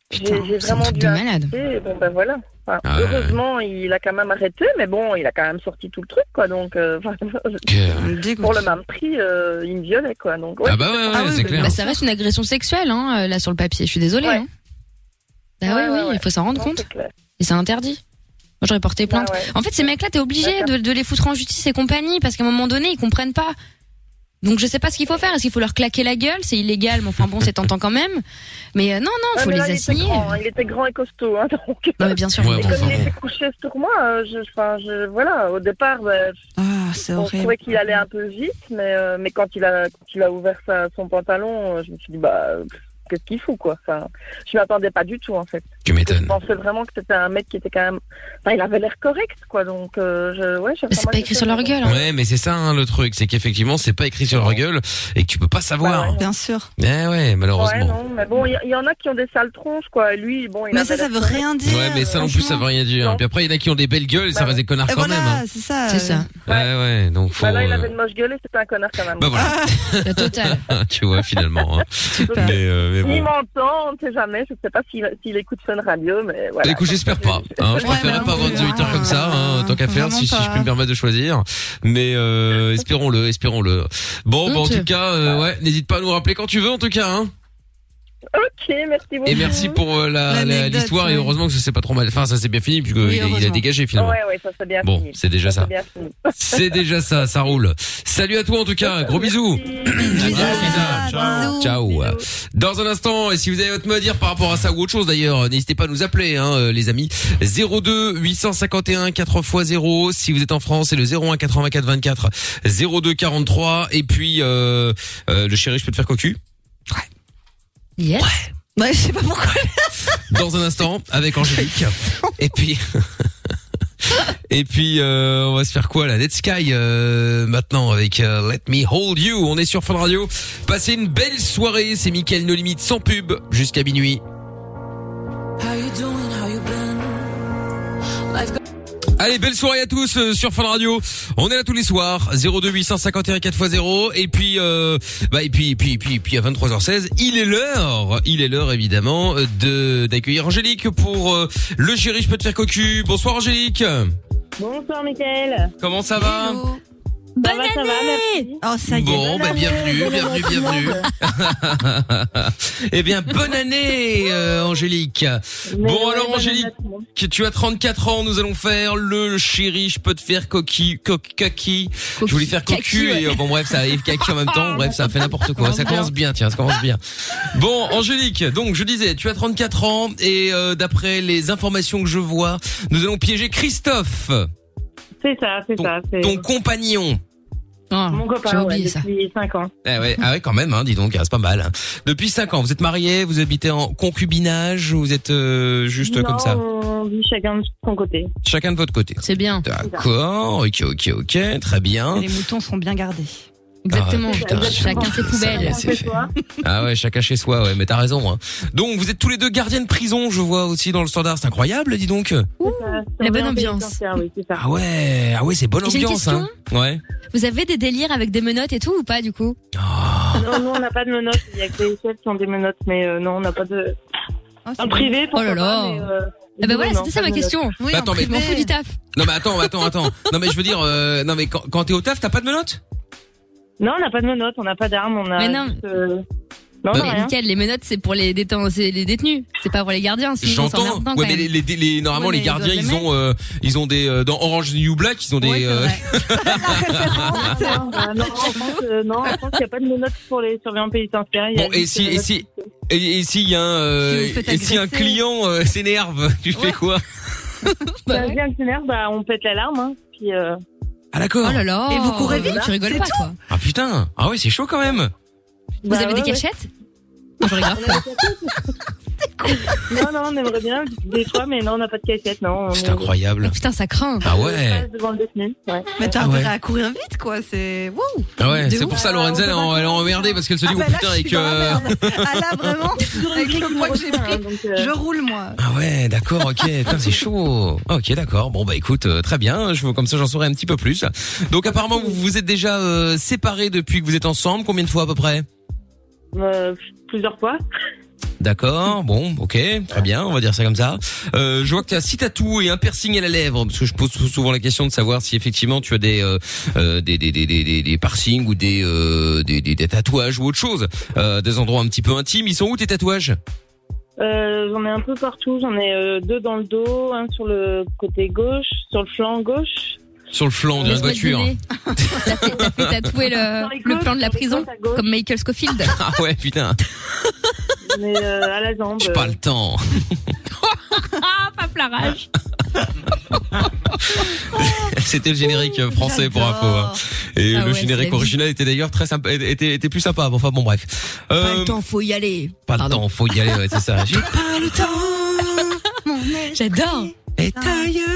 Speaker 13: J'ai j'ai
Speaker 6: c'est un
Speaker 13: vraiment
Speaker 6: truc
Speaker 13: dû
Speaker 6: de malade.
Speaker 13: arrêter, Bon ben voilà. Enfin,
Speaker 2: Ah ouais.
Speaker 13: Heureusement, il a quand même arrêté, mais bon, il a quand même sorti tout le truc, quoi. Donc, euh, enfin, pour le même prix, euh, il me violait, quoi. Donc, ouais.
Speaker 2: Ah bah ouais, ouais, c'est clair.
Speaker 6: Bah, ça reste une agression sexuelle hein, euh, là sur le papier. Je suis désolée. hein. Bah oui, oui, il faut s'en rendre compte. Et c'est interdit. Moi, j'aurais porté
Speaker 2: Ah
Speaker 6: plainte. En fait, ces mecs-là, t'es obligé de, de les foutre en justice et compagnie, parce qu'à un moment donné, ils comprennent pas. Donc, je sais pas ce qu'il faut faire. Est-ce qu'il faut leur claquer la gueule C'est illégal, mais enfin bon, c'est tentant quand même. Mais euh, non,
Speaker 13: Ouais,
Speaker 6: non, faut
Speaker 13: Ah, mais
Speaker 6: les
Speaker 13: là, il était
Speaker 6: assigner.
Speaker 13: grand, hein, Il était grand et costaud, hein, donc.
Speaker 6: Non, mais bien sûr. Ouais,
Speaker 13: Et
Speaker 6: bon,
Speaker 13: comme
Speaker 6: enfin,
Speaker 13: il était couché sur moi, euh, je, enfin, je, voilà, au départ, bah, on
Speaker 5: Ah, horrible.
Speaker 13: trouvait qu'il allait un peu vite, mais, euh, mais quand il a, quand il a ouvert sa- son pantalon, euh, je me suis dit, bah, euh, qu'est-ce qu'il fout, quoi. Enfin, je m'attendais pas du tout, en fait.
Speaker 2: Tu
Speaker 13: Je pensais vraiment que c'était un mec qui était quand même, enfin, il avait l'air correct, quoi. Donc, euh, je, ouais, j'ai vraiment été étonnée.
Speaker 2: Ouais, mais c'est ça hein, le truc, c'est qu'effectivement c'est pas écrit sur leur gueule et que tu peux pas savoir.
Speaker 5: Bien sûr.
Speaker 2: Eh ouais,
Speaker 13: Bah Ouais,
Speaker 2: malheureusement.
Speaker 13: non, mais bon, il y- il y, en a qui ont des sales tronches, quoi. Et Lui, bon, il
Speaker 5: Mais
Speaker 13: avait
Speaker 5: ça, ça
Speaker 13: l'air
Speaker 5: veut
Speaker 13: correct.
Speaker 5: rien dire.
Speaker 2: Ouais, mais ça non plus, ça veut rien dire. Puis après, il y en a qui ont des belles gueules, et
Speaker 13: Bah
Speaker 2: ça reste des connards
Speaker 5: Et
Speaker 2: quand
Speaker 5: voilà,
Speaker 2: même. hein.
Speaker 5: c'est ça.
Speaker 6: C'est ça.
Speaker 2: Ouais, ouais, donc faut.
Speaker 13: Bah là, il
Speaker 2: euh,
Speaker 13: avait une moche gueule et c'était un connard quand même.
Speaker 2: Bah voilà.
Speaker 6: La totale.
Speaker 2: euh, tu vois, finalement. hein. Mais, euh, mais
Speaker 13: Il
Speaker 2: bon.
Speaker 13: m'entend, on ne sait jamais. Je ne sais pas s'il s'il écoute Fun Radio, mais voilà.
Speaker 2: Écoute, j'espère pas. hein. je préférerais pas avoir des auditeurs comme ça, hein, tant qu'à faire, si, si je peux me permettre de choisir. Mais euh, espérons-le, espérons-le. Bon, bah, en
Speaker 4: Honteux.
Speaker 2: tout cas, euh, ouais, n'hésite pas à nous rappeler quand tu veux, en tout cas. Hein.
Speaker 13: Ok, merci beaucoup.
Speaker 2: Et merci pour euh, la- la-
Speaker 13: L'anecdote,
Speaker 2: l'histoire. Et
Speaker 13: ouais.
Speaker 2: heureusement que ça s'est pas trop mal. Enfin, ça s'est bien fini puisque
Speaker 13: Oui,
Speaker 2: Euh, il, a- il a
Speaker 13: heureusement.
Speaker 2: dégagé finalement.
Speaker 13: Ouais, ouais, ça c'est bien
Speaker 2: Bon,
Speaker 13: fini.
Speaker 2: c'est déjà ça.
Speaker 13: c'est bien fini.
Speaker 2: C'est déjà ça, ça roule. Salut à toi en tout cas, gros bisous. Adieu, Lisa. Ciao. Dans un instant, et si vous avez autre mot à dire par rapport à ça ou autre chose d'ailleurs, euh, n'hésitez pas à nous appeler, hein, euh, les amis. 02 851 4 x 0. Si vous êtes en France, c'est le 01 84 24 02 43. Et puis euh, euh, le chéri, je peux te faire cocu.
Speaker 6: Yes.
Speaker 5: Ouais. je sais pas pourquoi.
Speaker 2: Dans un instant, avec Angélique. Et puis. Et puis euh, on va se faire quoi là Let's Sky euh, maintenant avec euh, Let Me Hold You. On est sur Fun Radio. Passez une belle soirée. C'est Mickaël No Limite sans pub jusqu'à minuit.
Speaker 14: How you doing? How you been? Life got
Speaker 2: Allez, belle soirée à tous euh, sur Fun Radio. On est là tous les soirs 02 851 4x0 et puis euh, bah et puis et puis et puis et puis à 23h16, il est l'heure, il est l'heure évidemment euh, de d'accueillir Angélique pour euh, le chéri, je peux te faire cocu. Bonsoir Angélique.
Speaker 15: Bonsoir Mickaël.
Speaker 2: Comment ça va
Speaker 15: Bonne année ça va, merci.
Speaker 5: Oh ça y est.
Speaker 2: Bon, bah bienvenue, bienvenue, bienvenue. eh bien, bonne année, euh, Angélique. bon, alors, Angélique, tu as 34 ans, nous allons faire le chéri, je peux te faire coquille, coq, coquille. Je voulais faire cocu,
Speaker 4: Coquille, ouais.
Speaker 2: et euh, bon, bref, ça arrive coquille en même temps. Bref, ça fait n'importe quoi. Ça commence bien, tiens, ça commence bien. Bon, Angélique, donc, je disais, tu as 34 ans, et euh, d'après les informations que je vois, nous allons piéger Christophe,
Speaker 15: C'est ça, c'est ça. c'est-
Speaker 2: ton compagnon.
Speaker 15: Mon
Speaker 6: Oh, j'ai
Speaker 15: copain, ouais,
Speaker 6: oublié ça.
Speaker 15: depuis 5 ans.
Speaker 2: Ah ouais, ah ouais, quand même, hein, dis donc, hein, c'est pas mal. hein. Depuis 5 ans, vous êtes mariés, vous habitez en concubinage, ou vous êtes euh, juste
Speaker 15: Non,
Speaker 2: comme ça
Speaker 15: On vit chacun de son côté.
Speaker 2: Chacun de votre côté.
Speaker 6: C'est bien.
Speaker 2: D'accord, ok, ok, ok, très bien.
Speaker 5: Les moutons seront bien gardés.
Speaker 2: Exactement. Ah, putain, Exactement.
Speaker 6: Chacun
Speaker 2: Ça
Speaker 6: ses
Speaker 2: y est,
Speaker 6: poubelles.
Speaker 2: c'est fait. Ah ouais, chacun chez soi, ouais, mais t'as raison. hein. Donc, vous êtes tous les deux gardiens de prison, je vois aussi dans le standard, c'est incroyable, dis donc.
Speaker 6: La bonne
Speaker 15: Bien
Speaker 6: ambiance.
Speaker 15: pénitentiaire, oui, c'est ça.
Speaker 2: Ah ouais, ah ouais, c'est bonne
Speaker 6: J'ai une
Speaker 2: ambiance, hein. Ouais.
Speaker 6: Vous avez des délires avec des menottes et tout ou pas du coup
Speaker 2: Oh.
Speaker 15: Non, nous, on n'a pas de menottes. Il y a que les chefs qui ont des menottes, mais euh, non, on n'a pas de. en privé,
Speaker 6: Oh
Speaker 15: pourquoi
Speaker 6: là
Speaker 15: pas, mais, euh,
Speaker 6: là. Eh ben voilà,
Speaker 15: non,
Speaker 6: c'était ça
Speaker 15: pas
Speaker 6: ma
Speaker 15: de
Speaker 6: question.
Speaker 15: menottes.
Speaker 2: Bah, attends, mais-
Speaker 6: Je m'en fous du taf.
Speaker 2: Non mais attends, attends, attends. Non mais je veux dire, euh, non mais quand, quand t'es au taf, t'as pas de menottes
Speaker 15: Non, on n'a pas de menottes, on n'a pas d'armes, on a.
Speaker 6: Mais non.
Speaker 15: juste, euh, Non, on
Speaker 2: Bah,
Speaker 15: a
Speaker 2: mais
Speaker 15: rien.
Speaker 6: Nickel, les menottes c'est pour les, déten- c'est les détenus, c'est pas pour les gardiens. sinon on s'emmerde
Speaker 2: J'entends.
Speaker 6: pas,
Speaker 2: Ouais,
Speaker 6: quand
Speaker 2: mais
Speaker 6: même.
Speaker 2: les, les, les- normalement
Speaker 6: Ouais, mais
Speaker 2: les
Speaker 6: ils
Speaker 2: gardiens,
Speaker 6: doivent
Speaker 2: ils
Speaker 6: les
Speaker 2: ont, euh, ils ont des euh, dans Orange is the New Black, ils ont des. euh,
Speaker 15: Non, bah, non, en France, euh, non, en France, il n'y a pas de menottes pour les surveillants pénitentiaires. il y a
Speaker 2: Bon, et
Speaker 15: juste
Speaker 2: si
Speaker 15: des
Speaker 2: et
Speaker 15: menottes.
Speaker 2: si et, et si y a un, euh,
Speaker 15: Si vous faites
Speaker 2: et si un
Speaker 15: agresser.
Speaker 2: client euh, s'énerve, tu fais quoi
Speaker 15: Bah, viens, tu merde, bah, on pète l'alarme, hein, puis. euh,
Speaker 2: Ah d'accord.
Speaker 6: Oh là là. Bah,
Speaker 15: Et vous courez vite,
Speaker 6: Tu rigoles
Speaker 15: c'est
Speaker 6: pas
Speaker 15: tout.
Speaker 6: quoi.
Speaker 2: Ah putain. Ah ouais, c'est chaud quand même.
Speaker 6: Vous
Speaker 15: Bah
Speaker 6: avez des
Speaker 15: ouais, ouais.
Speaker 6: cachettes Je regarde pas.
Speaker 15: Non, non, on aimerait bien des fois, mais non, on n'a pas de cachette, non.
Speaker 2: C'est incroyable.
Speaker 6: Oh, Putain, ça craint.
Speaker 2: Ah ouais.
Speaker 15: devant le détenu, ouais.
Speaker 5: Mais t'as
Speaker 2: Ah ouais.
Speaker 5: intérêt à courir vite, quoi. C'est. Wouh
Speaker 2: Ah ouais,
Speaker 5: De
Speaker 2: c'est
Speaker 5: ouf.
Speaker 2: pour ça Lorenza elle est en- elle est emmerdée parce qu'elle se dit
Speaker 5: Ah
Speaker 2: oh
Speaker 5: bah là,
Speaker 2: putain
Speaker 5: je
Speaker 2: et
Speaker 5: suis
Speaker 2: que
Speaker 5: dans la merde. Ah là, vraiment Avec les poids que j'ai pris, je roule, moi.
Speaker 2: Ah ouais, d'accord, ok, Putain, c'est chaud. Ah, Ok, d'accord. Bon bah écoute, euh, très bien. Je veux comme ça, j'en saurai un petit peu plus. Donc apparemment, vous vous êtes déjà euh, séparés depuis que vous êtes ensemble. Combien de fois à peu près
Speaker 15: Euh, plusieurs fois.
Speaker 2: D'accord. Bon, ok, très bien. On va dire ça comme ça. Euh, je vois que tu as six tatous et un piercing à la lèvre, parce que je pose souvent la question de savoir si effectivement tu as des euh, euh, des, des, des, des, des- des piercings ou des, euh, des, des des tatouages ou autre chose, Euh, des endroits un petit peu intimes. Ils sont où tes tatouages
Speaker 15: Euh, j'en ai un peu partout, j'en ai euh, deux dans le dos, un sur le côté gauche, sur le flanc gauche.
Speaker 2: Sur le flanc de la
Speaker 15: Laisse-moi
Speaker 2: voiture.
Speaker 6: deviner. T'as fait tatouer le, le plan de la prison, comme Michael Scofield.
Speaker 2: Ah ouais, putain.
Speaker 15: Mais euh, à la jambe.
Speaker 2: J'ai pas le temps.
Speaker 6: Ah, Pas flarage.
Speaker 2: C'était le générique euh, français pour info. hein. Et
Speaker 6: Ah
Speaker 2: le
Speaker 6: ouais, c'est
Speaker 2: générique
Speaker 6: la
Speaker 2: original était d'ailleurs très sympa, était, était plus sympa. Bon, enfin bon, bref. Euh,
Speaker 6: Pas le temps, faut y aller.
Speaker 2: pas le temps, faut y aller, ouais, c'est ça. J'ai-
Speaker 6: Pas le temps. J'adore.
Speaker 2: Et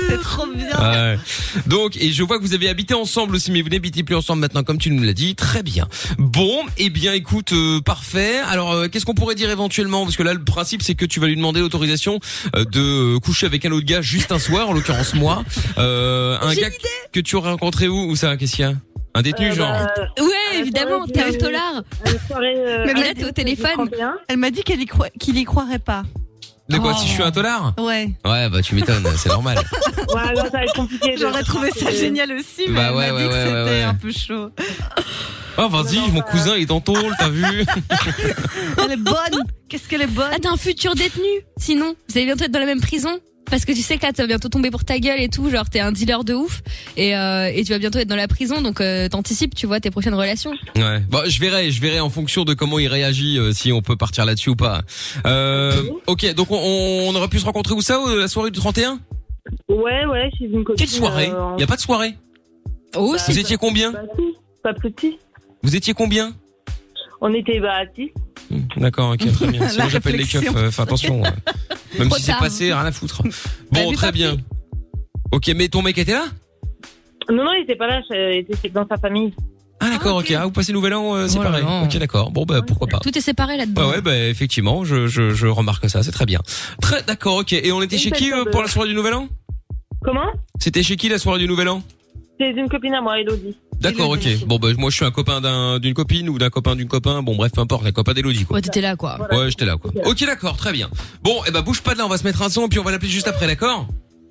Speaker 5: C'est trop bien.
Speaker 2: Ouais. Donc, et je vois que vous avez habité ensemble aussi, mais vous n'habitez plus ensemble maintenant, comme tu nous l'as dit. Très bien. Bon, eh bien, écoute, euh, parfait. Alors, euh, qu'est-ce qu'on pourrait dire éventuellement Parce que là, le principe, c'est que tu vas lui demander l'autorisation euh, de euh, coucher avec un autre gars juste un soir, en l'occurrence moi. Euh, un gars que tu aurais rencontré où Où ça Qu'est-ce qu'il y a Un détenu,
Speaker 15: Euh,
Speaker 2: genre
Speaker 15: bah,
Speaker 6: Ouais, évidemment,
Speaker 15: du-
Speaker 6: t'as le dollar.
Speaker 15: à la soirée, euh,
Speaker 5: Mais
Speaker 15: à la
Speaker 5: là, t'es au
Speaker 15: du
Speaker 5: téléphone.
Speaker 15: 31.
Speaker 5: Elle m'a dit qu'elle y croit- qu'il y croirait pas.
Speaker 2: De
Speaker 6: oh.
Speaker 2: quoi Si je suis un tolard
Speaker 5: Ouais.
Speaker 2: Ouais, bah tu m'étonnes, c'est normal.
Speaker 15: Ouais, non, ça va être compliqué.
Speaker 5: Ah, J'aurais trouvé ça génial aussi, mais
Speaker 2: Bah
Speaker 5: elle
Speaker 2: ouais,
Speaker 5: m'a
Speaker 2: ouais,
Speaker 5: dit que
Speaker 2: ouais,
Speaker 5: c'était
Speaker 2: ouais, ouais.
Speaker 5: un peu chaud.
Speaker 2: Oh, vas-y, mon cousin il est en tôle, t'as vu
Speaker 5: Elle est bonne. Qu'est-ce qu'elle est bonne
Speaker 6: Ah, t'es un futur détenu. Sinon, vous allez bientôt être dans la même prison. Parce que tu sais que là, tu vas bientôt tomber pour ta gueule et tout. Genre, t'es un dealer de ouf. Et, euh, et tu vas bientôt être dans la prison. Donc, euh, t'anticipes, tu vois, tes prochaines relations.
Speaker 2: Ouais. Bon, je verrai, je verrai en fonction de comment il réagit euh, si on peut partir là-dessus ou pas. Euh, ok, donc on, on aurait pu se rencontrer où ça euh, La soirée du 31
Speaker 15: Ouais, ouais, chez une copine.
Speaker 2: Quelle soirée
Speaker 15: euh, en-
Speaker 2: Y a pas de soirée
Speaker 6: Oh,
Speaker 2: Vous étiez combien
Speaker 15: Bah, si, pas petit.
Speaker 2: Vous étiez combien
Speaker 15: On était bah, à 10.
Speaker 2: D'accord, ok, très bien.
Speaker 15: La
Speaker 2: Sinon j'appelle les keufs,
Speaker 15: réflexion.
Speaker 2: euh, fais attention. euh. Même
Speaker 15: Trop
Speaker 2: si c'est
Speaker 15: tard.
Speaker 2: passé, hein. rien à foutre. Bon, très bien. Ok, mais ton mec était là
Speaker 15: Non, non, il était pas là, il était dans sa famille.
Speaker 2: Ah d'accord, ok. Ah, vous passez le nouvel an
Speaker 15: Oh
Speaker 2: euh, séparés. Ok, d'accord. Bon, bah pourquoi pas.
Speaker 6: Tout est séparé
Speaker 2: Bah
Speaker 6: là-dedans.
Speaker 2: ouais, bah effectivement, je, je, je remarque ça, c'est très bien. Très d'accord, ok. Et on était
Speaker 15: Une
Speaker 2: chez qui
Speaker 15: personne
Speaker 2: euh,
Speaker 15: de-
Speaker 2: pour la soirée du Nouvel An
Speaker 15: Comment
Speaker 2: C'était chez qui la soirée du Nouvel An
Speaker 15: C'est une copine à moi, Elodie.
Speaker 2: D'accord, ok. Bon, bah moi je suis un copain d'un- d'une copine ou d'un copain d'une copain. Bon, bref, peu importe, un copain d'Elodie quoi.
Speaker 6: Ouais, t'étais là, quoi.
Speaker 2: Ouais, j'étais là quoi. Ok, d'accord, très bien. Bon, et bah bouge pas de là, on va se mettre un son puis on va l'appeler juste après, d'accord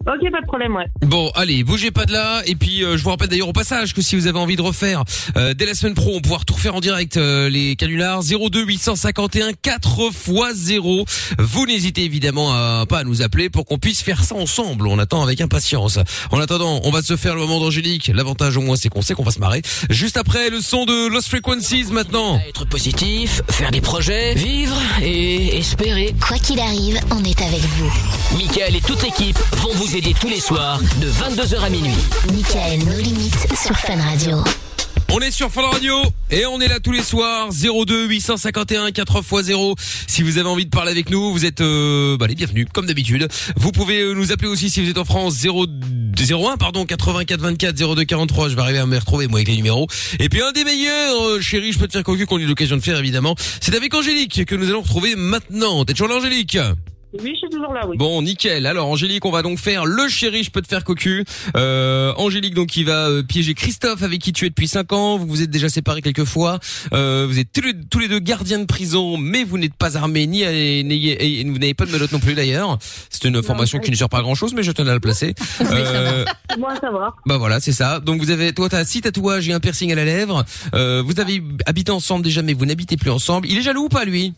Speaker 15: Ok, pas de problème, ouais.
Speaker 2: Bon, allez, bougez pas de là. Et puis, euh, je vous rappelle d'ailleurs au passage que si vous avez envie de refaire euh, dès la semaine pro, on pourra tout refaire en direct euh, les canulars 02 851 4 x 0. Vous n'hésitez évidemment à pas à nous appeler pour qu'on puisse faire ça ensemble. On attend avec impatience. En attendant, on va se faire le moment d'Angélique. L'avantage au moins, c'est qu'on sait qu'on va se marrer. Juste après, le son de Lost Frequencies maintenant.
Speaker 1: Être positif, faire des projets, vivre et espérer.
Speaker 3: Quoi qu'il arrive, on est avec vous.
Speaker 1: Michael et toute l'équipe vont vous aider tous les soirs de 22h à minuit.
Speaker 3: Michael, nos limites sur Fun Radio.
Speaker 2: On est sur Fun Radio et on est là tous les soirs 02 851 4 x 0. Si vous avez envie de parler avec nous, vous êtes euh, bah, les bienvenus comme d'habitude. Vous pouvez euh, nous appeler aussi si vous êtes en France 0 01 pardon 84 24 02 43. Je vais arriver à me retrouver moi avec les numéros. Et puis un des meilleurs euh, chéri, je peux te faire cocu qu'on a eu l'occasion de faire évidemment. C'est avec Angélique que nous allons retrouver maintenant. T'es toujours là Angélique
Speaker 15: Oui, je suis toujours là, oui.
Speaker 2: Bon, nickel. Alors, Angélique, on va donc faire le chéri, je peux te faire cocu. Euh, Angélique, donc, qui va euh, piéger Christophe, avec qui tu es depuis 5 ans. Vous vous êtes déjà séparés quelques fois. Euh, vous êtes tous les, tous les deux gardiens de prison, mais vous n'êtes pas armés, ni à- n'ayez- et vous n'avez pas de melotte non plus, d'ailleurs. C'est une formation qui ne sert pas à grand-chose, mais je tenais à le placer. Euh,
Speaker 15: Moi, ça va.
Speaker 2: bah voilà, c'est ça. Donc vous avez, toi, t'as six tatouages et un piercing à la lèvre. Euh, vous avez habité ensemble déjà, mais vous n'habitez plus ensemble. Il est jaloux ou pas, lui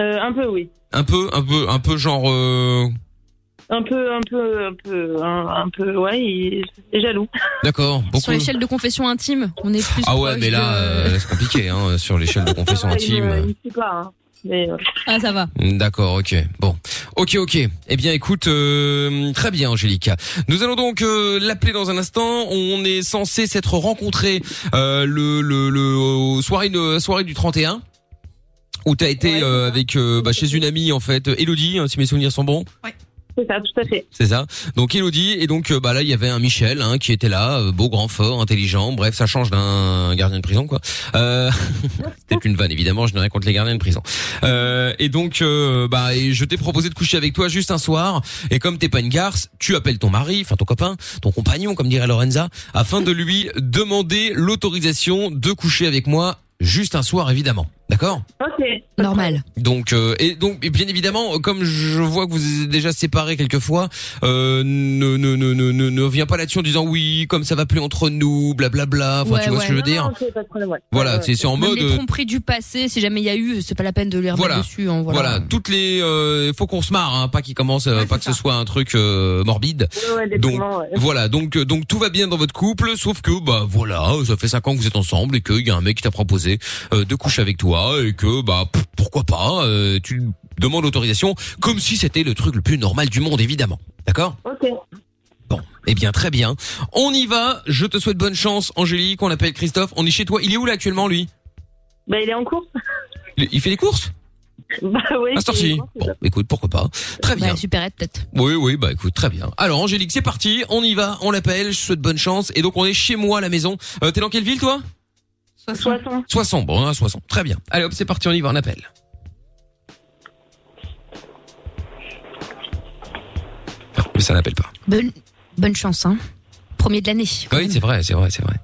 Speaker 15: Euh, un peu, oui.
Speaker 2: Un peu, un peu, un peu genre. euh,
Speaker 15: Un peu, un peu, euh, un peu, un, un peu, ouais, il est jaloux.
Speaker 2: D'accord. beaucoup-
Speaker 6: Sur l'échelle de confession intime, on est plus.
Speaker 2: Ah ouais,
Speaker 6: proche
Speaker 2: mais là,
Speaker 6: de-
Speaker 2: euh, c'est compliqué, hein, sur l'échelle de confession
Speaker 15: Ouais, Il me, il
Speaker 2: intime. euh. Mm,
Speaker 15: me suit pas, hein, mais, euh,
Speaker 6: Ah, ça va.
Speaker 2: D'accord, ok. Bon. Ok, ok. Eh bien, écoute, euh, très bien, Angélique. Nous allons donc euh, l'appeler dans un instant. On est censé s'être rencontré euh, le, le, le au soirée, de- soirée du 31 où t'as été euh, avec euh, bah, chez une amie en fait, Elodie, hein, si mes souvenirs sont bons.
Speaker 15: c'est ça, tout à fait.
Speaker 2: C'est ça. Donc Elodie et donc euh, bah là il y avait un Michel hein, qui était là, euh, beau, grand, fort, intelligent. Bref, ça change d'un gardien de prison quoi. Euh... C'était une vanne évidemment. Je n'ai rien contre les gardiens de prison. Euh, et donc euh, bah et je t'ai proposé de coucher avec toi juste un soir. Et comme t'es pas une garce, tu appelles ton mari, enfin ton copain, ton compagnon comme dirait Lorenza, afin de lui demander l'autorisation de coucher avec moi juste un soir évidemment. D'accord
Speaker 15: Ok.
Speaker 6: Normal.
Speaker 2: donc euh, et donc et bien évidemment, comme je vois que vous êtes déjà séparés quelquefois, euh, ne ne ne ne ne, ne viens pas là-dessus en disant oui, comme ça va plus entre nous, blablabla. Ah, Enfin, tu vois ce que je veux dire Voilà, c'est c'est en
Speaker 6: Même
Speaker 2: mode.
Speaker 6: Les
Speaker 2: euh,
Speaker 6: tromperies du passé, si jamais il y a eu, c'est pas la peine de lui remettre
Speaker 2: Voilà.
Speaker 6: dessus. hein,
Speaker 2: Voilà. toutes les, euh, faut qu'on se marre, hein, pas qu'il commence, euh, pas que ce soit un truc euh, morbide.
Speaker 15: Ouais, ouais,
Speaker 2: donc
Speaker 15: déprimant, ouais.
Speaker 2: voilà, donc euh, donc tout va bien dans votre couple, sauf que bah voilà, ça fait cinq ans que vous êtes ensemble et qu'il y a un mec qui t'a proposé euh, de coucher avec toi et que bah pff, pourquoi pas, euh, tu demandes l'autorisation comme si c'était le truc le plus normal du monde évidemment, d'accord
Speaker 15: Ok.
Speaker 2: Eh bien très bien, on y va. Je te souhaite bonne chance, Angélique. On appelle Christophe. On est chez toi. Il est où là actuellement lui
Speaker 15: Bah, il est en course.
Speaker 2: Il il fait les courses
Speaker 15: Bah oui.
Speaker 2: À cette heure-ci Bon, écoute, pourquoi pas. Très bien.
Speaker 6: Superette, Bah, peut-être.
Speaker 2: Oui, oui, bah écoute, très bien. Alors Angélique, c'est parti, on y va, on l'appelle, je souhaite bonne chance. Et donc on est chez moi à la maison. Euh, T'es dans quelle ville toi
Speaker 15: Soissons.
Speaker 2: Soissons, bon, on est à Soissons. Très bien. Allez hop, c'est parti, on y va, on appelle. Ah, Mais ça n'appelle pas.
Speaker 6: Bonne, bonne chance, hein. Premier de l'année.
Speaker 2: Oui, c'est vrai, c'est vrai, c'est vrai.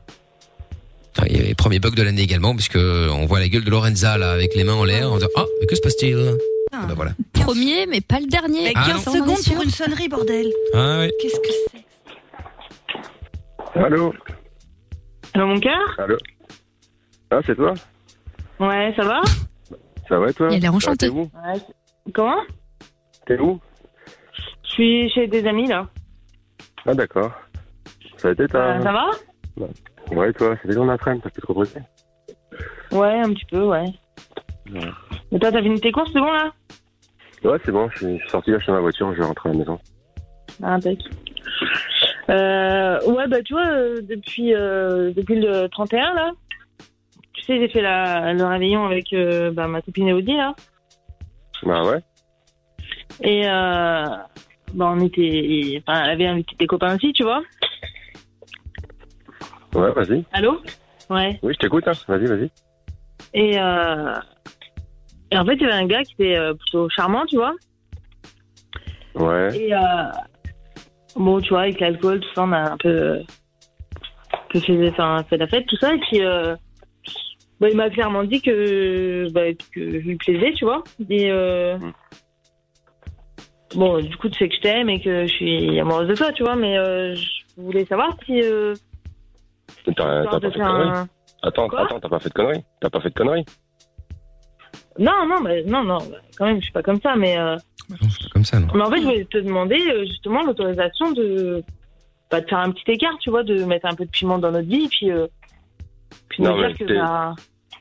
Speaker 2: Ah, Il y a les premiers bugs de l'année également, puisque on voit la gueule de Lorenza là, avec les mains en l'air, en disant ah, mais que se passe-t-il Ah, Bah voilà.
Speaker 6: Premier, mais pas le dernier.
Speaker 5: Mais
Speaker 2: Ah,
Speaker 5: 15
Speaker 6: non.
Speaker 5: secondes pour une sonnerie, bordel.
Speaker 2: Ah oui.
Speaker 5: Qu'est-ce que c'est
Speaker 16: Allô
Speaker 15: Allô, mon cœur
Speaker 16: Allô Ah, c'est toi
Speaker 15: Ouais, ça va
Speaker 16: Ça va, toi
Speaker 15: Il a l'air
Speaker 16: Ah,
Speaker 15: enchanté.
Speaker 16: T'es où
Speaker 15: Ouais. Comment
Speaker 16: T'es où
Speaker 15: Je suis chez des amis, là.
Speaker 16: Ah, d'accord. Ça a été ta...
Speaker 15: Euh, ça va
Speaker 16: Ouais, toi, c'était ton après-midi, t'as pu te reposer
Speaker 15: Ouais, un petit peu, ouais.
Speaker 16: Ouais.
Speaker 15: Mais toi, t'as fini tes courses, c'est bon, là
Speaker 16: Ouais, c'est bon, je suis je suis sorti là, je suis dans ma voiture, je vais rentrer à la maison.
Speaker 15: Ah, impec. Euh, ouais, bah tu vois, euh, depuis, euh, depuis le 31, là, tu sais, j'ai fait la, le réveillon avec euh, bah, ma copine Elodie, là.
Speaker 16: Bah ouais
Speaker 15: Et euh, bah, on était, enfin, elle avait invité tes copains aussi, tu vois.
Speaker 16: Ouais, vas-y.
Speaker 15: Allô Ouais.
Speaker 16: Oui, je t'écoute, hein. Vas-y, vas-y.
Speaker 15: Et, euh, et en fait, il y avait un gars qui était euh, plutôt charmant, tu vois.
Speaker 16: Ouais.
Speaker 15: Et euh, bon, tu vois, avec l'alcool, tout ça, on a un peu, un peu fait, enfin, fait la fête, tout ça. Et puis, euh, bah, il m'a clairement dit que, bah, que je lui plaisais, tu vois. Et euh, bon, du coup, tu sais que je t'aime et que je suis amoureuse de toi, tu vois. Mais euh, je voulais savoir si. euh,
Speaker 16: T'as t'as
Speaker 15: Histoire
Speaker 16: pas
Speaker 15: de
Speaker 16: fait de
Speaker 15: faire un-
Speaker 16: conneries Attends, attends, t'as pas fait de conneries T'as pas fait de conneries
Speaker 15: Non, non, bah, non, non, bah, quand même, je suis pas comme ça, mais. euh,
Speaker 2: Comme ça, non
Speaker 15: Mais en fait, je voulais te demander euh, justement l'autorisation de, bah, de faire un petit écart, tu vois, de mettre un peu de piment dans notre vie, et puis, euh, puis de
Speaker 16: Non,
Speaker 15: nous
Speaker 16: mais
Speaker 15: dire que
Speaker 16: t'es-
Speaker 15: bah,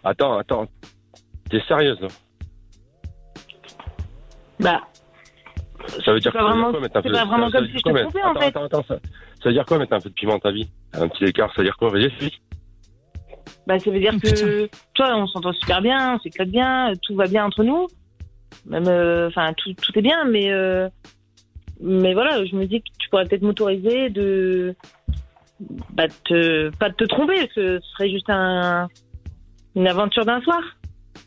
Speaker 16: Attends, attends. T'es sérieuse, là
Speaker 15: bah,
Speaker 16: Ça veut dire
Speaker 15: pas
Speaker 16: quoi,
Speaker 15: vraiment-
Speaker 16: quoi, mettre un
Speaker 15: c'est
Speaker 16: peu-
Speaker 15: pas vraiment
Speaker 16: ça veut
Speaker 15: comme si
Speaker 16: dire
Speaker 15: je
Speaker 16: quoi,
Speaker 15: te
Speaker 16: mettre-
Speaker 15: trompais, en
Speaker 16: attends,
Speaker 15: fait.
Speaker 16: Attends, attends, ça, ça veut dire quoi mettre un peu de piment dans ta vie Un petit écart, ça veut dire quoi Vas-y, explique.
Speaker 15: bah, ça veut dire que toi, on s'entend super bien, on s'éclate bien, tout va bien entre nous. Même, euh, enfin, tout, tout est bien, mais euh, mais voilà, je me dis que tu pourrais peut-être m'autoriser de bah, de te, pas de te tromper, parce que ce serait juste un, une aventure d'un soir,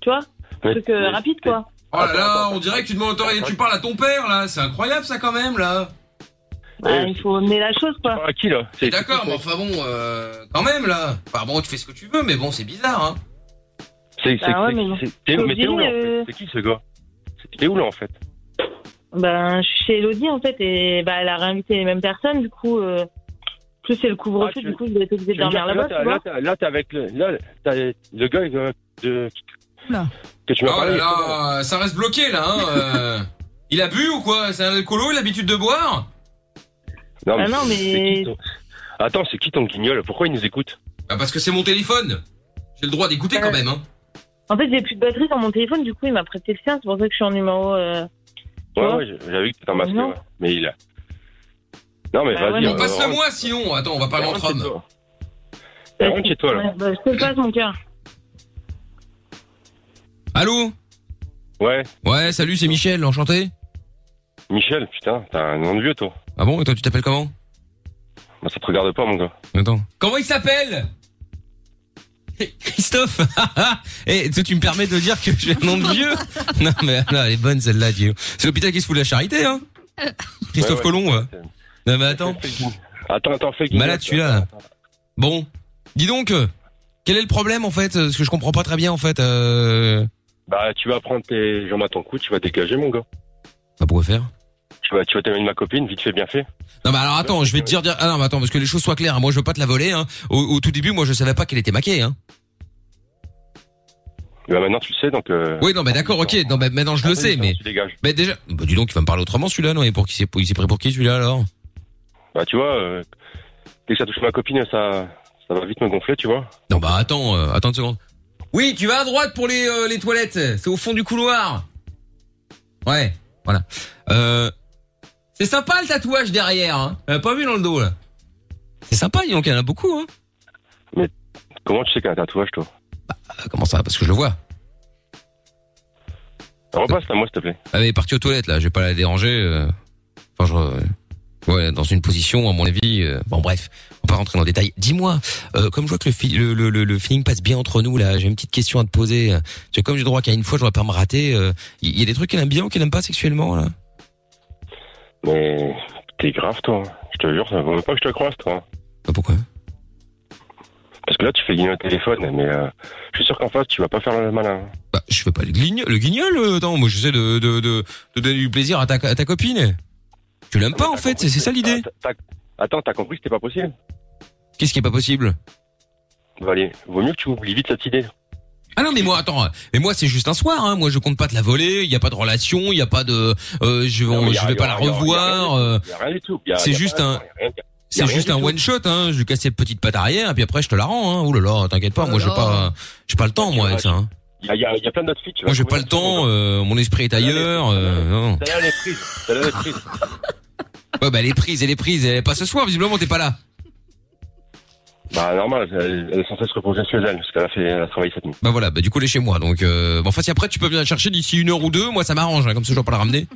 Speaker 15: tu vois, un
Speaker 17: Mais-
Speaker 15: truc euh,
Speaker 17: mais-
Speaker 15: rapide quoi.
Speaker 17: Oh là là, on dirait que tu demandes autorisé. Tu parles à ton père là, c'est incroyable ça quand même là. Eh,
Speaker 15: Bah, il faut mener la chose quoi.
Speaker 16: Ah,
Speaker 17: À qui là D'accord, mais enfin bon, euh, quand même là. Enfin bon, tu fais ce que tu veux, mais bon, c'est bizarre. Hein.
Speaker 16: C'est c'est-
Speaker 15: Bah ouais,
Speaker 16: c'est-
Speaker 15: mais bon.
Speaker 16: c'est- t'es où- mais t'es où là en
Speaker 15: Sophie, euh,
Speaker 16: fait C'est qui ce gars C'est- T'es où là en fait
Speaker 15: Ben, je suis chez Elodie en fait, et bah, elle a réinvité les mêmes personnes, du coup, euh, plus c'est le couvre-feu, du coup, je vais être obligée de
Speaker 16: Je Ah, veux dire
Speaker 15: dormir
Speaker 16: que Là,
Speaker 15: là-bas,
Speaker 16: t'as-
Speaker 15: tu
Speaker 16: là,
Speaker 15: vois.
Speaker 16: t'as- là, t'es avec le, là, t'as le gars de, de- que tu m'as
Speaker 17: Oh
Speaker 16: parlé.
Speaker 17: là là, ça reste bloqué là. Hein, euh. il a bu ou quoi C'est un alcoolo, il a l'habitude de boire
Speaker 16: Non, mais,
Speaker 17: Ah non,
Speaker 16: c'est-
Speaker 17: mais-
Speaker 16: c'est qui ton- Attends, c'est qui ton guignol Pourquoi il nous écoute
Speaker 17: bah Parce que c'est mon téléphone. J'ai le droit d'écouter quand même. Hein.
Speaker 15: En fait, j'ai plus de batterie dans mon téléphone, du coup, il m'a prêté le sien, c'est pour ça que je suis en numéro. Euh...
Speaker 16: Ouais, ouais, j'avais vu que t'étais un masqué,
Speaker 15: Non.
Speaker 16: ouais. Mais il a. Non, mais
Speaker 15: Bah ouais,
Speaker 16: vas-y.
Speaker 15: mais-
Speaker 16: euh,
Speaker 17: Bon, passe-le
Speaker 16: rentre-
Speaker 17: moi sinon. Attends, on va parler entre hommes.
Speaker 16: Rentre chez toi là.
Speaker 15: ouais, bah, je te le passe, mon cœur.
Speaker 17: Allô
Speaker 16: Ouais.
Speaker 2: Ouais, salut, c'est Michel, enchanté.
Speaker 16: Michel, putain, t'as un nom de vieux toi.
Speaker 2: Ah bon, et toi, tu t'appelles comment
Speaker 16: Bah, ça te regarde pas, mon gars.
Speaker 2: Attends.
Speaker 17: Comment il s'appelle
Speaker 2: Eh, Christophe Et tu, tu me permets de dire que j'ai un nom de vieux Non, mais là, elle est bonne celle-là, Dieu. C'est l'hôpital qui se fout de la charité, hein Christophe
Speaker 16: Ouais, ouais,
Speaker 2: Colomb, ouais. Non, mais attends.
Speaker 16: Attends, attends, fais
Speaker 2: Bah là, tu là. Bon. Dis donc, euh, quel est le problème, en fait euh, Parce que je comprends pas très bien, en fait. Euh...
Speaker 16: Bah, tu vas prendre tes jambes à ton cou, tu vas dégager, mon gars.
Speaker 2: Bah, pourquoi faire
Speaker 16: Tu vas, tu vas t'amener ma copine, vite fait, bien fait.
Speaker 2: Non mais alors attends, je vais te dire, dire- ah non mais attends parce que les choses soient claires, hein, moi je veux pas te la voler. Hein. Au, au tout début, moi je savais pas qu'elle était maquée. Hein.
Speaker 16: Bah, maintenant, tu le sais, donc. euh,
Speaker 2: Oui non mais d'accord, ok, non mais maintenant je le sais, mais
Speaker 16: tu dégages.
Speaker 2: mais déjà, bah dis donc il va me parler autrement celui-là, non Et pour qui c'est, il s'est pris pour qui celui-là alors
Speaker 16: Bah, tu vois, euh, dès que ça touche ma copine, ça, ça va vite me gonfler, tu vois.
Speaker 2: Non bah attends, euh, attends une seconde.
Speaker 17: Oui, tu vas à droite pour les, euh, les toilettes. C'est au fond du couloir.
Speaker 2: Ouais, voilà. Euh,
Speaker 17: C'est sympa le tatouage derrière. Hein. Euh, pas vu dans le dos là.
Speaker 2: c'est sympa, il y en a beaucoup. Hein.
Speaker 16: Comment tu sais qu'un tatouage, toi
Speaker 2: Ah, comment ça Parce que je le vois.
Speaker 16: Repasse à moi, s'il te plaît.
Speaker 2: Ah, Elle est partie aux toilettes là, je vais pas la déranger. euh. Enfin je, ouais, dans une position à mon avis. euh, Bon bref, on va pas rentrer dans le détail. Dis-moi, euh, comme je vois que le, fi- le, le, le, le feeling passe bien entre nous là, j'ai une petite question à te poser. Parce que comme j'ai le droit qu'à une fois, je dois pas me rater. euh, Il y a des trucs qu'elle aime bien ou qu'elle aime pas sexuellement là.
Speaker 16: Mais t'es grave, toi. Je te jure, ça vaut même pas que je te croise, toi.
Speaker 2: Ah, pourquoi
Speaker 16: Parce que là, tu fais guignol au téléphone, mais euh, je suis sûr qu'en face, tu vas pas faire le malin.
Speaker 2: Bah, je fais pas le guignol. Le guignol, euh, attends, moi j'essaie de, de, de, de donner du plaisir à ta, à ta copine. Tu l'aimes pas en fait, c'est c'est ça l'idée.
Speaker 16: Attends, t'as compris que c'était pas possible
Speaker 2: Qu'est-ce qui est pas possible
Speaker 16: Bah, allez, vaut mieux que tu oublies vite cette idée.
Speaker 2: Ah non mais moi attends mais moi c'est juste un soir hein. moi je compte pas te la voler il y a pas de relation il y a pas de euh, je
Speaker 16: Non, mais
Speaker 2: je
Speaker 16: y a-
Speaker 2: vais
Speaker 16: y a-
Speaker 2: pas la
Speaker 16: y a- y a rien
Speaker 2: revoir
Speaker 16: du-
Speaker 2: euh,
Speaker 16: y a rien du tout. Y a-
Speaker 2: c'est
Speaker 16: y a
Speaker 2: juste
Speaker 16: pas-
Speaker 2: un-
Speaker 16: y a rien- y a
Speaker 2: c'est
Speaker 16: rien
Speaker 2: juste
Speaker 16: du
Speaker 2: un
Speaker 16: tout.
Speaker 2: one shot hein je lui casse cette petite patte arrière et puis après je te la rends hein. Ouh là là t'inquiète pas moi j'ai pas j'ai pas le temps moi avec ça hein.
Speaker 16: Il y a, y a- y a plein d'autres filles. Tu vas
Speaker 2: moi j'ai
Speaker 16: trouver
Speaker 2: pas le temps euh, mon esprit est ailleurs euh, non.
Speaker 16: T'as l'air les prises. T'as l'air les prises.
Speaker 2: ouais bah elle est prise elle est prise elle est pas ce soir visiblement t'es pas là
Speaker 16: Bah, normal, elle, elle est censée se reposer chez elle, parce qu'elle a, fait, elle a travaillé cette nuit.
Speaker 2: bah voilà bah du coup elle est chez moi donc euh, bon, enfin si après tu peux venir la chercher d'ici une heure ou deux moi ça m'arrange hein, comme ça je dois pas la ramener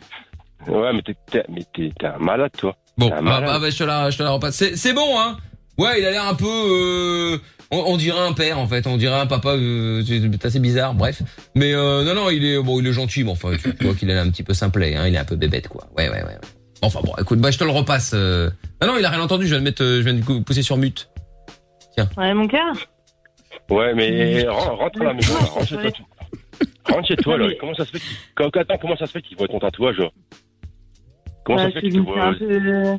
Speaker 16: Ouais, mais t'es- t'es mais t'es- t'es un malade, toi.
Speaker 2: Bon,
Speaker 16: t'es un
Speaker 17: Ah
Speaker 16: malade.
Speaker 17: bah, bah, je te la, je te la repasse. C'est, c'est bon, hein Ouais, il a l'air un peu... euh, on, on dirait un père, en fait. On dirait un papa. euh, c'est c'est assez bizarre, bref. Mais euh, non, non, il est bon, il est gentil, mais enfin, tu vois qu'il est un petit peu simplet. Hein, il est un peu bébête, quoi. Ouais, ouais, ouais. ouais. Enfin bon, écoute, bah je te le repasse. euh. Ah non, il a rien entendu. Je viens de mettre, euh, je viens de cou- pousser sur mute.
Speaker 15: Ouais, mon cœur.
Speaker 16: Ouais, mais ren- rentre à la maison, là, rentre chez toi.
Speaker 15: Ouais.
Speaker 16: tu- Rentre chez toi, là. Comment ça se fait qu'il- quand- quand- Attends, comment ça se fait qu'il voit ton tatouage, là Comment ça
Speaker 15: Bah,
Speaker 16: se fait
Speaker 15: puis
Speaker 16: qu'il
Speaker 15: je
Speaker 16: te
Speaker 15: me suis
Speaker 16: voit
Speaker 15: un peu.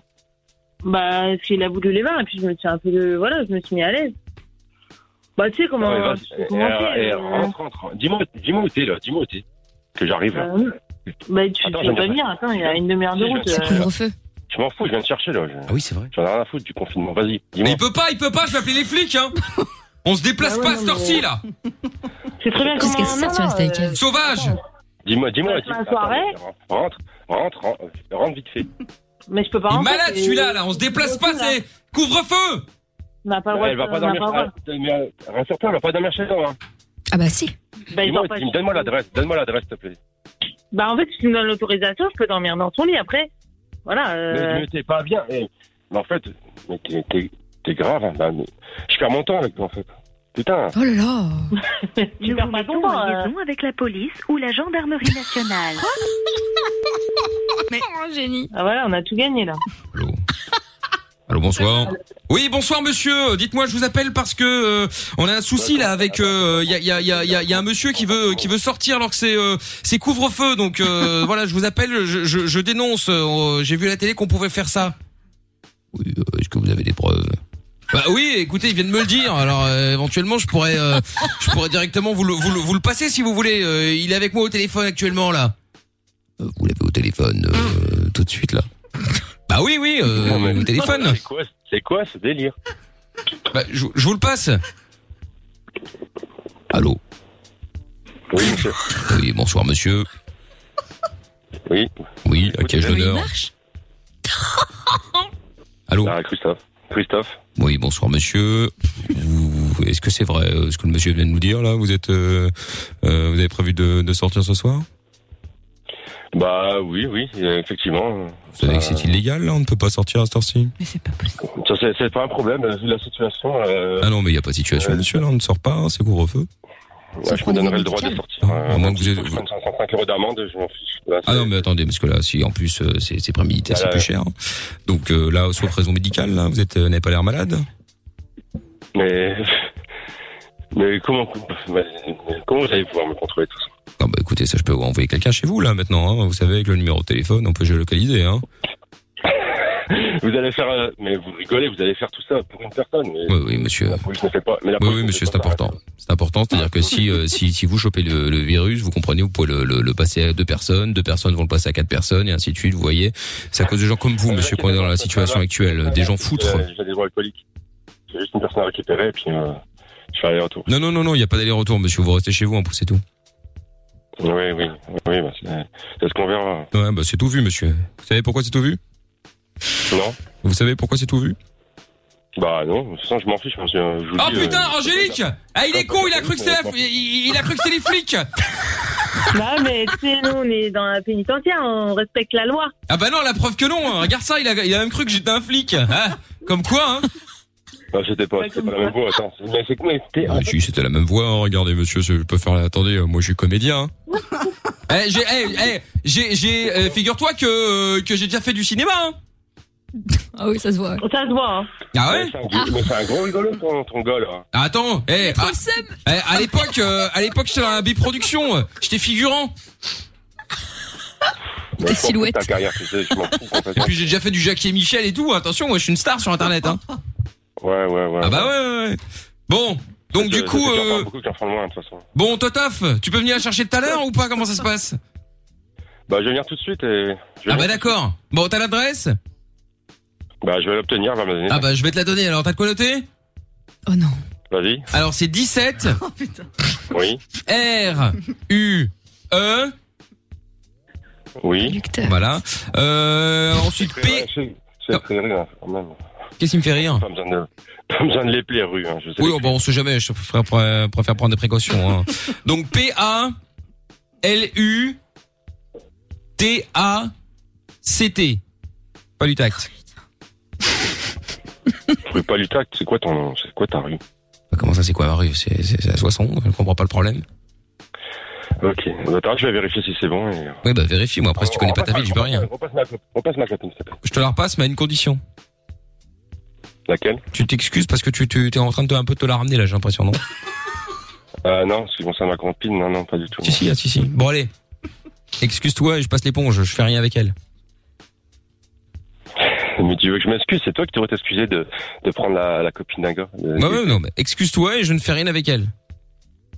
Speaker 15: Bah, parce qu'il a voulu les voir, et puis je me suis un peu. de- Voilà, je me suis mis à l'aise. Bah, tu sais comment.
Speaker 16: Ouais, vas-y.
Speaker 15: tu sais
Speaker 16: Eh,
Speaker 15: comment
Speaker 16: eh,
Speaker 15: c'est,
Speaker 16: eh,
Speaker 15: euh,
Speaker 16: rentre, rentre. Dis-moi dis-moi où t'es, là. Dis-moi où t'es. Que j'arrive, là.
Speaker 15: Bah, oui. bah, tu
Speaker 16: Attends,
Speaker 15: tu vas
Speaker 16: je viens
Speaker 15: pas
Speaker 16: de-
Speaker 15: venir, attends, il y a une demi-heure de
Speaker 16: Si, je
Speaker 15: route.
Speaker 16: viens de-
Speaker 15: euh.
Speaker 16: Je m'en fous, je viens de chercher, là. Ah
Speaker 2: oui, c'est vrai.
Speaker 16: J'en ai rien à foutre du confinement. Vas-y, dis-moi.
Speaker 17: Il peut pas, il peut pas. Je vais appeler les flics, hein. Eh ben, On se déplace
Speaker 16: Bah ouais,
Speaker 17: pas à
Speaker 16: non,
Speaker 17: cette heure-ci,
Speaker 16: mais-
Speaker 17: là.
Speaker 15: C'est très bien.
Speaker 17: Qu'est-ce que
Speaker 15: comment-
Speaker 17: c'est que ça,
Speaker 15: non,
Speaker 17: tu restes
Speaker 15: non,
Speaker 17: avec
Speaker 15: euh,
Speaker 17: elle Sauvage
Speaker 16: Dis-moi, dis-moi.
Speaker 15: Passe ma
Speaker 16: dis-
Speaker 15: soirée.
Speaker 16: attends, Rentre, rentre, rentre, rentre vite fait.
Speaker 15: Mais je peux pas
Speaker 17: Il est
Speaker 15: rentrer,
Speaker 17: malade
Speaker 15: c'est-
Speaker 17: celui-là, là. On se déplace pas, c'est couvre-feu.
Speaker 15: On n'a pas le
Speaker 16: Bah,
Speaker 15: droit.
Speaker 16: elle va
Speaker 15: de-
Speaker 16: pas
Speaker 15: on n'a
Speaker 16: dormir.
Speaker 15: pas le droit.
Speaker 16: ah, mais, euh, Rassure-toi, elle va pas dormir chez toi. Hein.
Speaker 6: Ah bah si.
Speaker 15: Bah, ils
Speaker 16: Dis-moi,
Speaker 15: ont pas-
Speaker 16: dis-moi, donne-moi l'adresse, donne-moi l'adresse, s'il te plaît.
Speaker 15: Bah, en fait, si tu me donnes l'autorisation, je peux dormir dans son lit après. Voilà. euh,
Speaker 16: Mais, mais t'es pas bien. eh. Mais en fait, mais t'es, t'es- t'es grave. hein, bah, mais je perds mon temps avec toi, en fait. Putain.
Speaker 6: Oh là là
Speaker 11: Nous vous mettons en
Speaker 15: euh,
Speaker 11: liaison avec la police ou la gendarmerie nationale.
Speaker 15: Mais... génie. Ah voilà, on a tout gagné là.
Speaker 17: Allô, bonsoir. Oui, bonsoir monsieur. Dites-moi, je vous appelle parce que euh, on a un souci là avec euh, il y a il y a il y a- il y a- il y a un monsieur qui veut qui veut sortir alors que c'est euh, c'est couvre-feu. Donc euh, voilà, je vous appelle, je je, je dénonce. euh, J'ai vu à la télé qu'on pouvait faire ça. euh, Est-ce que vous avez des preuves Bah oui, écoutez, il vient de me le dire. Alors euh, éventuellement, je pourrais euh, je pourrais directement vous le vous le, vous le passer si vous voulez. Euh, il est avec moi au téléphone actuellement là. vous l'avez au téléphone tout de suite là. Bah oui, oui, euh,
Speaker 16: Non, mais-
Speaker 17: au téléphone.
Speaker 16: C'est quoi, c'est quoi ce délire
Speaker 17: Bah, je, je vous le passe. Allô
Speaker 16: Oui, monsieur.
Speaker 17: Oui, bonsoir, monsieur.
Speaker 16: Oui.
Speaker 17: Oui, à qui ai-je l'honneur Allô
Speaker 16: Ah, Christophe. Christophe.
Speaker 17: Oui, bonsoir, monsieur. Vous- Est-ce que c'est vrai euh, ce que le monsieur vient de nous dire, là Vous êtes, euh, euh, vous avez prévu de, de sortir ce soir
Speaker 16: Bah oui, oui, euh, effectivement.
Speaker 17: Vous savez que
Speaker 16: Euh,
Speaker 17: c'est illégal, là On ne peut pas sortir à cette heure-ci
Speaker 16: Ça, c'est, c'est pas un problème, euh, vu la situation. euh,
Speaker 17: Ah non, mais il n'y a pas de situation, monsieur, là, on ne sort pas, hein, c'est couvre-feu. Hein,
Speaker 16: ouais, je me donnerai le droit de sortir. hein,
Speaker 17: à moins que vous ayez-
Speaker 16: Je prends 135 euros d'amende, je m'en fiche.
Speaker 17: Ah non, mais attendez, parce que là, si en plus euh, c'est c'est pas militaire, c'est
Speaker 16: Ah,
Speaker 17: plus cher. hein. Donc euh, là, sauf raison médicale, là, vous êtes, euh, n'avez pas l'air malade
Speaker 16: Mais. Mais comment, mais comment vous allez pouvoir me contrôler tout ça
Speaker 17: Non, bah écoutez, ça, je peux envoyer quelqu'un chez vous, là, maintenant. hein. Vous savez, avec le numéro de téléphone, on peut géolocaliser. Hein.
Speaker 16: Vous allez faire, euh, mais vous rigolez, vous allez faire tout ça pour une personne. Mais
Speaker 17: oui, oui, monsieur.
Speaker 16: La police ne fait pas. Mais la
Speaker 17: Oui,
Speaker 16: police
Speaker 17: oui,
Speaker 16: ne
Speaker 17: monsieur,
Speaker 16: fait
Speaker 17: c'est
Speaker 16: pas
Speaker 17: important. C'est important, c'est-à-dire que si, euh, si si vous chopez le, le virus, vous comprenez, vous pouvez le, le, le passer à deux personnes, deux personnes vont le passer à quatre personnes, et ainsi de suite, vous voyez. C'est à cause de gens comme vous, monsieur, qu'on est dans la situation actuelle. Des gens foutres.
Speaker 16: Euh, J'ai des droits alcooliques. J'ai juste une personne à récupérer et puis euh, je fais aller-retour.
Speaker 17: Non, non, non, non, il n'y a pas d'aller-retour, monsieur, vous restez chez vous, hein, c'est tout.
Speaker 16: Oui, oui, oui, bah, c'est c'est ce qu'on verra.
Speaker 17: Ouais, bah c'est tout vu, monsieur. Vous savez pourquoi c'est tout vu
Speaker 16: Non
Speaker 17: Vous savez pourquoi c'est tout vu
Speaker 16: Bah non, de toute façon, je m'en fiche, monsieur. Je vous
Speaker 17: Oh
Speaker 16: dis, euh,
Speaker 17: putain, Angélique Ah, il est con, il a cru que c'était la- il, il a cru que c'était les flics
Speaker 15: bah, mais tu sais, nous, on est dans la pénitentiaire, on respecte la loi.
Speaker 17: Ah bah non, la preuve que non hein. Regarde ça, il a, il a même cru que j'étais un flic Ah, Comme quoi, hein
Speaker 16: Non, bah, c'était pas, c'était pas la même voix, attends. Mais c'est quoi c'était
Speaker 17: Ah, si, c'était la même voix, hein. regardez, monsieur, je peux faire. Attendez, euh, moi je suis comédien. hein. Eh, j'ai, eh, eh, j'ai, j'ai, euh, figure-toi que, euh, que j'ai déjà fait du cinéma. Hein.
Speaker 6: Ah oui, ça se voit.
Speaker 15: Ça se voit. Hein.
Speaker 17: Ah ouais
Speaker 16: Mais c'est un gros- Mais c'est un gros rigolo, ton, ton gars, là.
Speaker 17: Attends, eh, ah, eh, à, l'époque, euh, à l'époque, j'étais dans la B-production, euh, j'étais figurant.
Speaker 16: Mais je m'en fous de Ta carrière, tu sais, je m'en fous
Speaker 17: Et
Speaker 16: complètement.
Speaker 17: puis j'ai déjà fait du Jackie et Michel et tout. Attention, moi je suis une star sur internet. Hein.
Speaker 16: Ouais, ouais, ouais.
Speaker 17: Ah bah ouais, ouais, ouais. Bon, donc du coup,
Speaker 16: J'en
Speaker 17: euh,
Speaker 16: parle beaucoup, j'en parle moins, de toute façon.
Speaker 17: bon, Totaf, tu peux venir la chercher tout à l'heure ou pas Comment ça se passe
Speaker 16: Bah, je vais venir tout de suite et. je vais
Speaker 17: Ah
Speaker 16: venir.
Speaker 17: bah d'accord. Bon, t'as l'adresse
Speaker 16: Bah, je vais l'obtenir, elle va me la donner.
Speaker 17: Ah bah je vais te la donner. Alors t'as de quoi noter
Speaker 16: Vas-y.
Speaker 17: Alors c'est 17
Speaker 16: Oui.
Speaker 17: R U E
Speaker 16: Oui.
Speaker 17: Voilà. Euh, ensuite
Speaker 16: C'est
Speaker 17: P.
Speaker 16: vrai, c'est- C'est très rue, hein, quand même.
Speaker 17: Qu'est-ce qui me fait rire
Speaker 16: Pas besoin de, pas besoin de les plaies, rue, hein, je sais.
Speaker 17: Oui, bon, on sait jamais. Je préfère, pr- préfère prendre des précautions. hein. Donc P A L U T A C T. Pas du tact.
Speaker 16: Rue Palutac, c'est quoi ton nom? C'est quoi ta rue?
Speaker 17: Bah, Comment ça, c'est quoi ma rue C'est c'est- c'est à Soissons. Je comprends pas le problème.
Speaker 16: Ok. Bah, attends, je vais vérifier si c'est bon et. euh.
Speaker 17: Oui, bah vérifie. Moi, après, si tu connais pas ta ville, je peux rien.
Speaker 16: Repasse ma, repasse ma copine, s'il te plaît.
Speaker 17: Je te la repasse, mais à une condition.
Speaker 16: Laquelle
Speaker 17: Tu t'excuses parce que tu, tu es en train de un peu te la ramener là, j'ai l'impression, non
Speaker 16: Euh, non, c'est bon, c'est ma copine. Non, non, pas du tout.
Speaker 17: Si, si, ah, si, si. Bon, allez. Excuse-toi et je passe l'éponge, je fais rien avec elle.
Speaker 16: Mais tu veux que je m'excuse? C'est toi qui devrais t'excuser de, de prendre la, la copine d'un gars. Euh,
Speaker 17: Bah, ouais, non, mais excuse-toi et je ne fais rien avec elle.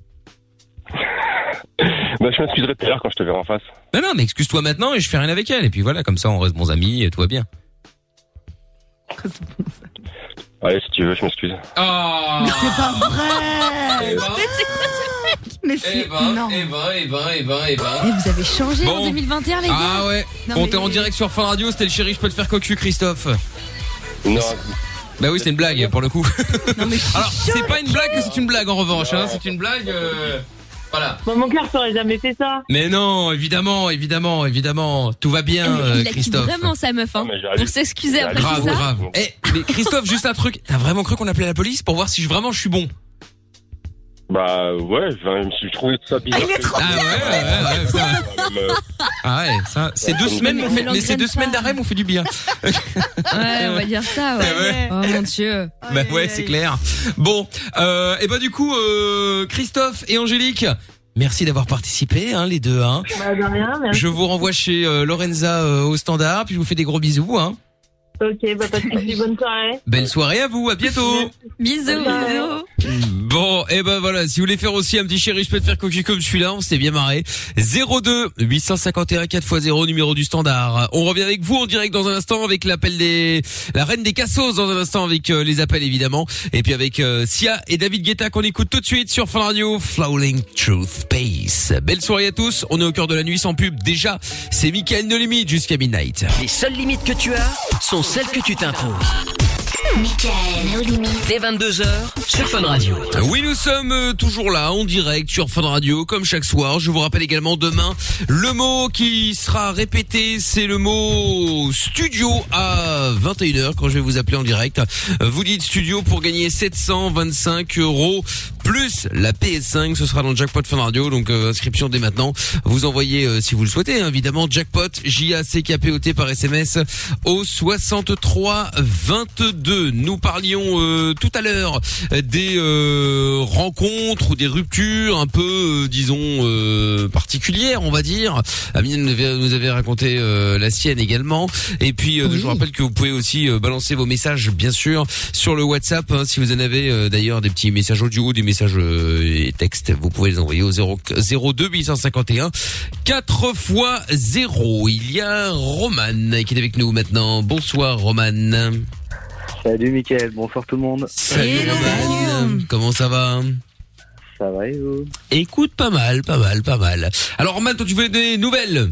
Speaker 16: bah, je m'excuserai tout à l'heure quand je te verrai en face.
Speaker 17: Non, non, mais excuse-toi maintenant et je fais rien avec elle. Et puis voilà, comme ça, on reste bons amis et tout va bien.
Speaker 16: Allez, si tu veux, je m'excuse.
Speaker 17: Ah
Speaker 5: Mais c'est pas vrai
Speaker 17: Eh ben.
Speaker 5: Mais c'est- Mais c'est non.
Speaker 17: eh ben, eh ben, eh ben, eh
Speaker 6: Eh, vous avez changé en
Speaker 17: Bon.
Speaker 6: 2021, les gars
Speaker 17: Ah ouais.
Speaker 6: Non,
Speaker 17: on
Speaker 6: mais-
Speaker 17: t'est en direct sur Fin Radio, c'était le chéri, je peux te faire cocu, Christophe.
Speaker 16: Non,
Speaker 2: Bah oui, c'est une blague pour le coup. Alors, c'est
Speaker 15: choquée.
Speaker 2: pas une blague, mais c'est une blague en revanche. Hein. C'est une blague. euh, Voilà.
Speaker 15: Bon, mon cœur t'aurais jamais fait ça.
Speaker 2: Mais non, évidemment, évidemment, évidemment. Tout va bien,
Speaker 6: Il
Speaker 2: euh,
Speaker 6: a quitté
Speaker 2: Christophe.
Speaker 6: vraiment sa meuf, hein. Pour s'excuser après
Speaker 2: grave,
Speaker 6: tout ça.
Speaker 2: grave. Eh, mais Christophe, juste un truc. T'as vraiment cru qu'on appelait la police pour voir si je- vraiment je suis bon
Speaker 16: Bah ouais, je me suis trouvé ça bizarre.
Speaker 2: il est trop Ah bien, ouais, il est ouais, trop ouais, bien. putain. Ah ouais, ça. Ces deux semaines m'ont fait, mais ces deux semaines d'arrêt m'ont fait du bien.
Speaker 6: Ouais, on va dire ça, ouais.
Speaker 2: Eh ouais.
Speaker 6: Oh mon dieu.
Speaker 2: Bah ouais, c'est clair. Bon, euh, et bah du coup, euh, Christophe et Angélique, merci d'avoir participé, hein, les deux. Hein.
Speaker 15: Bah, de rien, merci.
Speaker 2: Je vous renvoie chez euh, Lorenza euh, au standard, puis je vous fais des gros bisous. Hein.
Speaker 15: Ok, bah, pas de soucis, bonne soirée.
Speaker 2: Belle soirée à vous, à bientôt.
Speaker 6: Bisous.
Speaker 15: Bisous.
Speaker 2: Bon, et ben voilà, si vous voulez faire aussi un petit chéri, je peux te faire coquille comme je suis là, on s'est bien marré. 02 851 4x0 numéro du standard. On revient avec vous en direct dans un instant avec l'appel des la reine des cassos dans un instant avec euh, les appels évidemment et puis avec euh, Sia et David Guetta qu'on écoute tout de suite sur Fun Radio Flowing Truth Space. Belle soirée à tous, on est au cœur de la nuit sans pub déjà. C'est Mickaël No Limite jusqu'à midnight.
Speaker 1: Les seules limites que tu as sont celles que tu t'imposes. Michael, nos limites. Dès 22h, sur Fun Radio.
Speaker 2: Oui, nous sommes euh, toujours là, en direct sur Fun Radio, comme chaque soir. Je vous rappelle également demain, le mot qui sera répété, c'est le mot studio à 21h, quand je vais vous appeler en direct. Euh, Vous dites studio pour gagner 725 euros, plus la PS5, ce sera dans le jackpot Fun Radio, donc euh, inscription dès maintenant. Vous envoyez, euh, si vous le souhaitez, hein, évidemment, jackpot, J-A-C-K-P-O-T par SMS au 63 22. Nous parlions euh, tout à l'heure euh, des euh, rencontres ou des ruptures un peu, euh, disons, euh, particulières, on va dire. Amine nous avait, nous avait raconté euh, la sienne également. Et puis, euh, je vous rappelle que vous pouvez aussi euh, balancer vos messages, bien sûr, sur le WhatsApp. hein, si vous en avez euh, d'ailleurs des petits messages audio, des messages euh, et textes, vous pouvez les envoyer au 0, 02 851 4 fois 0. Il y a Roman qui est avec nous maintenant. Bonsoir Roman.
Speaker 18: Salut Mickaël, bonsoir tout le monde.
Speaker 2: Salut Roman. Comment ça va
Speaker 18: Ça va et vous
Speaker 2: Écoute, pas mal, pas mal, pas mal. Alors Roman, toi tu voulais des nouvelles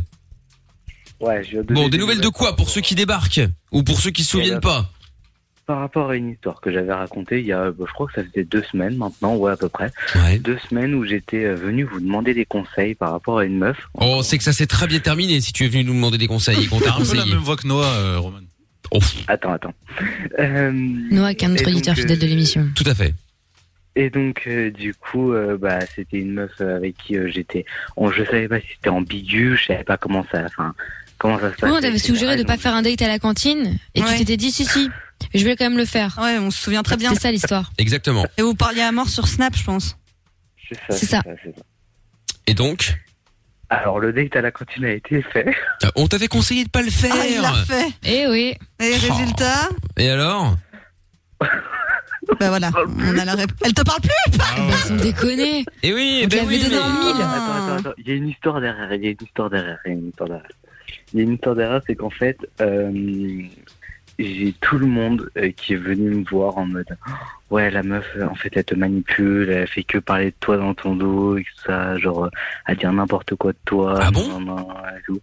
Speaker 18: Ouais, je vais donner
Speaker 2: Bon, des nouvelles de quoi Pour ceux qui débarquent Ou pour ceux qui se
Speaker 18: Et là-
Speaker 2: souviennent pas
Speaker 18: Par rapport à une histoire que j'avais racontée il y a, bah, je crois que ça faisait deux semaines maintenant, ouais à peu près. Deux semaines où j'étais euh, venu vous demander des conseils par rapport à une meuf.
Speaker 2: Oh, c'est que ça s'est très bien terminé si tu es venu nous demander des conseils et qu'on t'a Oh,
Speaker 18: Un peu la
Speaker 2: conseillé.
Speaker 18: même
Speaker 2: voix que Noah,
Speaker 18: euh,
Speaker 2: Roman.
Speaker 18: Attends, attends. Euh,
Speaker 6: Noah, qui est un autre
Speaker 18: Et donc,
Speaker 6: auditeur
Speaker 18: euh,
Speaker 6: fidèle de l'émission.
Speaker 2: Tout à fait.
Speaker 18: Et donc, euh, du coup, euh, bah, c'était une meuf avec qui euh, j'étais. on- je savais pas si c'était ambigu, je savais pas comment ça, enfin, comment ça se
Speaker 6: Nous,
Speaker 18: passait.
Speaker 6: Oh, on t'avait
Speaker 18: etc.
Speaker 6: suggéré de pas faire un date à la cantine et tu t'étais dit si si, je vais quand même le faire.
Speaker 5: Ouais, on se souvient très bien.
Speaker 6: C'est ça l'histoire.
Speaker 2: Exactement.
Speaker 5: Et vous parliez à mort sur Snap, je pense.
Speaker 18: C'est ça.
Speaker 6: C'est ça.
Speaker 2: Et donc Ah,
Speaker 18: Alors, le date à la cantine a été fait.
Speaker 2: On t'avait conseillé de pas le faire.
Speaker 5: Ah, il l'a fait.
Speaker 6: Eh oui.
Speaker 5: Et
Speaker 2: Oh.
Speaker 5: résultat,
Speaker 2: Et alors
Speaker 5: bah voilà,
Speaker 15: Ah,
Speaker 5: on a la réponse. Elle te parle plus
Speaker 6: Ah Sans déconner.
Speaker 18: Eh
Speaker 2: Et oui,
Speaker 6: On te l'avait donné en mille.
Speaker 18: ben Attends, attends, attends. Il y a une histoire derrière. Il y a une histoire derrière. Il y a une histoire derrière. Il y a une histoire derrière, c'est qu'en fait, euh, j'ai tout le monde euh, qui est venu me voir en mode Oh, Ouais, la meuf, euh, en fait, elle te manipule, elle fait que parler de toi dans ton dos et tout ça, genre, euh, à dire n'importe quoi de toi. Ah bon et, tout.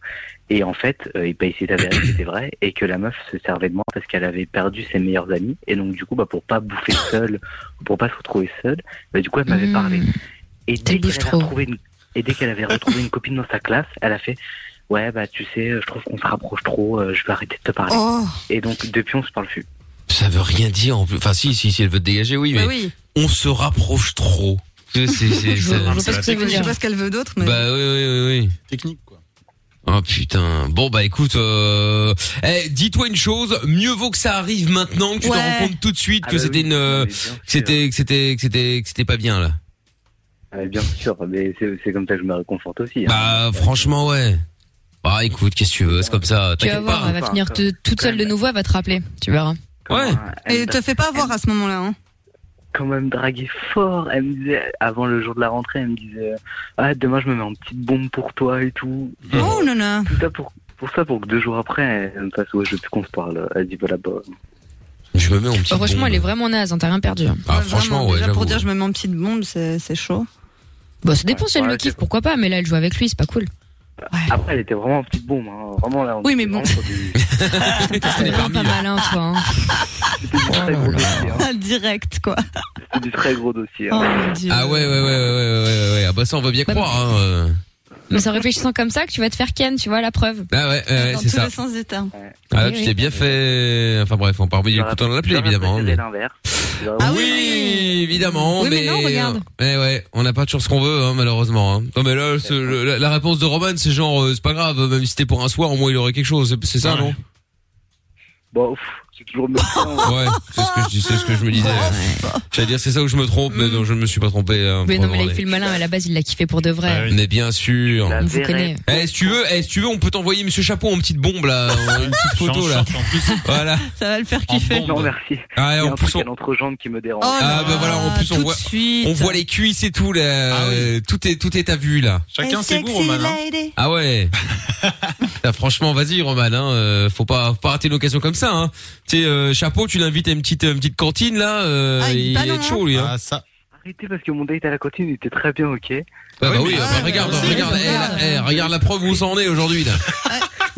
Speaker 18: Et en fait, euh, il bah, il s'est avéré que c'était vrai et que la meuf se servait de moi parce qu'elle avait perdu ses meilleurs amis. Et donc, du coup, bah, pour pas bouffer seule, pour pas se retrouver seule, bah, du coup, elle m'avait parlé. Et dès qu'elle avait retrouvé une, et dès qu'elle avait retrouvé une copine dans sa classe, elle a fait ouais bah tu sais euh, je trouve qu'on se rapproche trop, euh, je vais arrêter de te parler.
Speaker 2: Oh.
Speaker 18: Et donc depuis on se parle plus.
Speaker 2: Ça veut rien dire en plus. Enfin, si, si, si elle veut te dégager, oui,
Speaker 5: Bah
Speaker 2: mais on se rapproche trop. C'est, c'est, c'est,
Speaker 5: Je vois
Speaker 2: ça-
Speaker 5: pas ce que ça veut dire. Je sais pas ce qu'elle veut d'autre, mais.
Speaker 2: Bah oui, oui, oui, oui. Technique, quoi. Oh putain. Bon, bah écoute, euh... eh, dis-toi une chose, mieux vaut que ça arrive maintenant, que tu te
Speaker 5: Ouais.
Speaker 2: rends compte tout de suite
Speaker 18: Ah
Speaker 2: que
Speaker 18: bah
Speaker 2: c'était
Speaker 18: oui,
Speaker 2: une...
Speaker 18: mais
Speaker 2: euh, que
Speaker 18: bien sûr.
Speaker 2: c'était, que c'était, que c'était, que c'était pas bien, là.
Speaker 18: Euh, bien sûr, mais c'est c'est comme ça que je me réconforte aussi. hein.
Speaker 2: Bah franchement, ouais. Bah écoute, qu'est-ce que tu veux, c'est comme ça.
Speaker 6: Tu vas
Speaker 2: Bah, T'inquiète
Speaker 6: voir,
Speaker 2: pas.
Speaker 6: elle va finir te- toute seule de nouveau, elle va te rappeler. Tu verras.
Speaker 2: Ouais.
Speaker 5: Et te fais pas avoir à ce moment-là, hein.
Speaker 18: Quand même dragué fort, elle me disait avant le jour de la rentrée, elle me disait ah demain je me mets en petite bombe pour toi et tout.
Speaker 5: Oh non non.
Speaker 18: Tout ça pour pour ça pour que deux jours après elle me fasse ouais je veux plus qu'on se parle. Elle dit voilà bah.
Speaker 2: Je me mets en petite
Speaker 6: Bah, Franchement, elle est vraiment naze, hein, t'as rien perdu. hein.
Speaker 2: Ah franchement, ouais,
Speaker 5: Déjà
Speaker 2: j'avoue.
Speaker 5: pour dire je me mets en petite bombe, c'est c'est chaud.
Speaker 6: Bon, Bah, ça dépend si elle le kiffe, pourquoi pas, mais là, elle joue avec lui, c'est pas cool.
Speaker 18: Après elle était vraiment en petite bombe, hein. vraiment là. on
Speaker 6: Oui, mais
Speaker 18: était
Speaker 6: bon.
Speaker 18: vraiment sur du-
Speaker 6: T'es vraiment pas malin, toi. hein.
Speaker 18: C'était du très
Speaker 15: Oh
Speaker 18: gros
Speaker 2: oh
Speaker 18: dossier. hein.
Speaker 5: Direct, quoi.
Speaker 18: C'était du très gros dossier.
Speaker 6: Oh,
Speaker 18: hein.
Speaker 2: Ah ouais, ouais, ouais, ouais, ouais, ouais, ouais, ouais. Ah bah ça, on veut bien croire, hein. euh.
Speaker 6: Mais c'est en réfléchissant comme ça que tu vas te faire ken, tu vois, la preuve.
Speaker 2: Ah ouais, ouais,
Speaker 6: Dans
Speaker 2: c'est
Speaker 6: tous
Speaker 2: ça.
Speaker 6: les sens des termes.
Speaker 2: Ah,
Speaker 6: Oui,
Speaker 2: tu
Speaker 6: oui.
Speaker 2: t'es bien fait. Enfin bref, on part au milieu du couteau dans la plaie, évidemment. mais- Ah oui, évidemment,
Speaker 6: Oui, mais
Speaker 2: mais. euh,
Speaker 6: non, regarde.
Speaker 2: Mais ouais, on n'a pas toujours ce qu'on veut, hein, malheureusement. hein. Non, mais là, ce- le- la, la réponse de Roman, c'est genre, euh, c'est pas grave, même si c'était pour un soir, au moins il aurait quelque chose. C'est- C'est ça, non
Speaker 18: Bon, pff, Bah, c'est toujours le même hein. temps.
Speaker 2: Ouais, c'est ce que je dis, c'est ce que je me disais. J'allais dire, c'est ça où je me trompe, mais non, je ne me suis pas trompé. hein,
Speaker 6: Mais Mm. non, mais là, il
Speaker 2: vraiment,
Speaker 6: fait le malin, mais à la base, il l'a kiffé pour de
Speaker 18: Ah
Speaker 6: vrai.
Speaker 2: mais bien sûr.
Speaker 6: On vous connaît.
Speaker 2: Eh, si tu veux, eh, si tu veux, on peut t'envoyer Monsieur Chapeau en petite bombe là, en- une petite photo là. Voilà.
Speaker 5: Ça va le faire
Speaker 2: kiffer.
Speaker 18: Non, merci.
Speaker 2: Ah,
Speaker 18: Il
Speaker 2: et
Speaker 18: y a
Speaker 2: en
Speaker 18: un
Speaker 2: plus,
Speaker 18: truc à l'entrejambe qui me dérange.
Speaker 2: ah bah voilà, en plus on voit, on voit les cuisses et tout là, euh, tout est tout est à vue là.
Speaker 4: Ah Chacun ses goûts, Roman. hein.
Speaker 2: Ah ouais. Putain, franchement, vas-y Roman, hein, euh, faut pas faut pas rater une occasion comme ça. Hein. Tu sais, euh, chapeau, tu l'invites à une petite une petite cantine là, euh, il,
Speaker 18: pas
Speaker 2: est
Speaker 18: non,
Speaker 2: chaud lui. Hein.
Speaker 18: Arrêtez parce que mon date à la cantine était très bien, ok
Speaker 2: Ah bah oui, ah bah regarde,
Speaker 18: aussi,
Speaker 2: regarde, eh,
Speaker 18: regarde.
Speaker 2: eh, regarde la preuve où ça en est aujourd'hui là.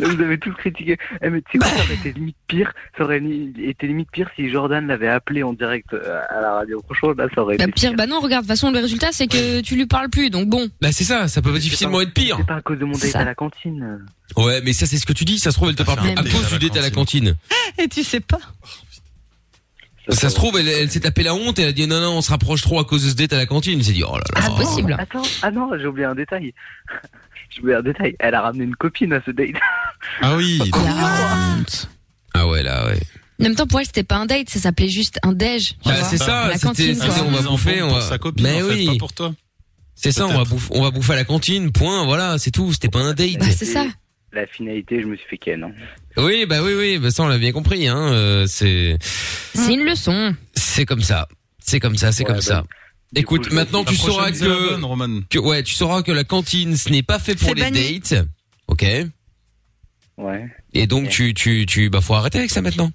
Speaker 18: Là, vous avez tous critiqué. Eh, mais tu sais quoi, ça aurait été limite pire. Ça aurait ni- été limite pire si Jordan l'avait appelé en direct euh, à la radio. Franchement, là, ça aurait
Speaker 6: Bah,
Speaker 18: été.
Speaker 6: pire, bah non, regarde, de toute façon, le résultat, c'est que tu lui parles plus, donc bon.
Speaker 2: Bah c'est ça, ça peut difficilement être pire.
Speaker 18: C'est pas à cause de mon date à la cantine.
Speaker 5: euh,
Speaker 2: Ouais, mais ça c'est ce que tu dis, ça se trouve elle te parle plus à
Speaker 18: date à
Speaker 2: cause
Speaker 18: la
Speaker 2: du date à la cantine.
Speaker 5: Et tu sais pas.
Speaker 2: Ça se trouve elle, elle s'est tapée la honte et elle a dit non non, on se rapproche trop à cause de ce date à la cantine, elle s'est dit oh là là.
Speaker 18: Ah, Attends, ah non, j'ai oublié un détail. j'ai oublié un détail. Elle a ramené une copine à ce date.
Speaker 2: Ah oui. Ah ouais là ouais.
Speaker 6: En même temps, pour elle, c'était pas un date, ça s'appelait juste un déj.
Speaker 4: Ah,
Speaker 6: tu
Speaker 2: Bah,
Speaker 6: vois.
Speaker 2: c'est ça,
Speaker 6: La
Speaker 2: c'était
Speaker 6: cantine,
Speaker 2: c'était-
Speaker 6: quoi.
Speaker 2: on va bouffer, on va
Speaker 4: pour sa copine,
Speaker 2: Mais
Speaker 4: en fait,
Speaker 2: oui.
Speaker 4: pas pour toi.
Speaker 2: C'est ça, on va bouffer on va bouffer à la cantine, point, voilà, c'est tout, c'était pas un date.
Speaker 6: Bah,
Speaker 18: La finalité, je me suis fait ken. hein.
Speaker 2: Oui, bah oui oui, bah ça on l'a bien compris hein, euh, c'est
Speaker 6: C'est une leçon.
Speaker 2: c'est comme ça. C'est comme ça, c'est
Speaker 4: Ouais,
Speaker 2: comme
Speaker 4: bah,
Speaker 2: ça. Écoute,
Speaker 4: coup,
Speaker 2: maintenant
Speaker 4: la
Speaker 2: tu
Speaker 4: prochaine,
Speaker 2: sauras
Speaker 4: c'est la bonne,
Speaker 2: que, que ouais, tu sauras que la cantine ce n'est pas fait pour
Speaker 4: C'est
Speaker 2: les
Speaker 4: banni.
Speaker 2: dates. OK
Speaker 18: Ouais.
Speaker 2: Et donc tu tu tu bah faut arrêter avec ça maintenant.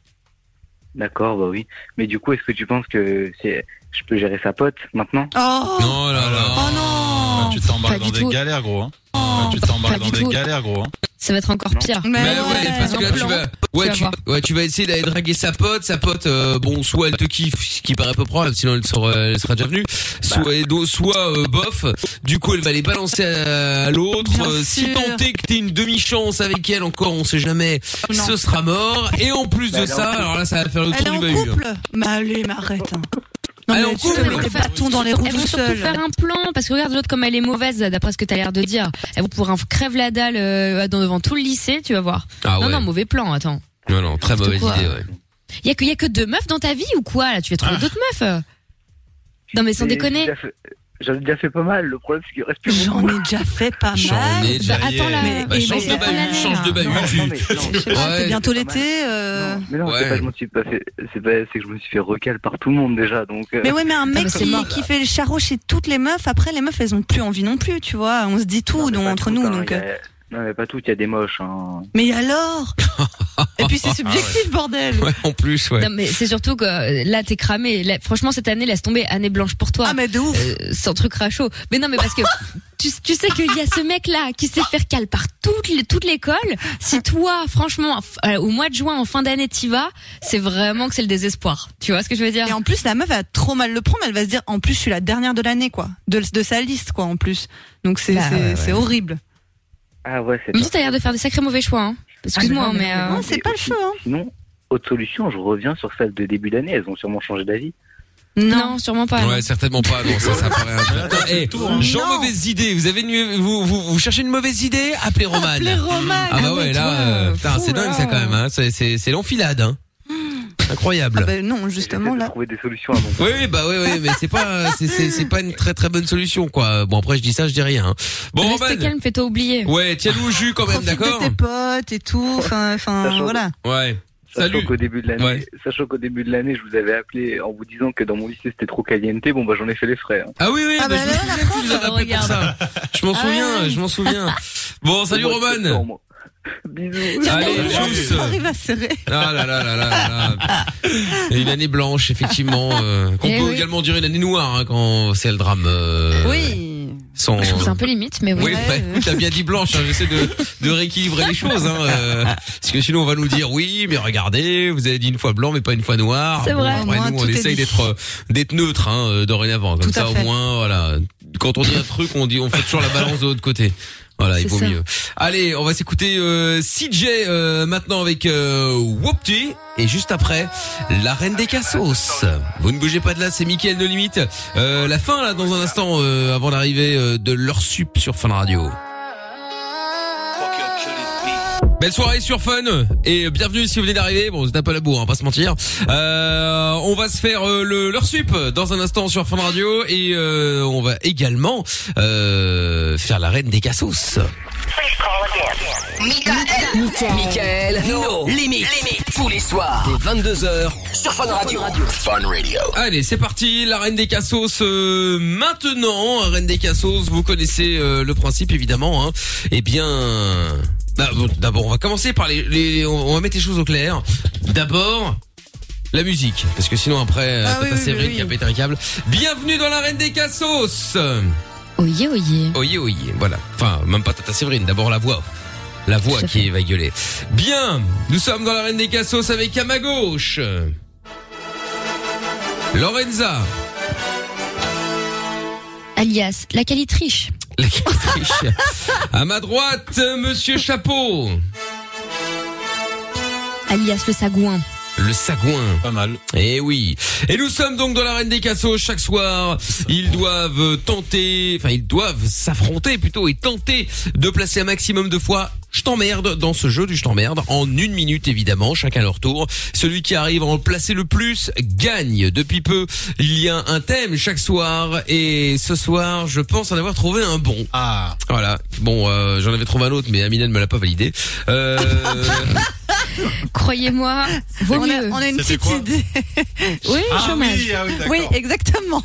Speaker 18: D'accord, bah oui. Mais du coup, est-ce que tu penses que c'est, je peux gérer sa pote maintenant
Speaker 5: Oh
Speaker 2: Non là là.
Speaker 5: Oh non
Speaker 4: Tu t'embarques
Speaker 18: Pas
Speaker 4: dans
Speaker 18: du
Speaker 4: des
Speaker 18: tout. Oh.
Speaker 4: galères, gros. hein. Ouais, tu t'embarques
Speaker 18: pas
Speaker 4: dans
Speaker 18: du
Speaker 4: des
Speaker 18: tout.
Speaker 4: galères, gros. hein.
Speaker 6: Ça va être encore pire. Mais,
Speaker 2: ouais, parce que là, tu vas, ouais,
Speaker 6: vas
Speaker 2: tu,
Speaker 6: voir.
Speaker 2: ouais, tu vas essayer d'aller draguer sa pote, sa pote, euh, bon, soit elle te kiffe, ce qui paraît peu probable, sinon elle sera, elle sera déjà venue,
Speaker 5: Bah.
Speaker 2: soit, et do- soit euh, bof, du coup elle va les balancer à, à l'autre,
Speaker 4: Bien
Speaker 2: Euh, si
Speaker 4: sûr.
Speaker 2: tenté que t'aies une demi-chance avec elle encore, on sait jamais,
Speaker 5: Oh Non.
Speaker 2: ce sera mort, et en plus
Speaker 5: Bah,
Speaker 2: de
Speaker 5: elle est en
Speaker 2: ça,
Speaker 5: couple.
Speaker 2: alors là ça va faire le
Speaker 5: Elle est
Speaker 2: tour
Speaker 5: en
Speaker 2: du bahut. hein.
Speaker 5: couple Mais allez, mais arrête. hein. Non,
Speaker 2: Elle est
Speaker 5: mais
Speaker 2: en
Speaker 5: tu te mets
Speaker 2: couple.
Speaker 5: des bâtons dans les roues
Speaker 6: Elle
Speaker 5: tout
Speaker 6: veut surtout
Speaker 5: seul.
Speaker 6: faire un plan parce que regarde l'autre comme elle est mauvaise d'après ce que t'as l'air de dire. Elle vous pourrait crève la dalle euh, dans- devant tout le lycée, tu vas voir.
Speaker 2: Ah
Speaker 6: Non
Speaker 2: ouais.
Speaker 6: non mauvais plan, attends.
Speaker 2: Non, non, très mauvaise
Speaker 6: quoi.
Speaker 2: idée, ouais.
Speaker 6: Y a que y a que deux meufs dans ta vie ou quoi là Tu vas trouver
Speaker 2: Ah.
Speaker 6: d'autres meufs euh. Non mais sans
Speaker 18: Mais
Speaker 6: déconner.
Speaker 18: j'ai déjà fait- J'en ai déjà fait pas mal. Le problème, c'est qu'il reste plus
Speaker 5: J'en ai déjà fait pas mal.
Speaker 2: ai déjà-
Speaker 5: Bah, attends, là,
Speaker 2: Mais-
Speaker 5: et-
Speaker 2: bah,
Speaker 5: mais
Speaker 2: change de
Speaker 5: c'est
Speaker 2: bahut,
Speaker 5: pas l'année,
Speaker 2: change de
Speaker 5: là.
Speaker 2: bahut, tu-
Speaker 5: Ah,
Speaker 2: Ouais.
Speaker 5: C'est bientôt l'été. euh,
Speaker 18: bah, Mais non, c'est pas que je me suis pas fait, c'est pas, c'est que je me suis fait recal par tout le monde déjà, donc. euh,
Speaker 5: Mais ouais, mais un mec qui, qui fait le charreau chez toutes les meufs, après les meufs, elles ont plus envie non plus, tu vois. On se dit tout donc, entre nous.
Speaker 18: Putain,
Speaker 5: donc.
Speaker 18: y a-
Speaker 5: euh,
Speaker 18: Non, mais pas toutes, il y a des moches, hein.
Speaker 5: Mais alors Et puis
Speaker 18: Ah,
Speaker 5: c'est subjectif, bordel.
Speaker 2: Ah, Ouais, en plus, ouais.
Speaker 6: Non mais c'est surtout que euh, là t'es cramé. Là, franchement cette année laisse tomber année blanche pour toi. Ah
Speaker 5: mais de ouf.
Speaker 6: sans truc rachot. Mais non mais parce que tu, tu sais qu'il y a ce mec là qui s'est faire cale par toute les- toute l'école. Si toi franchement f- euh, au mois de juin en fin d'année t'y vas, c'est vraiment que c'est le désespoir. Tu vois ce que je veux dire
Speaker 5: Et en plus, la meuf elle va trop mal le prendre. Elle va se dire, en plus, je suis la dernière de l'année, quoi, de, de sa liste, quoi, en plus. Donc c'est
Speaker 6: Bah,
Speaker 5: c'est-
Speaker 6: ouais, ouais.
Speaker 5: c'est horrible.
Speaker 18: Ah ouais, c'est
Speaker 6: Même
Speaker 18: ça.
Speaker 6: si t'as l'air de faire des sacrés mauvais choix. Hein. Excuse-moi
Speaker 18: Ah, mais non, mais
Speaker 6: mais. euh,
Speaker 18: non, c'est
Speaker 5: Pas le feu, hein.
Speaker 18: Sinon, autre solution, je reviens sur celle de début d'année, elles ont sûsûrement changé d'avis.
Speaker 6: Non, sûrement pas.
Speaker 2: Ouais, certainement pas. Non, ça, ça paraît. un peu- Eh, Jean,
Speaker 6: Non.
Speaker 2: mauvaise idée. Vous avez une, vous, vous, vous cherchez une mauvaise idée Appelez Roman.
Speaker 5: Appelez Roman.
Speaker 2: Ah bah
Speaker 5: Ah
Speaker 2: ouais,
Speaker 5: ouais,
Speaker 2: là,
Speaker 5: toi,
Speaker 2: euh, putain,
Speaker 5: fou,
Speaker 2: c'est dingue
Speaker 5: là.
Speaker 2: ça quand même. Hein. C'est, c'est, c'est l'enfilade. Hein. Incroyable.
Speaker 5: Ah bah non, justement là.
Speaker 18: Trouver des solutions à mon
Speaker 2: Oui, oui, bah oui, oui, mais c'est pas, c'est, c'est, c'est pas une très très bonne solution quoi. Bon après je dis ça, je dis rien. hein.
Speaker 5: Bah,
Speaker 2: Bon
Speaker 6: Reste
Speaker 2: Roman.
Speaker 6: calme, fais-toi oublier.
Speaker 2: Ouais, tiens-nous au jus quand même,
Speaker 5: Profite
Speaker 2: d'accord
Speaker 5: de tes potes et tout. Enfin, enfin,
Speaker 18: Sachant-
Speaker 5: voilà.
Speaker 2: Ouais.
Speaker 18: Sachant qu'au début de l'année, sachant qu'au début de l'année, je vous avais appelé en vous disant que dans mon lycée c'était trop caliente. Bon bah j'en ai fait les frais. hein.
Speaker 2: Ah oui, oui, bah, je me souviens que tu nous avais appelé pour ça. Je m'en
Speaker 18: Ah
Speaker 2: souviens,
Speaker 18: ouais.
Speaker 2: je m'en souviens. Bon, salut
Speaker 18: Moi, je te sens,
Speaker 2: Roman.
Speaker 18: moi. Bisous.
Speaker 2: Allez,
Speaker 5: On
Speaker 2: tchuss.
Speaker 5: arrive à serrer.
Speaker 2: Ah là là là là là là. Et Une année blanche, effectivement. euh, qu'on
Speaker 5: Eh
Speaker 2: peut
Speaker 5: oui.
Speaker 2: également dire une année noire hein, quand c'est le drame. euh,
Speaker 5: Oui.
Speaker 2: Sans,
Speaker 6: Je trouve ça un peu limite, mais oui.
Speaker 2: Oui, bah, écoute, t'as bien dit blanche. hein, J'essaie de, de rééquilibrer les choses, hein, euh, parce que sinon on va nous dire oui, mais regardez, vous avez dit une fois blanc, mais pas une fois noir.
Speaker 17: C'est vrai.
Speaker 2: après,
Speaker 17: Au moins,
Speaker 2: nous, on
Speaker 17: tout est
Speaker 2: essaye
Speaker 17: dit.
Speaker 2: d'être euh, d'être neutre hein, euh, dorénavant, comme
Speaker 17: Tout à
Speaker 2: ça
Speaker 17: fait.
Speaker 2: au moins, voilà. Quand on dit un truc, on dit, on fait toujours la balance de l'autre côté. Voilà, Bah, il
Speaker 17: C'est
Speaker 2: vaut
Speaker 17: ça.
Speaker 2: mieux. Allez, on va s'écouter euh, CJ euh, maintenant avec euh, Whoopty et juste après la reine des cassos. Vous ne bougez pas de là, c'est Mickaël de limite. Euh, la fin là dans un instant euh, avant l'arrivée euh, de leur sup sur Fun Radio. Belle soirée sur Fun et bienvenue si vous venez d'arriver. Bon, vous êtes un peu à la bourre, hein, pas se mentir. Euh, on va se faire euh, le leur sup dans un instant sur Fun Radio et euh, on va également euh, faire la reine des cassos.
Speaker 1: Michael, Michael, no, limite, tous les soirs, dès 22h, sur Fun Radio. Fun Radio.
Speaker 2: Allez, c'est parti, la reine des cassos euh, maintenant, euh, reine des cassos, vous connaissez euh, le principe évidemment hein. Eh bien bah, bon, d'abord on va commencer par les, les- on, on va mettre les choses au clair. D'abord la musique parce que sinon après euh,
Speaker 6: Ah
Speaker 2: t'as
Speaker 6: oui,
Speaker 2: ta
Speaker 6: oui,
Speaker 2: Séverine
Speaker 6: oui,
Speaker 2: qui a pété un câble. Bienvenue dans la reine des cassos.
Speaker 6: Oyez, oyez.
Speaker 2: Oyez, oyez, voilà. Enfin, même pas Tata Séverine, d'abord la voix. La voix qui va gueuler. Bien, nous sommes dans la Reine des Cassos avec à ma gauche. Lorenza,
Speaker 6: Alias, la calitriche.
Speaker 2: la Catriche. à ma droite, Monsieur Chapeau.
Speaker 6: Alias, le sagouin.
Speaker 2: Le sagouin. Pas mal. Eh oui. Et nous sommes donc dans l'arène des cassos chaque soir. Ils doivent tenter, enfin ils doivent s'affronter plutôt et tenter de placer un maximum de fois je t'emmerde dans ce jeu du je t'emmerde en une minute évidemment, chacun leur tour. Celui qui arrive à en placer le plus gagne. Depuis peu, il y a un thème chaque soir et ce soir, je pense en avoir trouvé un bon. Ah. Voilà. Bon, euh, j'en avais trouvé un autre mais Amina ne me l'a pas validé. Euh...
Speaker 6: Croyez-moi, vaut
Speaker 5: on
Speaker 6: mieux.
Speaker 5: A, on a une petite idée.
Speaker 6: Oui, Ah chômage. oui, ah oui, d'accord.
Speaker 5: oui, exactement.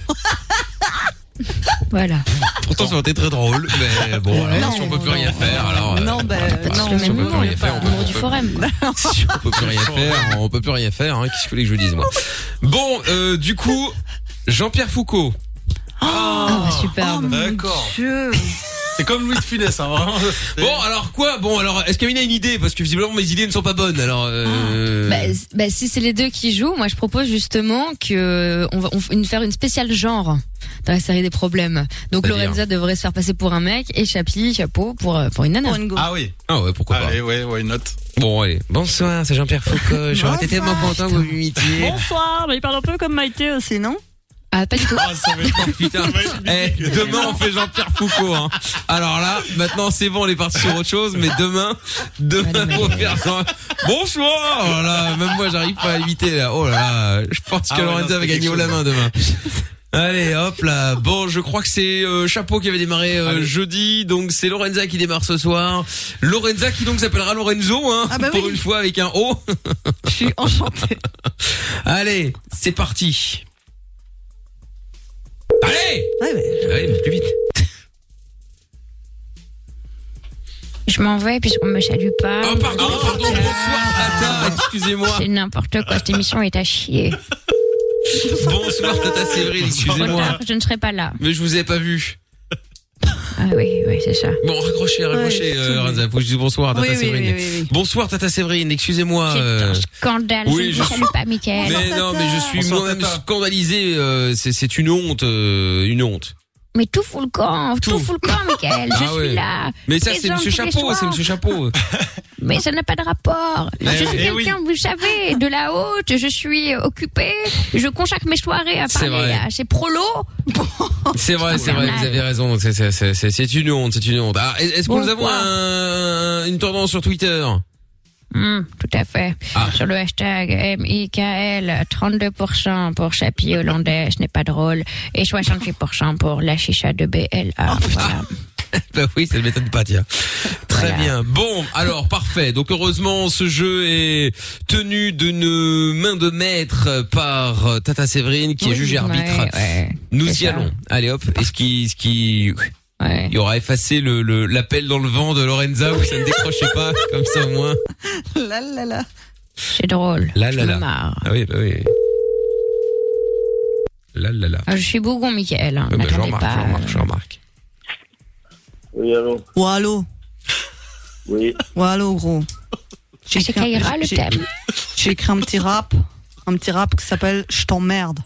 Speaker 6: voilà.
Speaker 2: Pourtant, ça aurait été très drôle, mais bon, alors, si on peut plus rien faire, alors. euh,
Speaker 5: non, bah,
Speaker 6: Ah,
Speaker 5: non,
Speaker 2: si on peut plus rien faire, on peut,
Speaker 6: Amour du forum, quoi.
Speaker 2: si on peut plus rien faire, on peut plus rien faire, hein, qu'est-ce que vous voulez que je vous dise, moi. Bon, euh, du coup, Jean-Pierre Foucault.
Speaker 6: Ah, super.
Speaker 4: D'accord. C'est comme Louis de Funès, hein, vraiment.
Speaker 2: Bon, alors quoi Bon, alors, est-ce Camille a une idée Parce que visiblement, mes idées ne sont pas bonnes, alors. Euh...
Speaker 6: Bah, s- bah, si c'est les deux qui jouent, moi je propose justement que euh, on va on f- une, faire une spéciale genre dans la série des problèmes. Donc
Speaker 2: C'est-à-dire
Speaker 6: Lorenza devrait se faire passer pour un mec et Chapi chapeau pour euh, pour une nana.
Speaker 4: Ah oui.
Speaker 2: Ah ouais, pourquoi
Speaker 4: pas. Allez, ouais, why not.
Speaker 2: Bon, allez. Bonsoir, c'est Jean-Pierre Foucault. J'aurais été tellement content que vous m'imitiez.
Speaker 5: Bonsoir, mais il parle un peu comme Maïté aussi, non
Speaker 6: Ah, pas du tout.
Speaker 2: Oh, putain. Eh, demain on fait Jean-Pierre Foucault. hein. Alors là, maintenant c'est bon, on est parti sur autre chose, mais demain, demain on va faire Jean- Bonsoir. Oh là là, même moi j'arrive pas à imiter là. Oh là là, je pense que
Speaker 17: Ah ouais, non,
Speaker 2: Lorenza va
Speaker 17: c'était
Speaker 2: gagner
Speaker 17: quelque
Speaker 2: au la
Speaker 17: chose,
Speaker 2: main demain. Allez, hop là. Bon, je crois que c'est euh, Chapeau qui avait démarré euh, jeudi, donc c'est Lorenza qui démarre ce soir. Lorenza qui donc s'appellera Lorenzo, hein,
Speaker 5: Ah bah
Speaker 2: pour
Speaker 5: oui.
Speaker 2: une fois avec un O.
Speaker 5: Je suis enchantée.
Speaker 2: Allez, c'est parti. Allez
Speaker 5: Ouais, ouais.
Speaker 2: Allez, mais plus vite.
Speaker 6: Je m'en vais puisqu'on me salue pas. Oh
Speaker 2: pardon, pardon, bonsoir. Attends, excusez-moi.
Speaker 6: C'est n'importe quoi, cette émission est à chier.
Speaker 2: Bonsoir Tata Séverine, excusez-moi.
Speaker 6: Je ne serai pas là.
Speaker 2: Mais je vous ai pas vu.
Speaker 6: Ah oui, oui, c'est ça.
Speaker 2: Bon, raccrochez, raccrochez,
Speaker 6: Ouais,
Speaker 2: euh, Renza. Faut que je dise bonsoir, Tata
Speaker 6: Oui, oui,
Speaker 2: Séverine.
Speaker 6: oui, oui, oui.
Speaker 2: Bonsoir, Tata Séverine, excusez-moi. euh,
Speaker 6: Scandale,
Speaker 2: Oui,
Speaker 6: je ne
Speaker 2: je
Speaker 6: salue pas Mickaël.
Speaker 2: Mais non, mais je suis moi-même scandalisé. euh, c'est- C'est une honte, euh, une honte.
Speaker 6: Mais tout fout le camp, tout, fout le camp, Mickaël. je
Speaker 2: Ah ouais.
Speaker 6: suis là.
Speaker 2: Mais ça, c'est
Speaker 6: présente
Speaker 2: Monsieur
Speaker 6: tous les
Speaker 2: Chapeau, hein,
Speaker 6: soirs.
Speaker 2: c'est Monsieur Chapeau.
Speaker 6: Mais ça n'a pas de rapport.
Speaker 2: Mais
Speaker 6: je
Speaker 2: oui.
Speaker 6: suis
Speaker 2: Eh oui.
Speaker 6: quelqu'un, vous savez, de la haute. Je suis occupée. Je consacre mes soirées à
Speaker 2: C'est
Speaker 6: parler
Speaker 2: vrai.
Speaker 6: à ces prolos.
Speaker 2: C'est vrai, c'est vrai, vous avez raison. c'est- c'est- C'est c'est- c'est une honte, c'est une honte. Ah, Est-ce que
Speaker 6: Bon,
Speaker 2: nous avons
Speaker 6: quoi.
Speaker 2: un- une tendance sur Twitter
Speaker 6: Hmm, tout à fait.
Speaker 2: Ah.
Speaker 6: Sur le hashtag MIKL, 32% pour Chapi hollandais, ce n'est pas drôle. Et 68% pour la chicha de BLA.
Speaker 2: Oh,
Speaker 6: Voilà.
Speaker 2: Bah oui, ça ne m'étonne pas, tiens. Très bien. Bon, alors parfait. Donc heureusement, ce jeu est tenu d'une main de maître par euh, Tata Séverine, qui est
Speaker 17: Oui,
Speaker 2: juge et arbitre.
Speaker 17: ouais, ouais.
Speaker 2: Nous
Speaker 17: C'est
Speaker 2: y
Speaker 17: ça.
Speaker 2: allons. Allez hop. Et ce qui, ce qui, il y aura effacé le le- l'appel dans le vent de Lorenza où ça ne décrochait pas, comme ça au moins.
Speaker 5: là là là.
Speaker 6: C'est drôle.
Speaker 2: Là là
Speaker 6: Je me
Speaker 2: là.
Speaker 6: marre.
Speaker 2: Ah
Speaker 17: Eh ben,
Speaker 2: oui, bah oui. Là là là.
Speaker 6: Ah, je suis bougon, Mickaël. hein.
Speaker 2: Ouais, bah, je
Speaker 6: N'attendez
Speaker 2: remarque,
Speaker 6: pas.
Speaker 2: je remarque, je remarque.
Speaker 19: Oui, allô
Speaker 5: Wallo,
Speaker 19: Oui.
Speaker 5: wallo gros. J'ai
Speaker 19: C'est Kaira, le
Speaker 5: j'ai-
Speaker 19: thème.
Speaker 5: J'ai écrit un petit rap, un petit rap qui s'appelle Je t'emmerde.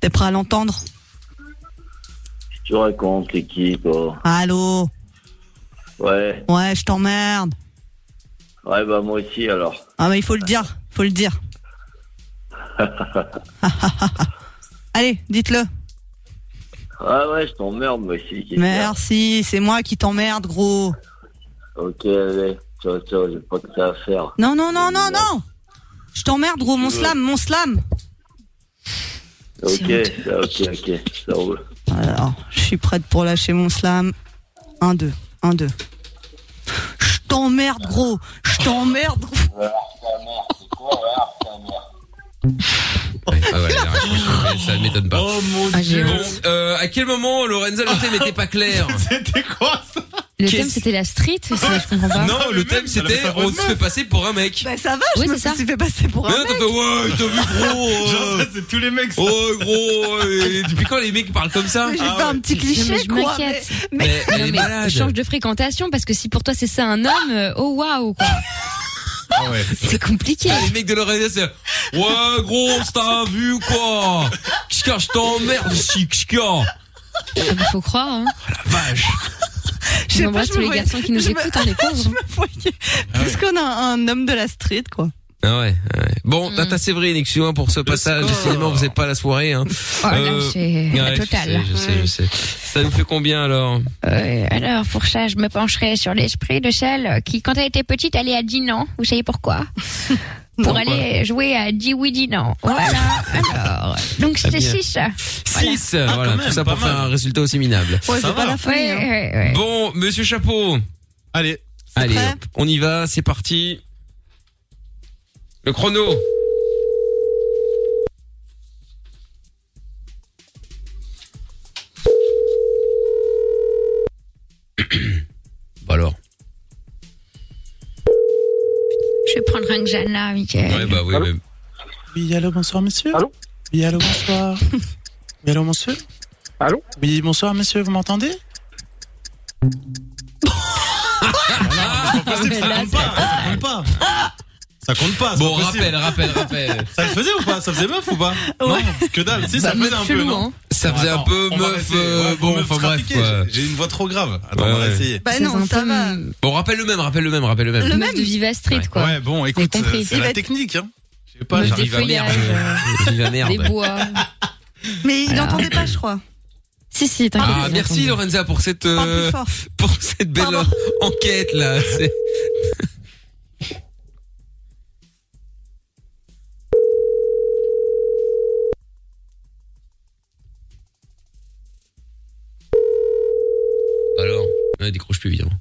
Speaker 5: T'es prêt à l'entendre
Speaker 19: Tu racontes, c'est qui, toi
Speaker 5: Allô
Speaker 19: Ouais.
Speaker 5: Ouais, je t'emmerde.
Speaker 19: Ouais, bah, moi aussi, alors.
Speaker 5: Ah mais il faut le dire, faut le dire. Allez, dites-le.
Speaker 19: ah ouais, je t'emmerde, moi aussi. c'est
Speaker 5: Merci, c'est moi qui t'emmerde, gros.
Speaker 19: clair. Ok, allez. Ciao, ciao, j'ai pas que ça à faire.
Speaker 5: Non, non, non, non, non. Je t'emmerde, gros, mon slam, mon slam.
Speaker 19: Ok, ok, ok, ça roule.
Speaker 5: Alors, je suis prête pour lâcher mon slam. 1, 2, 1, 2. Je t'emmerde, gros. Je t'emmerde, gros.
Speaker 2: Ouais, ah ouais, ouais, ça ne m'étonne pas.
Speaker 17: Oh mon
Speaker 6: Dieu.
Speaker 2: Bon, euh, à quel moment Lorenzo le thème n'était pas clair C'était quoi
Speaker 6: Le thème c'était la street, c'est- je comprends pas.
Speaker 2: Non, le thème c'était on se fait passer pour un mec.
Speaker 5: Bah ça va, je
Speaker 6: Oui,
Speaker 5: me
Speaker 6: c'est ça.
Speaker 5: suis fait passer pour un
Speaker 2: Mais non, t'as
Speaker 5: mec.
Speaker 2: fait ouais, t'as vu gros Genre ça c'est tous les mecs Oh gros euh, et Depuis quand les mecs parlent comme ça
Speaker 5: Mais j'ai fait un petit cliché,
Speaker 6: Non, mais je
Speaker 5: quoi.
Speaker 6: m'inquiète.
Speaker 2: Ah Mais- Mais- mais elle est
Speaker 6: Non, mais
Speaker 2: malade.
Speaker 6: change de fréquentation parce que si pour toi c'est ça un homme, euh, oh waouh quoi.
Speaker 2: Ah ouais.
Speaker 6: C'est compliqué.
Speaker 2: Ah, les mecs de l'oreille, c'est Ouais, gros, on t'a vu, quoi Kika, je t'emmerde, ici, Kika
Speaker 6: Il faut croire. Hein.
Speaker 2: Vache
Speaker 5: Je sais
Speaker 6: On
Speaker 5: pas,
Speaker 6: embrasse
Speaker 5: je
Speaker 6: tous
Speaker 5: me
Speaker 6: les
Speaker 5: voyais-
Speaker 6: garçons qui nous
Speaker 5: je me-
Speaker 6: écoutent, on les pauvres.
Speaker 5: Parce qu'on a un homme de la street, quoi.
Speaker 2: Ah ouais, ouais. Bon, Tata Séverine, excusez-moi pour ce passage. Décidément, vous n'êtes pas à la soirée. Hein.
Speaker 6: Oh là, c'est la
Speaker 2: ouais, je
Speaker 6: totale.
Speaker 2: sais, Je sais, je sais, Ça nous fait combien alors
Speaker 6: Euh, alors, pour ça, je me pencherai sur l'esprit de celle qui, quand elle était petite, allait à Dinan. Vous savez pourquoi Pour
Speaker 2: Pourquoi
Speaker 6: aller jouer à Dioui Dinan. Voilà. alors, donc
Speaker 2: Ah
Speaker 6: c'était
Speaker 2: bien.
Speaker 6: 6.
Speaker 2: 6 Voilà, Ah, tout ça pour faire un résultat aussi minable. Ça va. Bon, Monsieur Chapeau. Allez. Allez, hop, on y va, c'est parti. Le chrono. bah alors.
Speaker 6: Je vais prendre un Xana, Michael.
Speaker 2: Ouais, bah oui, mais-
Speaker 20: Oui, allô, bonsoir, monsieur. Allô Oui, allô, bonsoir. oui, allô, monsieur. Allô Oui, bonsoir, monsieur, vous m'entendez
Speaker 2: Ah,
Speaker 4: compte pas. Ça compte pas. c'est
Speaker 2: Bon,
Speaker 4: pas possible.
Speaker 2: rappel, rappel, rappel.
Speaker 4: Ça le faisait ou pas Ça faisait meuf ou pas Non, que dalle. Si, ça
Speaker 2: Bah,
Speaker 4: faisait
Speaker 2: meuf
Speaker 4: un peu,
Speaker 2: chelou,
Speaker 4: non
Speaker 2: hein. Ça faisait un peu
Speaker 4: on va
Speaker 2: meuf,
Speaker 4: rester-
Speaker 2: euh,
Speaker 4: ouais,
Speaker 2: bon,
Speaker 4: meuf
Speaker 2: enfin, bref,
Speaker 4: trafiquée,
Speaker 2: quoi.
Speaker 4: j'ai- J'ai une voix trop grave. Attends,
Speaker 2: Ouais,
Speaker 4: on va
Speaker 2: ouais.
Speaker 4: essayer.
Speaker 5: Bah non, ça va.
Speaker 2: Bon, rappelle le même, rappelle le même, rappelle le même.
Speaker 5: Le même
Speaker 6: de Viva Street, quoi.
Speaker 4: Ouais, bon, écoute,
Speaker 6: J'ai compris.
Speaker 4: c'est- c'est
Speaker 6: Il va
Speaker 4: la
Speaker 6: être-
Speaker 4: technique, hein. Je sais
Speaker 6: Meuf
Speaker 4: pas, j'arrive
Speaker 6: des
Speaker 4: à merde.
Speaker 6: feuillages,
Speaker 2: Vive la merde.
Speaker 6: Des bois. Ah.
Speaker 5: Mais il
Speaker 2: Alors.
Speaker 5: n'entendait pas, je crois.
Speaker 6: Si, si, t'inquiète.
Speaker 2: Ah, merci Lorenza pour cette euh, pour cette belle enquête là. C'est- Alors, ouais, décroche plus hein. évidemment.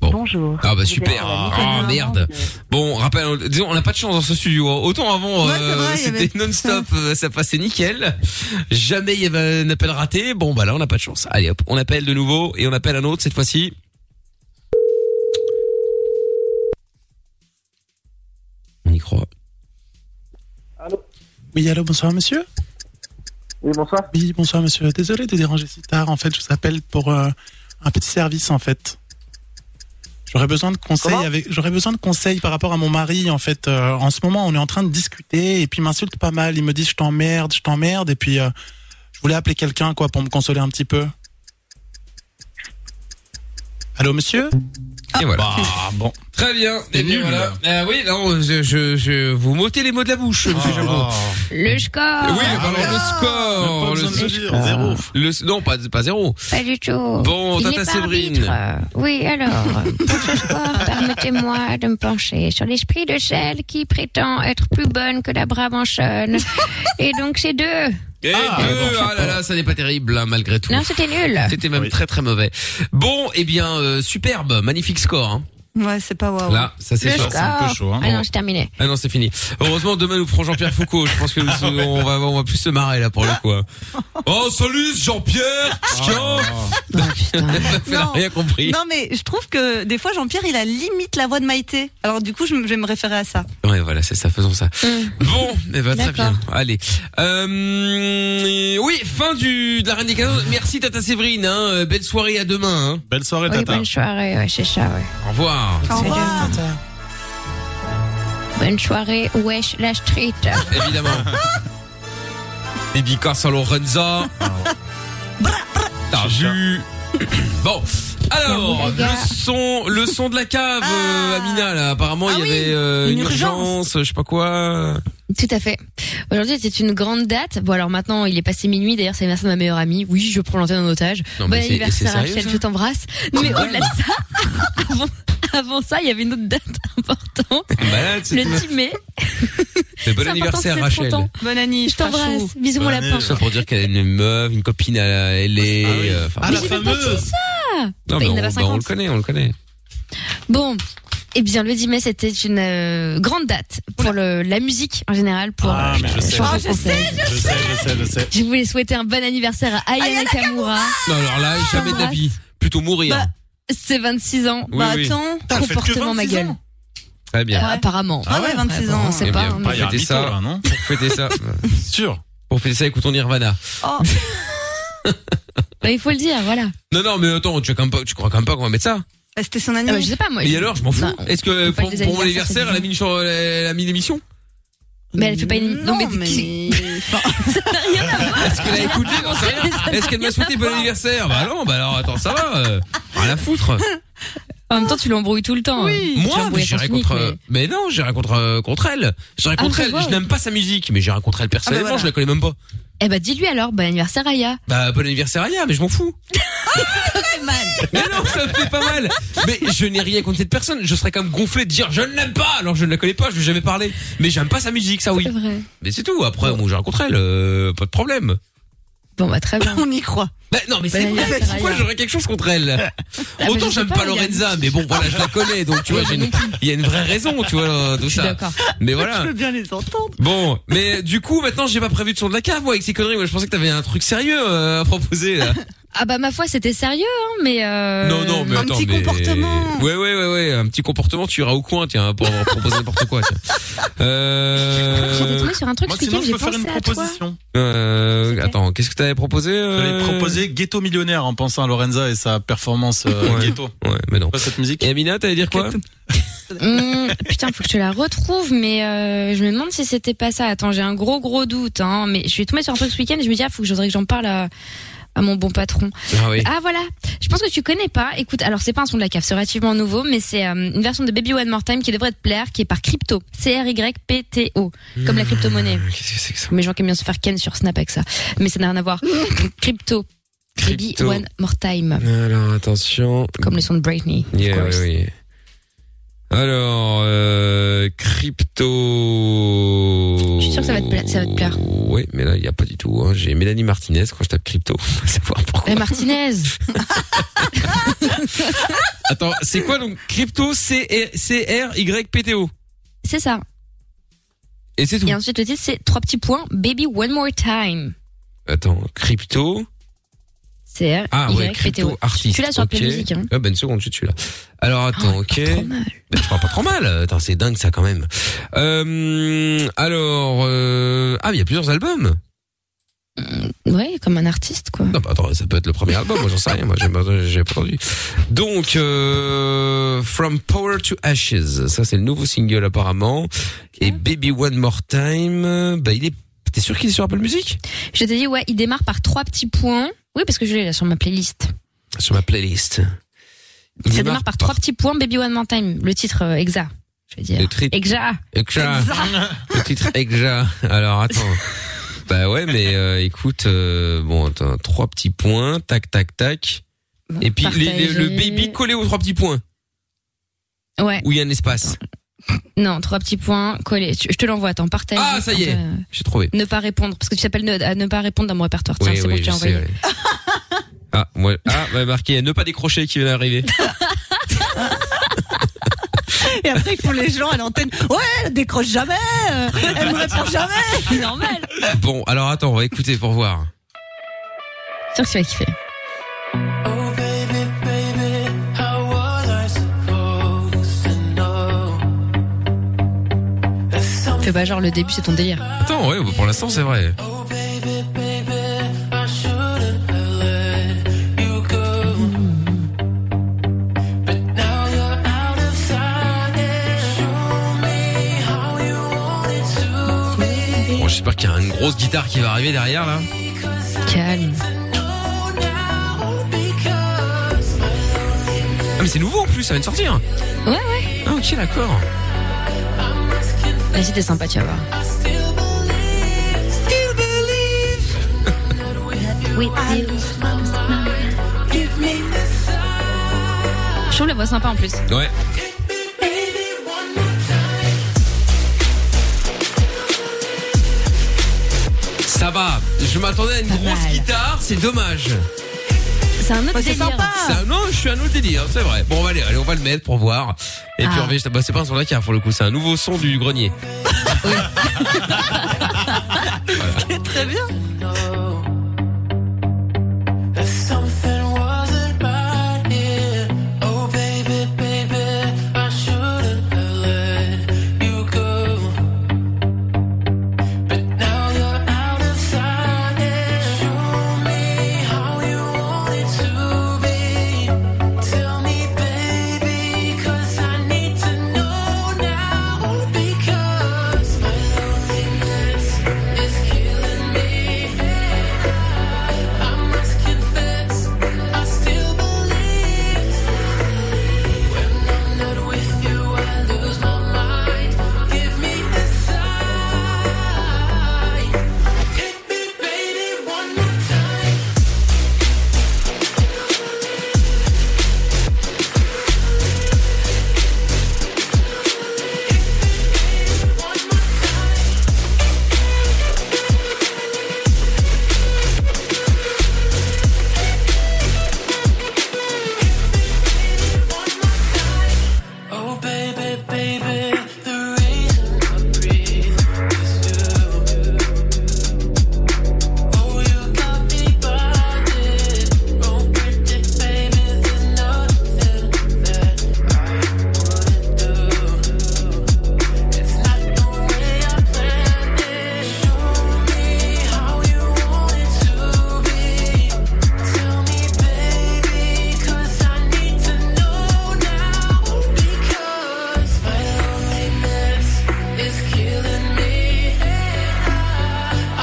Speaker 21: Bonjour.
Speaker 2: Ah bah super. Ah merde. Bon, rappel, disons, on n'a pas de chance dans ce studio. hein. Autant avant,
Speaker 21: Ouais,
Speaker 2: euh,
Speaker 21: c'est vrai, il y
Speaker 2: c'était non-stop, euh, ça passait nickel. Jamais il y avait un appel raté. Bon bah là, on n'a pas de chance. Allez hop, on appelle de nouveau et on appelle un autre cette fois-ci. On y croit.
Speaker 20: Oui, allô, bonsoir, monsieur. Oui, bonsoir. Oui, bonsoir, monsieur. Désolé de déranger si tard. En fait, je vous appelle pour euh, un petit service, en fait. J'aurais besoin de conseils
Speaker 21: Comment
Speaker 20: avec. J'aurais besoin de conseils par rapport à mon mari. En fait, Euh, en ce moment, on est en train de discuter et puis il m'insulte pas mal. Il me dit je t'emmerde, je t'emmerde et puis euh, je voulais appeler quelqu'un quoi pour me consoler un petit peu. Allô, monsieur.
Speaker 21: Ah.
Speaker 2: Et voilà.
Speaker 6: Ah,
Speaker 20: bon.
Speaker 2: Très bien. Et bien
Speaker 20: nul,
Speaker 2: voilà. Euh, oui, là, on- je, je, je- vous m'ôtez les mots de la bouche,
Speaker 6: Ah.
Speaker 2: monsieur Jabot.
Speaker 6: Le score.
Speaker 2: Oui, alors le score.
Speaker 6: Même pas besoin de le dire,
Speaker 2: score. Le- non, pas, pas zéro.
Speaker 6: Pas du tout.
Speaker 2: Bon,
Speaker 6: Il
Speaker 2: Tata
Speaker 6: est pas
Speaker 2: Séverine.
Speaker 6: arbitre. Oui, alors, pour ce soir, permettez-moi de me pencher sur l'esprit de celle qui prétend être plus bonne que la Brabançonne. Et donc, c'est deux.
Speaker 2: Et deux, ah là là, ça n'est pas terrible, hein, malgré tout.
Speaker 6: Non, c'était nul.
Speaker 2: C'était même très très mauvais. Bon, eh bien, euh, superbe, magnifique score. hein.
Speaker 5: Ouais, c'est pas waouh.
Speaker 2: Là, ça c'est
Speaker 6: Le
Speaker 2: chaud.
Speaker 6: score. Ah non, j'ai terminé.
Speaker 2: Ah non, c'est fini. Heureusement, demain nous ferons Jean-Pierre Foucault. Je pense que nous, on va, on va plus se marrer là pour le coup. hein. Oh salut c'est
Speaker 6: Ah.
Speaker 2: Jean-Pierre.
Speaker 6: Oh,
Speaker 2: Tiens. Elle a rien compris.
Speaker 5: Non, mais je trouve que des fois, Jean-Pierre, il a limite la voix de Maïté. Alors, du coup, je, me- je vais me référer à ça.
Speaker 2: Ouais, voilà, c'est ça. Faisons ça.
Speaker 6: Mm.
Speaker 2: Bon, eh ben, très
Speaker 5: D'accord.
Speaker 2: bien. Allez. Euh, oui, fin du de la reine des cadeaux. Merci Tata Séverine. Hein. Euh, Belle soirée à demain. Hein.
Speaker 20: Belle soirée
Speaker 6: Oui, bonne soirée, ouais, c'est ça, ouais.
Speaker 2: Au revoir.
Speaker 6: Au revoir. Bonne soirée, wesh, la street.
Speaker 2: Évidemment. Baby Car Lorenza. T'as vu Bon, alors,
Speaker 17: Bravo, les gars.
Speaker 2: le son, le son de la cave, euh, Amina, là, apparemment, il y avait euh, une,
Speaker 6: une
Speaker 2: urgence, je sais pas quoi.
Speaker 6: Tout à fait. Aujourd'hui, c'est une grande date. Bon, alors maintenant, il est passé minuit. D'ailleurs, c'est l'anniversaire de ma meilleure amie. Oui, je prends l'antenne en otage.
Speaker 2: Non, mais
Speaker 6: bon
Speaker 2: c'est- c'est
Speaker 6: anniversaire,
Speaker 2: sérieux,
Speaker 6: Rachel,
Speaker 2: ça
Speaker 6: je t'embrasse. Non, mais au-delà de ça, avant, avant ça, il y avait une autre date importante.
Speaker 2: Malade, Bah, c'est tout.
Speaker 6: le 10 mai.
Speaker 2: Mais bon
Speaker 6: C'est important,
Speaker 2: anniversaire,
Speaker 6: c'est
Speaker 2: Rachel.
Speaker 6: trop temps.
Speaker 5: Bonne année, je
Speaker 6: t'embrasse. Bisous, mon lapin.
Speaker 2: Ça pour dire qu'elle a une meuf, une copine à la LA. euh, enfin,
Speaker 6: Ah, mais j'ai même pas dit ça.
Speaker 2: Non,
Speaker 6: Bah,
Speaker 2: mais
Speaker 6: il
Speaker 2: on,
Speaker 6: en avait
Speaker 2: bah, on le
Speaker 6: 50.
Speaker 2: connaît, on le connaît.
Speaker 6: Bon. Eh bien, le 10 mai, c'était une euh, grande date pour le, la musique en général, pour
Speaker 20: Ah,
Speaker 6: euh,
Speaker 20: mais je
Speaker 6: la
Speaker 20: sais.
Speaker 6: chanson
Speaker 20: Ah, je sais,
Speaker 6: française.
Speaker 20: Je sais, je sais, je sais.
Speaker 6: Je voulais souhaiter un bon anniversaire à Ayana, Kamura.
Speaker 2: Non, alors là, jamais de la vie. Plutôt mourir.
Speaker 6: C'est 26 ans.
Speaker 2: Oui,
Speaker 6: bah
Speaker 2: oui.
Speaker 6: attends,
Speaker 2: Putain, elle fait que
Speaker 6: comportement ma
Speaker 2: 26
Speaker 6: gueule.
Speaker 2: Très bien.
Speaker 6: Ah, apparemment.
Speaker 2: Ah ouais,
Speaker 6: Après, bon, On sait
Speaker 2: Eh
Speaker 6: pas.
Speaker 2: bien,
Speaker 6: hein,
Speaker 2: pour
Speaker 6: mais-
Speaker 2: fêter ça, pour fêter ça, sûr. Pour fêter ça, écoutons Nirvana.
Speaker 6: Oh. Bah, il faut le dire, voilà.
Speaker 2: Non, non, mais attends, tu, as quand même pas- tu crois quand même pas qu'on va mettre ça
Speaker 5: C'était son
Speaker 6: Ah bah,
Speaker 5: anniversaire.
Speaker 6: je sais pas, moi.
Speaker 2: Et
Speaker 6: je-
Speaker 2: alors, je m'en fous.
Speaker 6: Bah,
Speaker 2: Est-ce que
Speaker 6: on parle
Speaker 2: pour,
Speaker 6: des
Speaker 2: pour mon anniversaire,
Speaker 6: anniversaires,
Speaker 2: euh, elle a mis une chan- elle a mis une émission
Speaker 6: Mais elle fait pas une. Non, mais.
Speaker 2: Est-ce qu'elle a écouté J'en sais rien.
Speaker 6: Ah,
Speaker 2: Est-ce qu'elle m'a souhaité bon anniversaire Bah non, bah alors attends, ça va. euh, rien à foutre.
Speaker 6: En même temps, tu l'embrouilles tout le temps. Oui.
Speaker 2: Moi, mais j'irai contre. Mais non, j'irai contre euh, contre elle. J'irai
Speaker 6: Ah,
Speaker 2: contre
Speaker 6: bah,
Speaker 2: elle.
Speaker 6: voilà.
Speaker 2: Je n'aime pas sa musique, mais j'irai contre elle personnellement.
Speaker 6: Ah, bah voilà.
Speaker 2: Je la connais même pas.
Speaker 6: Eh bah, dis-lui alors, bon anniversaire, Aya.
Speaker 2: Bah bon anniversaire Aya, mais je m'en fous.
Speaker 6: mal.
Speaker 2: Mais non, ça me fait pas mal. Mais je n'ai rien contre cette personne. Je serais quand même gonflé de dire je ne l'aime pas. Alors je ne la connais pas, je lui ai jamais parlé. Mais j'aime pas sa musique, ça oui.
Speaker 6: vrai.
Speaker 2: Mais c'est tout. Après, moi, j'irai contre elle. euh, pas de problème.
Speaker 6: Bon, bah, très bien.
Speaker 5: On y croit.
Speaker 2: Bah, non, mais c'est
Speaker 6: Bon
Speaker 2: vrai,
Speaker 6: anniversaire,
Speaker 2: pourquoi
Speaker 6: Aya.
Speaker 2: j'aurais quelque chose contre elle
Speaker 6: bah,
Speaker 2: Autant
Speaker 6: je sais
Speaker 2: j'aime
Speaker 6: pas,
Speaker 2: pas,
Speaker 6: il y a-
Speaker 2: Lorenza, mais bon voilà, je la connais, donc tu vois, j'ai une- il y a une vraie raison, tu vois, tout
Speaker 5: Je suis
Speaker 2: ça.
Speaker 5: d'accord.
Speaker 2: Mais voilà.
Speaker 5: Je veux bien les entendre.
Speaker 2: Bon, mais euh, du coup, maintenant, j'ai pas prévu de son de la cave, moi, avec ces conneries. Moi, je pensais que t'avais un truc sérieux euh, à proposer. Là.
Speaker 6: Ah bah, ma foi, c'était sérieux, hein, mais. euh,
Speaker 2: non, non, mais attends, mais... Ouais, ouais, ouais, ouais, un petit comportement, tu iras au coin, tiens, pour avoir proposé n'importe quoi. tiens.
Speaker 6: J'étais
Speaker 2: Euh...
Speaker 6: tombée sur un truc,
Speaker 20: Moi,
Speaker 6: ce week-end,
Speaker 20: sinon, je
Speaker 6: j'ai
Speaker 20: peux faire
Speaker 6: pensé
Speaker 20: une
Speaker 6: à toi.
Speaker 20: proposition.
Speaker 2: euh, Attends, qu'est-ce que t'avais proposé euh
Speaker 20: J'avais proposé Ghetto Millionnaire en pensant à Lorenza et sa performance euh,
Speaker 2: Ouais.
Speaker 20: Ghetto.
Speaker 2: Ouais, mais non.
Speaker 20: Pas cette musique.
Speaker 2: Et Amina, t'allais dire quoi
Speaker 6: Hum, putain, faut que je te la retrouve, mais euh, je me demande si c'était pas ça. Attends, j'ai un gros gros doute. Hein, mais je suis tombée sur un truc ce week-end. Je me dis, ah, faut que j'aurais que j'en parle à, à mon bon patron.
Speaker 2: Ah oui.
Speaker 6: Ah voilà. Je pense que tu connais pas. Écoute, alors c'est pas un son de la cave, c'est relativement nouveau, mais c'est euh, une version de Baby One More Time qui devrait te plaire, qui est par Crypto, C R Y P T O, comme la crypto monnaie.
Speaker 2: Ah, Qu'est-ce que c'est que ça
Speaker 6: Mais gens qui aiment bien se faire ken sur Snap avec ça, mais ça n'a rien à voir. crypto. Baby
Speaker 2: Crypto. Euh,
Speaker 6: One More Time,
Speaker 2: Alors, attention.
Speaker 6: comme le son de Britney. of
Speaker 2: Yeah,
Speaker 6: course.
Speaker 2: oui, oui. Alors, euh, crypto.
Speaker 6: Je suis sûre que ça va te pla- ça va te plaire.
Speaker 2: Oui, mais là, il n'y a pas du tout. Hein. J'ai Mélanie Martinez quand je tape crypto. Faut savoir pourquoi.
Speaker 6: Eh, Martinez.
Speaker 2: Attends, c'est quoi donc crypto C-R-Y-P-T-O
Speaker 6: C'est ça.
Speaker 2: Et c'est tout.
Speaker 6: Et ensuite, le titre, c'est trois petits points, Baby One More Time.
Speaker 2: Attends, crypto.
Speaker 6: C'est
Speaker 2: Ah
Speaker 6: Y,
Speaker 2: ouais,
Speaker 6: P, T,
Speaker 2: crypto
Speaker 6: O.
Speaker 2: artiste.
Speaker 6: Tu l'as sur
Speaker 2: ok.
Speaker 6: Apple Music, hein. Ah,
Speaker 2: Ah, ben, une seconde, je suis là. Alors, attends, ok. Ben, tu parles pas trop mal. Attends, c'est dingue ça quand même. Euh, alors, euh... ah, mais il y a plusieurs albums.
Speaker 6: Ouais, comme un artiste, quoi.
Speaker 2: Non, bah attends, ça peut être le premier album, moi j'en sais rien, moi j'ai pas, j'ai pas entendu. Donc, euh, From Power to Ashes, ça c'est le nouveau single apparemment. Et Baby One More Time, euh, bah il est, t'es sûr qu'il est sur Apple Music
Speaker 6: Je t'ai dit, ouais, il démarre par trois petits points. Oui, parce que je l'ai là sur ma playlist.
Speaker 2: Sur ma playlist. Il
Speaker 6: Ça
Speaker 2: démarre
Speaker 6: démarre par trois petits points, Baby One More Time. Le titre euh, exact, je veux dire.
Speaker 2: Le tri-
Speaker 6: Exact.
Speaker 2: Exa. Le titre Exa. Alors attends. Bah ouais, mais euh, écoute, euh, bon, attends, trois petits points, tac, tac, tac. Et puis les- les- le
Speaker 6: partager.
Speaker 2: baby collé aux trois petits points,
Speaker 6: Ouais.
Speaker 2: où il y a un espace.
Speaker 6: Non, trois petits points collés. Tu- Je te l'envoie, attends, partage.
Speaker 2: Ah, ça y est,
Speaker 6: Euh,
Speaker 2: j'ai trouvé.
Speaker 6: Ne pas répondre, parce que tu t'appelles ne, à ne pas répondre dans mon répertoire. Tiens,
Speaker 2: Oui,
Speaker 6: c'est
Speaker 2: oui,
Speaker 6: bon, je
Speaker 2: je
Speaker 6: t'ai
Speaker 2: sais,
Speaker 6: envoyé.
Speaker 2: ouais. Ah, moi, ah, bah, marqué, ne pas décrocher qui vient d'arriver.
Speaker 5: Et après, ils font les gens à l'antenne. Ouais, elle décroche jamais. euh, Elle me répond jamais. C'est normal.
Speaker 2: Bon, alors attends, on va écouter pour voir.
Speaker 6: Sûr que tu vas kiffer.
Speaker 14: Oh baby, baby, how was I supposed to know?
Speaker 6: Fais pas genre le début, c'est ton délire.
Speaker 2: Attends, ouais, bah, pour l'instant, c'est vrai.
Speaker 14: Oh baby, baby, I shouldn't have let you go. But now you're out of sight and show me how you want it to be.
Speaker 2: Bon, j'espère qu'il y a une grosse guitare qui va arriver derrière, là.
Speaker 6: Calme.
Speaker 2: Ah, mais c'est nouveau en plus, ça vient de sortir.
Speaker 6: Ouais, ouais.
Speaker 2: Ah, ok, d'accord.
Speaker 6: Vas-y, t'es sympa, tu vas voir.
Speaker 14: Still believe.
Speaker 6: Oui,
Speaker 14: Give me the
Speaker 6: Je trouve la voix sympa en plus.
Speaker 2: Ouais. Ça va, je m'attendais à une grosse guitare, c'est dommage.
Speaker 6: C'est un autre délire.
Speaker 2: C'est un- non, je suis un autre délire, c'est vrai. Bon, on va aller, allez, on va le mettre pour voir. Et puis
Speaker 6: Ah.
Speaker 2: on va, bah, c'est pas un son de la cave pour le coup, c'est un nouveau son du grenier.
Speaker 14: C'est très bien. Something wasn't right here. Oh, baby, baby, I shouldn't have let you go. But now you're out of sight and show me how you want it to be. Tell me, baby, 'cause I need to know now because my loneliness is killing me. I must confess, I still believe. When I'm not with you, I lose my mind. Give me a sign. Hit me, baby, one more time. Oh baby, baby, the reason I breathe is you. Oh, you got me blinded. Wrong with it, baby. There's nothing that I wouldn't do. It's not the way I planned it. Show me how you want it to be. Tell me, baby, 'cause I need to know now. Because my loneliness is killing me.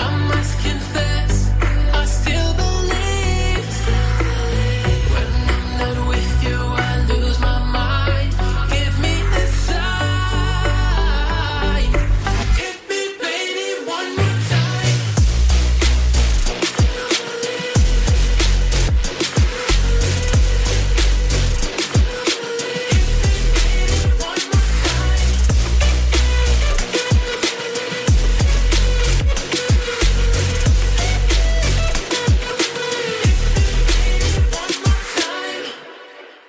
Speaker 14: I must confess, I still believe. When I'm not with you, I lose my mind. Give me a sign. Hit me, baby, one more time.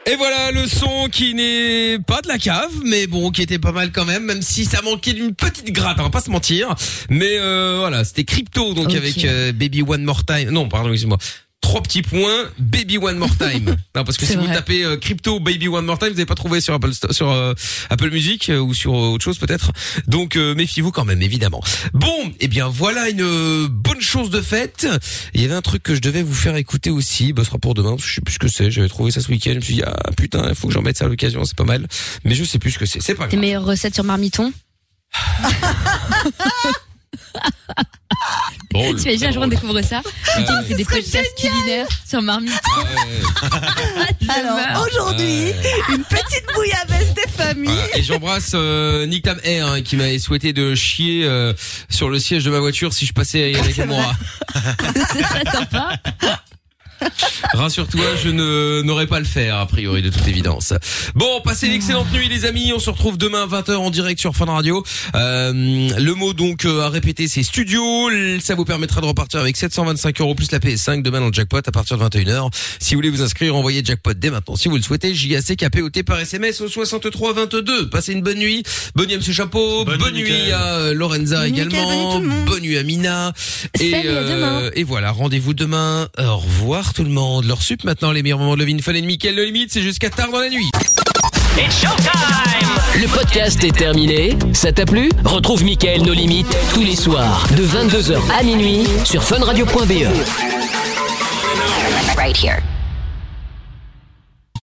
Speaker 2: Et voilà le son qui n'est pas de la cave, mais bon, qui était pas mal quand même, même si ça manquait d'une petite gratte, on va pas se mentir. Mais euh, voilà, c'était crypto, donc
Speaker 17: Ok.
Speaker 2: avec euh, Baby One More Time. Non, pardon, excusez-moi. Trois petits points, Baby One More Time. non, parce que
Speaker 17: C'est
Speaker 2: si vous
Speaker 17: vrai.
Speaker 2: tapez euh, crypto Baby One More Time, vous n'avez pas trouvé sur Apple Sto- sur euh, Apple Music euh, ou sur euh, autre chose peut-être. Donc euh, méfiez-vous quand même, évidemment. Bon, eh bien voilà une euh, bonne chose de faite. Il y avait un truc que je devais vous faire écouter aussi. Bah, ce sera pour demain. parce que Je sais plus ce que c'est. J'avais trouvé ça ce week-end. Je me suis dit ah putain, il faut que j'en mette ça à l'occasion. C'est pas mal. Mais je sais plus ce que c'est. C'est pas
Speaker 6: Tes
Speaker 2: grave.
Speaker 6: meilleures recettes sur Marmiton
Speaker 2: Bon, le-
Speaker 6: Tu imagines un jour on découvre ça
Speaker 2: Ouais.
Speaker 6: On fait des podcasts culinaires sur Marmiton
Speaker 2: Euh,
Speaker 5: Alors, aujourd'hui, une petite bouillabaisse des familles.
Speaker 2: Voilà. Et j'embrasse euh, Nick Tam Air hein, qui m'avait souhaité de chier euh, sur le siège de ma voiture si je passais avec moi.
Speaker 6: C'est très sympa
Speaker 2: Rassure-toi, je ne n'aurais pas le faire a priori de toute évidence. Bon, passez une excellente nuit les amis. On se retrouve demain 20h en direct sur Fun Radio. Euh, le mot donc euh, à répéter c'est studio. L- Ça vous permettra de repartir avec 725 euros plus la PS5 demain dans le jackpot à partir de 21h. Si vous voulez vous inscrire, envoyez jackpot dès maintenant. Si vous le souhaitez, JACKPOT par SMS au 63 22. Passez une bonne nuit. Bonne nuit à Monsieur Chapeau. Bonne, nuit à euh, Lorenza
Speaker 14: Nickel,
Speaker 2: également.
Speaker 14: bonne nuit tout le monde.
Speaker 2: Bonne nuit à Mina. Et, euh,
Speaker 14: Salut, à demain.
Speaker 2: et voilà, rendez-vous demain. Au revoir tout le monde. Leur sup maintenant, les meilleurs moments de Levin Fun et Mickaël Le Limite, c'est jusqu'à tard dans la nuit.
Speaker 1: Le podcast est terminé. Ça t'a plu Retrouve Mickaël nos limites tous les soirs E. de 22h à minuit sur funradio.be.
Speaker 14: Right here.